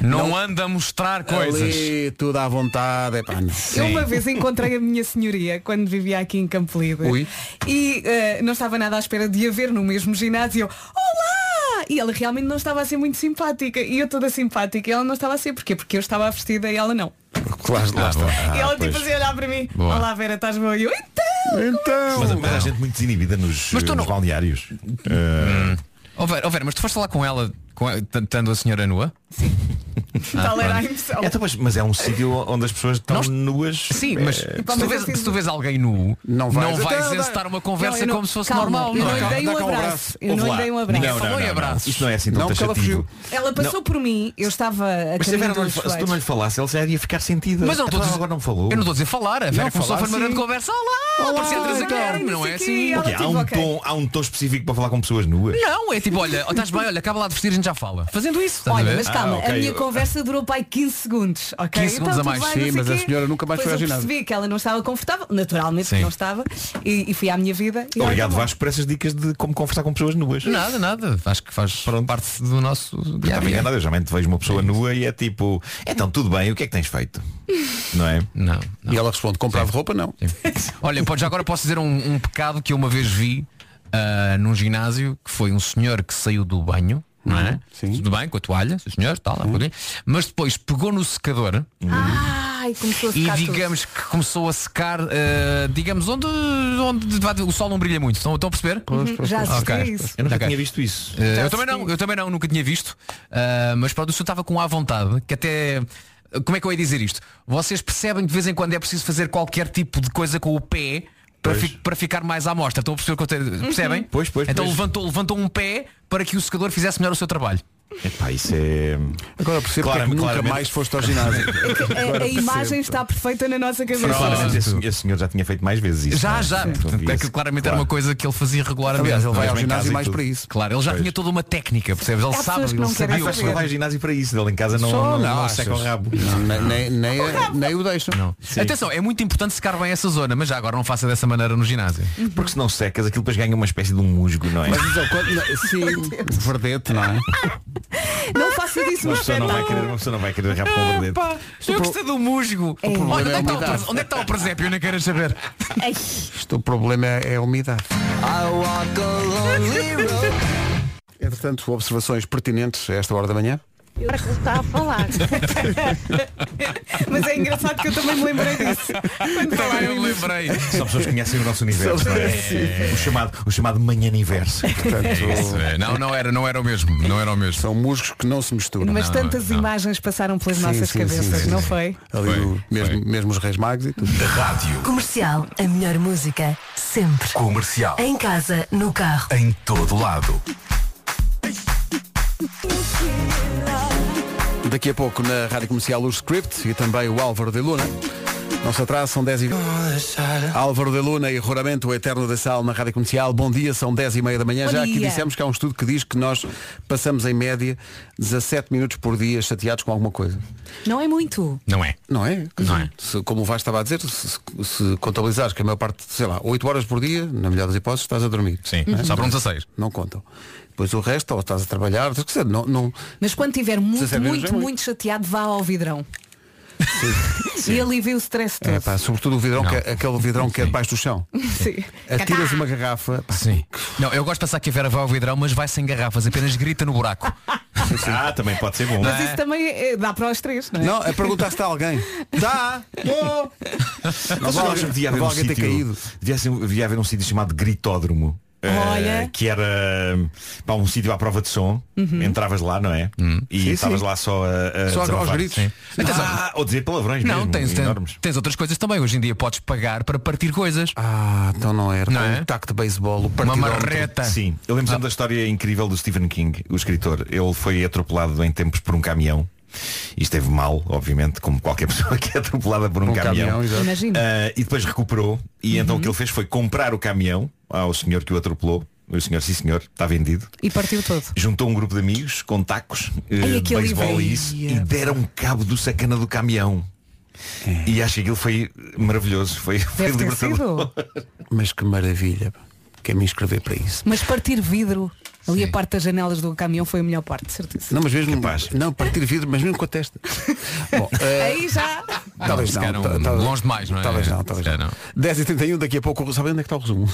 [SPEAKER 7] Não anda a mostrar coisas.
[SPEAKER 2] Ali, tudo à vontade. Epá, não.
[SPEAKER 4] Eu É uma vez encontrei a minha senhoria quando vivia aqui em Campo Lido
[SPEAKER 2] Ui.
[SPEAKER 4] e eh, não estava nada à espera de a ver no mesmo ginásio. Olá! E ela realmente não estava a ser muito simpática e eu toda simpática e ela não estava a ser. Porquê? Porque eu estava vestida e ela não.
[SPEAKER 2] Claro, lá está.
[SPEAKER 4] e ela tipo
[SPEAKER 19] Ah, pois.
[SPEAKER 4] assim a olhar para mim.
[SPEAKER 7] Boa.
[SPEAKER 4] Olá Vera, estás boa? E eu, então!
[SPEAKER 2] Então.
[SPEAKER 19] Mas, mas há gente muito desinibida nos,
[SPEAKER 7] Mas tu
[SPEAKER 19] nos
[SPEAKER 7] não-
[SPEAKER 19] balneários.
[SPEAKER 2] Ah.
[SPEAKER 7] Ó Oh, Vera, ó Vera, mas tu foste falar com ela, com ela, t- tendo a senhora nua? Ah,
[SPEAKER 4] Tal era a impressão.
[SPEAKER 19] Ah, Então, mas, mas é um sítio onde as pessoas estão
[SPEAKER 7] Nós-
[SPEAKER 19] nuas.
[SPEAKER 7] Sim,
[SPEAKER 19] É,
[SPEAKER 7] mas assim. se tu
[SPEAKER 4] mas
[SPEAKER 7] vês,
[SPEAKER 4] eu fiz-
[SPEAKER 7] se tu vês alguém nu,
[SPEAKER 2] Não vais. Então,
[SPEAKER 7] encetar uma
[SPEAKER 4] Não,
[SPEAKER 7] conversa
[SPEAKER 4] eu não-
[SPEAKER 7] como se fosse
[SPEAKER 4] calma,
[SPEAKER 7] normal,
[SPEAKER 4] Eu
[SPEAKER 7] não
[SPEAKER 4] não
[SPEAKER 7] é?
[SPEAKER 4] lhe dei um
[SPEAKER 2] Dá cá um
[SPEAKER 4] abraço.
[SPEAKER 2] abraço.
[SPEAKER 4] Eu não
[SPEAKER 19] Ouve
[SPEAKER 4] lhe
[SPEAKER 19] lá.
[SPEAKER 4] dei um abraço.
[SPEAKER 19] Não, não,
[SPEAKER 7] Falou em
[SPEAKER 19] não, não.
[SPEAKER 7] abraços.
[SPEAKER 19] Isto não é assim tão
[SPEAKER 2] Não, porque ela
[SPEAKER 19] taxativo.
[SPEAKER 2] fugiu.
[SPEAKER 4] Ela passou por mim, eu estava a
[SPEAKER 19] Mas se a
[SPEAKER 4] caminho
[SPEAKER 19] Vera não lhe
[SPEAKER 4] dos
[SPEAKER 19] fa- se tu
[SPEAKER 4] joelhos.
[SPEAKER 19] não lhe falasse, ela já iria ficar sentida.
[SPEAKER 7] Mas eu não estou a
[SPEAKER 19] Ela
[SPEAKER 7] dizer-
[SPEAKER 19] agora não falou.
[SPEAKER 7] Eu não estou a dizer falar, é a Vera
[SPEAKER 2] Não,
[SPEAKER 7] começou a
[SPEAKER 2] falar
[SPEAKER 7] fazer uma grande
[SPEAKER 2] sim.
[SPEAKER 7] conversa. Olá,
[SPEAKER 2] Olá,
[SPEAKER 7] parecia a Teresa
[SPEAKER 2] então.
[SPEAKER 7] Guilherme, não é
[SPEAKER 4] Não sei
[SPEAKER 7] assim?
[SPEAKER 4] quê.
[SPEAKER 19] Ok, há, um
[SPEAKER 4] Ok.
[SPEAKER 19] tom, há um tom específico para falar com pessoas nuas.
[SPEAKER 7] Não, é tipo, olha, ó, estás bem, olha, acaba lá de vestir, a gente já fala. Fazendo isso, estás a
[SPEAKER 4] Olha,
[SPEAKER 7] ver?
[SPEAKER 4] mas calma,
[SPEAKER 19] Ah, ok.
[SPEAKER 4] a minha conversa durou pai 15 segundos, ok? Então,
[SPEAKER 7] 15 segundos a
[SPEAKER 4] tudo
[SPEAKER 7] mais,
[SPEAKER 4] bem,
[SPEAKER 2] sim,
[SPEAKER 4] não sei
[SPEAKER 2] mas a
[SPEAKER 4] quê.
[SPEAKER 2] senhora nunca mais
[SPEAKER 4] Depois
[SPEAKER 2] foi ao
[SPEAKER 4] eu
[SPEAKER 2] ginásio.
[SPEAKER 4] percebi que ela não estava confortável, naturalmente
[SPEAKER 7] Sim.
[SPEAKER 4] que não estava, e, e fui à minha vida. e
[SPEAKER 19] Obrigado,
[SPEAKER 4] olha, tá bom.
[SPEAKER 19] Vasco, por essas dicas de como conversar com pessoas nuas.
[SPEAKER 7] Nada, nada. Acho que faz parte do nosso
[SPEAKER 19] Eu
[SPEAKER 7] dia a
[SPEAKER 19] estava
[SPEAKER 7] dia.
[SPEAKER 19] enganado, eu geralmente vejo uma pessoa nua e é tipo, então tudo bem, o que é que tens feito? Não é?
[SPEAKER 7] Não.
[SPEAKER 2] E ela responde, comprar de roupa não.
[SPEAKER 7] Olha, pode, já agora posso dizer um, um pecado que eu uma vez vi ah, num ginásio, que foi um senhor que saiu do banho, não é?
[SPEAKER 2] Hum, Sim.
[SPEAKER 7] um Tudo bem, com a toalha, sim senhor, tal, lá, por aí. mas depois pegou no secador
[SPEAKER 4] Ah,
[SPEAKER 8] Ai, começou a
[SPEAKER 7] E
[SPEAKER 8] secar tudo.
[SPEAKER 7] digamos que começou a secar, eh, digamos, onde, onde vai- o sol não brilha muito. Estão, estão a perceber?
[SPEAKER 8] Uhum, já assisti
[SPEAKER 7] Ok.
[SPEAKER 8] a isso.
[SPEAKER 19] Eu nunca
[SPEAKER 7] Ok.
[SPEAKER 19] tinha visto isso.
[SPEAKER 7] Eh,
[SPEAKER 19] Já
[SPEAKER 7] eu também não, eu também não, nunca tinha visto. Ah, mas pronto, o senhor estava com à vontade, que até. Como é que eu ia dizer isto? Vocês percebem que de vez em quando é preciso fazer qualquer tipo de coisa com o pé para, fi- para ficar mais à mostra. Estão a perceber o que eu
[SPEAKER 8] Uhum.
[SPEAKER 7] te- Percebem?
[SPEAKER 19] Pois, pois,
[SPEAKER 7] Então
[SPEAKER 19] pois.
[SPEAKER 7] Levantou, levantou um pé para que o secador fizesse melhor o seu trabalho.
[SPEAKER 19] Epá, isso é.
[SPEAKER 2] Agora
[SPEAKER 19] Claramente-
[SPEAKER 2] percebo porque é que nunca
[SPEAKER 19] claramente-
[SPEAKER 2] mais foste ao ginásio.
[SPEAKER 4] É, A, a imagem está perfeita na nossa cabeça.
[SPEAKER 19] Claramente esse, senhor- esse senhor já tinha feito mais vezes isso.
[SPEAKER 7] Já,
[SPEAKER 19] não é?
[SPEAKER 7] já.
[SPEAKER 19] Sim.
[SPEAKER 7] Portanto, é que claramente era uma coisa que ele fazia regularmente.
[SPEAKER 2] Aliás, ele
[SPEAKER 7] não é?
[SPEAKER 2] vai ao
[SPEAKER 7] Mesmo em
[SPEAKER 2] ginásio
[SPEAKER 7] casa e
[SPEAKER 2] mais
[SPEAKER 7] tudo.
[SPEAKER 2] para isso.
[SPEAKER 7] Claro, ele já
[SPEAKER 2] Pois.
[SPEAKER 7] tinha toda uma técnica, percebes? Ele
[SPEAKER 2] Há
[SPEAKER 7] sabe,
[SPEAKER 2] pessoas que
[SPEAKER 7] ele
[SPEAKER 2] não
[SPEAKER 7] sabia.
[SPEAKER 2] querem
[SPEAKER 19] Ah, eu acho que ele vai ao ginásio para isso, ele em casa não, não, não,
[SPEAKER 7] achas?
[SPEAKER 19] seca o rabo.
[SPEAKER 2] Não, nem, nem, nem o deixa.
[SPEAKER 7] Não. Atenção, é muito importante secar bem essa zona, mas já agora não faça dessa maneira no ginásio.
[SPEAKER 2] Uhum.
[SPEAKER 19] Porque se não secas, aquilo depois ganha uma espécie de um musgo, não é?
[SPEAKER 2] Mas então, quando- não, sim, verdete, não é?
[SPEAKER 4] Não faça disso,
[SPEAKER 19] Uma
[SPEAKER 4] mas
[SPEAKER 19] pessoa Ah, não é vai querer, uma pessoa não vai querer rabo com o verdete.
[SPEAKER 7] eu gostei do musgo.
[SPEAKER 2] problema
[SPEAKER 7] Olha, onde,
[SPEAKER 2] é
[SPEAKER 7] é que está
[SPEAKER 2] a
[SPEAKER 7] o
[SPEAKER 2] umidade.
[SPEAKER 7] prese- onde é que está o presépio? Eu nem quero saber.
[SPEAKER 2] Isto, o problema é é a umidade. Entretanto, observações pertinentes a esta hora da manhã.
[SPEAKER 14] Eu está a falar.
[SPEAKER 4] Mas é engraçado que eu também me lembrei disso.
[SPEAKER 7] Também eu me lembrei.
[SPEAKER 19] Só pessoas que conhecem o nosso universo, não é? O chamado, o chamado manhaniverso.
[SPEAKER 7] É isso, é. Não, não era, não era o mesmo. Não era o mesmo.
[SPEAKER 2] São musgos que não se misturam.
[SPEAKER 4] Mas tantas imagens passaram pelas
[SPEAKER 2] Sim,
[SPEAKER 4] nossas
[SPEAKER 2] sim,
[SPEAKER 4] cabeças,
[SPEAKER 2] sim, sim.
[SPEAKER 4] não foi?
[SPEAKER 2] Ali no- mesmo, mesmo os reis magos e tudo.
[SPEAKER 10] Rádio. Comercial, a melhor música, sempre.
[SPEAKER 11] Comercial.
[SPEAKER 10] Em casa, no carro.
[SPEAKER 11] Em todo lado.
[SPEAKER 2] Daqui a pouco na Rádio Comercial o Script e também o Álvaro de Luna. Não se atrasa, são 10 e... É. Álvaro de Luna e Roramento o Eterno da Sal na Rádio Comercial. Bom dia, são 10 e meia da manhã.
[SPEAKER 13] Bom
[SPEAKER 2] Já aqui
[SPEAKER 13] dia.
[SPEAKER 2] dissemos que há um estudo que diz que nós passamos em média 17 minutos por dia chateados com alguma coisa.
[SPEAKER 4] Não é muito.
[SPEAKER 7] Não é?
[SPEAKER 2] Não é? Não é. Se, como o Vasco estava a dizer, se, se- se contabilizares que a maior parte, sei lá, 8 horas por dia, na melhor das hipóteses, estás a dormir. Sim,
[SPEAKER 7] só para um 16.
[SPEAKER 2] Não contam. Depois o resto, ou estás a trabalhar, quer dizer, não, não,
[SPEAKER 4] Mas quando estiver muito,
[SPEAKER 2] 17
[SPEAKER 4] muito,
[SPEAKER 2] minutos é
[SPEAKER 4] muito,
[SPEAKER 2] muito.
[SPEAKER 4] chateado, vá ao vidrão. E alivia o stress todo.
[SPEAKER 2] É, pá, sobretudo o vidrão, que, é- aquele vidrão que é debaixo do chão.
[SPEAKER 4] Sim.
[SPEAKER 2] Atiras uma garrafa. pá,
[SPEAKER 7] Sim. Não, eu gosto de pensar que a Vera vai ao vidrão, mas vai sem garrafas, apenas grita no buraco.
[SPEAKER 19] Ah, também pode ser bom.
[SPEAKER 4] Mas isso também é- dá para os três, não é?
[SPEAKER 2] Não, a perguntar se está alguém. Dá! Tô!
[SPEAKER 19] Mas eu acho que devia haver um
[SPEAKER 2] Valga ter
[SPEAKER 19] sítio,
[SPEAKER 2] caído.
[SPEAKER 19] devia, ser- devia haver um sítio chamado Gritódromo. eh,
[SPEAKER 2] Olha.
[SPEAKER 19] que era pá, um sítio à prova de som
[SPEAKER 2] Uhum.
[SPEAKER 19] entravas lá não é e
[SPEAKER 7] Sim,
[SPEAKER 19] estavas
[SPEAKER 7] sim.
[SPEAKER 19] lá só a, a
[SPEAKER 7] Só aos
[SPEAKER 19] desabafar.
[SPEAKER 7] gritos.
[SPEAKER 19] Sim.
[SPEAKER 7] Sim. Atenção.
[SPEAKER 19] ah, ou dizer palavrões
[SPEAKER 7] Não,
[SPEAKER 19] mesmo,
[SPEAKER 7] tens, tens,
[SPEAKER 19] enormes.
[SPEAKER 7] tens outras coisas também. Hoje em dia podes pagar para partir coisas.
[SPEAKER 2] Ah, então não era.
[SPEAKER 7] Não é?
[SPEAKER 2] Um taco de beisebol, o
[SPEAKER 7] Uma
[SPEAKER 2] partidómetro. Ah.
[SPEAKER 7] marreta.
[SPEAKER 19] Sim, eu lembro me da história incrível do Stephen King, o escritor. Ele foi atropelado em tempos por um caminhão. E esteve mal, obviamente, como qualquer pessoa que é atropelada por um,
[SPEAKER 2] Um
[SPEAKER 19] caminhão.
[SPEAKER 2] caminhão, exato. Uhum. Imagino.
[SPEAKER 19] Ah, e depois recuperou. E então o que ele fez foi comprar o caminhão ao senhor que o atropelou. O senhor, sim senhor, está vendido.
[SPEAKER 4] E partiu todo.
[SPEAKER 19] Juntou um grupo de amigos com tacos, eh,
[SPEAKER 4] Ai,
[SPEAKER 19] de
[SPEAKER 4] aquele
[SPEAKER 19] beisebol
[SPEAKER 4] livro.
[SPEAKER 19] e isso, e deram um cabo do sacana do caminhão.
[SPEAKER 2] É.
[SPEAKER 19] E acho que aquilo foi maravilhoso, foi, foi
[SPEAKER 4] Deve ter
[SPEAKER 19] libertador.
[SPEAKER 13] Oh.
[SPEAKER 4] sido.
[SPEAKER 2] Mas que maravilha. pá. Quer me inscrever para isso.
[SPEAKER 4] Mas partir vidro, ali a parte das janelas do caminhão foi a melhor parte, de certeza.
[SPEAKER 2] Não, mas mesmo. Não, partir vidro, mas mesmo com a testa. Bom, eh,
[SPEAKER 4] Aí já.
[SPEAKER 2] talvez
[SPEAKER 7] se
[SPEAKER 2] não.
[SPEAKER 7] calhar
[SPEAKER 2] ta-
[SPEAKER 7] um-
[SPEAKER 2] ta-
[SPEAKER 7] longe demais, não é?
[SPEAKER 2] Talvez não, talvez
[SPEAKER 7] Se calhar
[SPEAKER 2] não. 10h31, daqui a pouco, sabem onde é que está o resumo?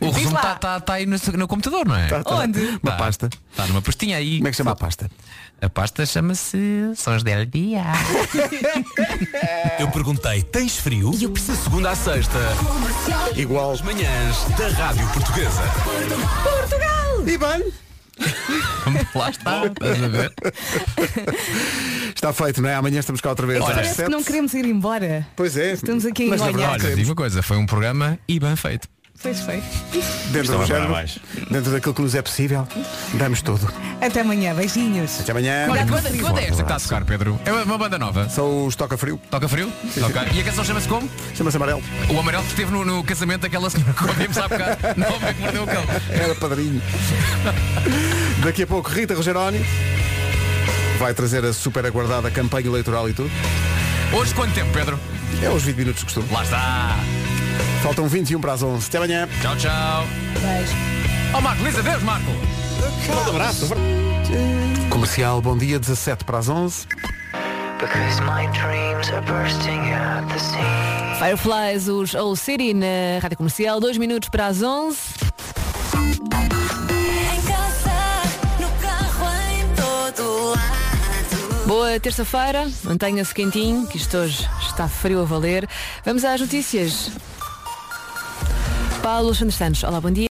[SPEAKER 7] O resumo está aí no, no computador, não é?
[SPEAKER 2] Tá, tá. Onde? Uma pasta.
[SPEAKER 7] Está numa pastinha aí. Como
[SPEAKER 2] é que chama a pasta?
[SPEAKER 7] A pasta chama-se Sons del Dia.
[SPEAKER 23] Eu perguntei, tens frio? E eu preciso de segunda à sexta.
[SPEAKER 2] Igual.
[SPEAKER 23] As manhãs da Rádio Portuguesa.
[SPEAKER 4] Portugal!
[SPEAKER 2] E bem.
[SPEAKER 7] Lá está, estás a ver?
[SPEAKER 2] Está feito, não é? Amanhã estamos cá outra vez.
[SPEAKER 4] Isto
[SPEAKER 2] às
[SPEAKER 4] parece
[SPEAKER 2] sete.
[SPEAKER 4] que não queremos ir embora.
[SPEAKER 2] Pois é.
[SPEAKER 4] Estamos aqui a
[SPEAKER 2] Mas na
[SPEAKER 4] enganar.
[SPEAKER 2] verdade,
[SPEAKER 7] Olha, digo uma coisa, foi um programa e bem feito.
[SPEAKER 4] Pois foi.
[SPEAKER 2] Dentro,
[SPEAKER 19] Estava
[SPEAKER 2] do
[SPEAKER 19] a parar
[SPEAKER 2] género,
[SPEAKER 19] mais.
[SPEAKER 2] dentro daquilo que nos é possível, damos tudo.
[SPEAKER 4] Até amanhã, beijinhos.
[SPEAKER 2] Até amanhã.
[SPEAKER 7] Olha, que banda, que banda é esta que está a tocar, Pedro? É uma banda nova.
[SPEAKER 2] São os Toca Frio.
[SPEAKER 7] Toca Frio? Ok. E a canção chama-se como?
[SPEAKER 2] Chama-se Amarelo.
[SPEAKER 7] O amarelo que esteve no, no casamento daquela senhora que ouvimos há bocado. Não, homem que mordeu o cão.
[SPEAKER 2] Era padrinho. Daqui a pouco, Rita Rogeroni vai trazer a super aguardada campanha eleitoral e tudo.
[SPEAKER 7] Hoje quanto tempo, Pedro?
[SPEAKER 2] É os 20 minutos de costume.
[SPEAKER 7] Lá está.
[SPEAKER 2] Faltam 21 para as 11. Até amanhã.
[SPEAKER 7] Tchau, tchau.
[SPEAKER 4] Beijo.
[SPEAKER 7] Ó Oh, Marco, diz adeus, Marco.
[SPEAKER 2] Um abraço. Comercial, bom dia, 17 para as 11.
[SPEAKER 8] Fireflies, os Old City na Rádio Comercial, 2 minutos para as 11.
[SPEAKER 10] Em casa, no carro, em todo lado.
[SPEAKER 8] Boa
[SPEAKER 4] Boa terça-feira, mantenha-se quentinho, que isto hoje está frio a valer. Vamos às notícias. Paulo Santos Santos, olá, bom dia.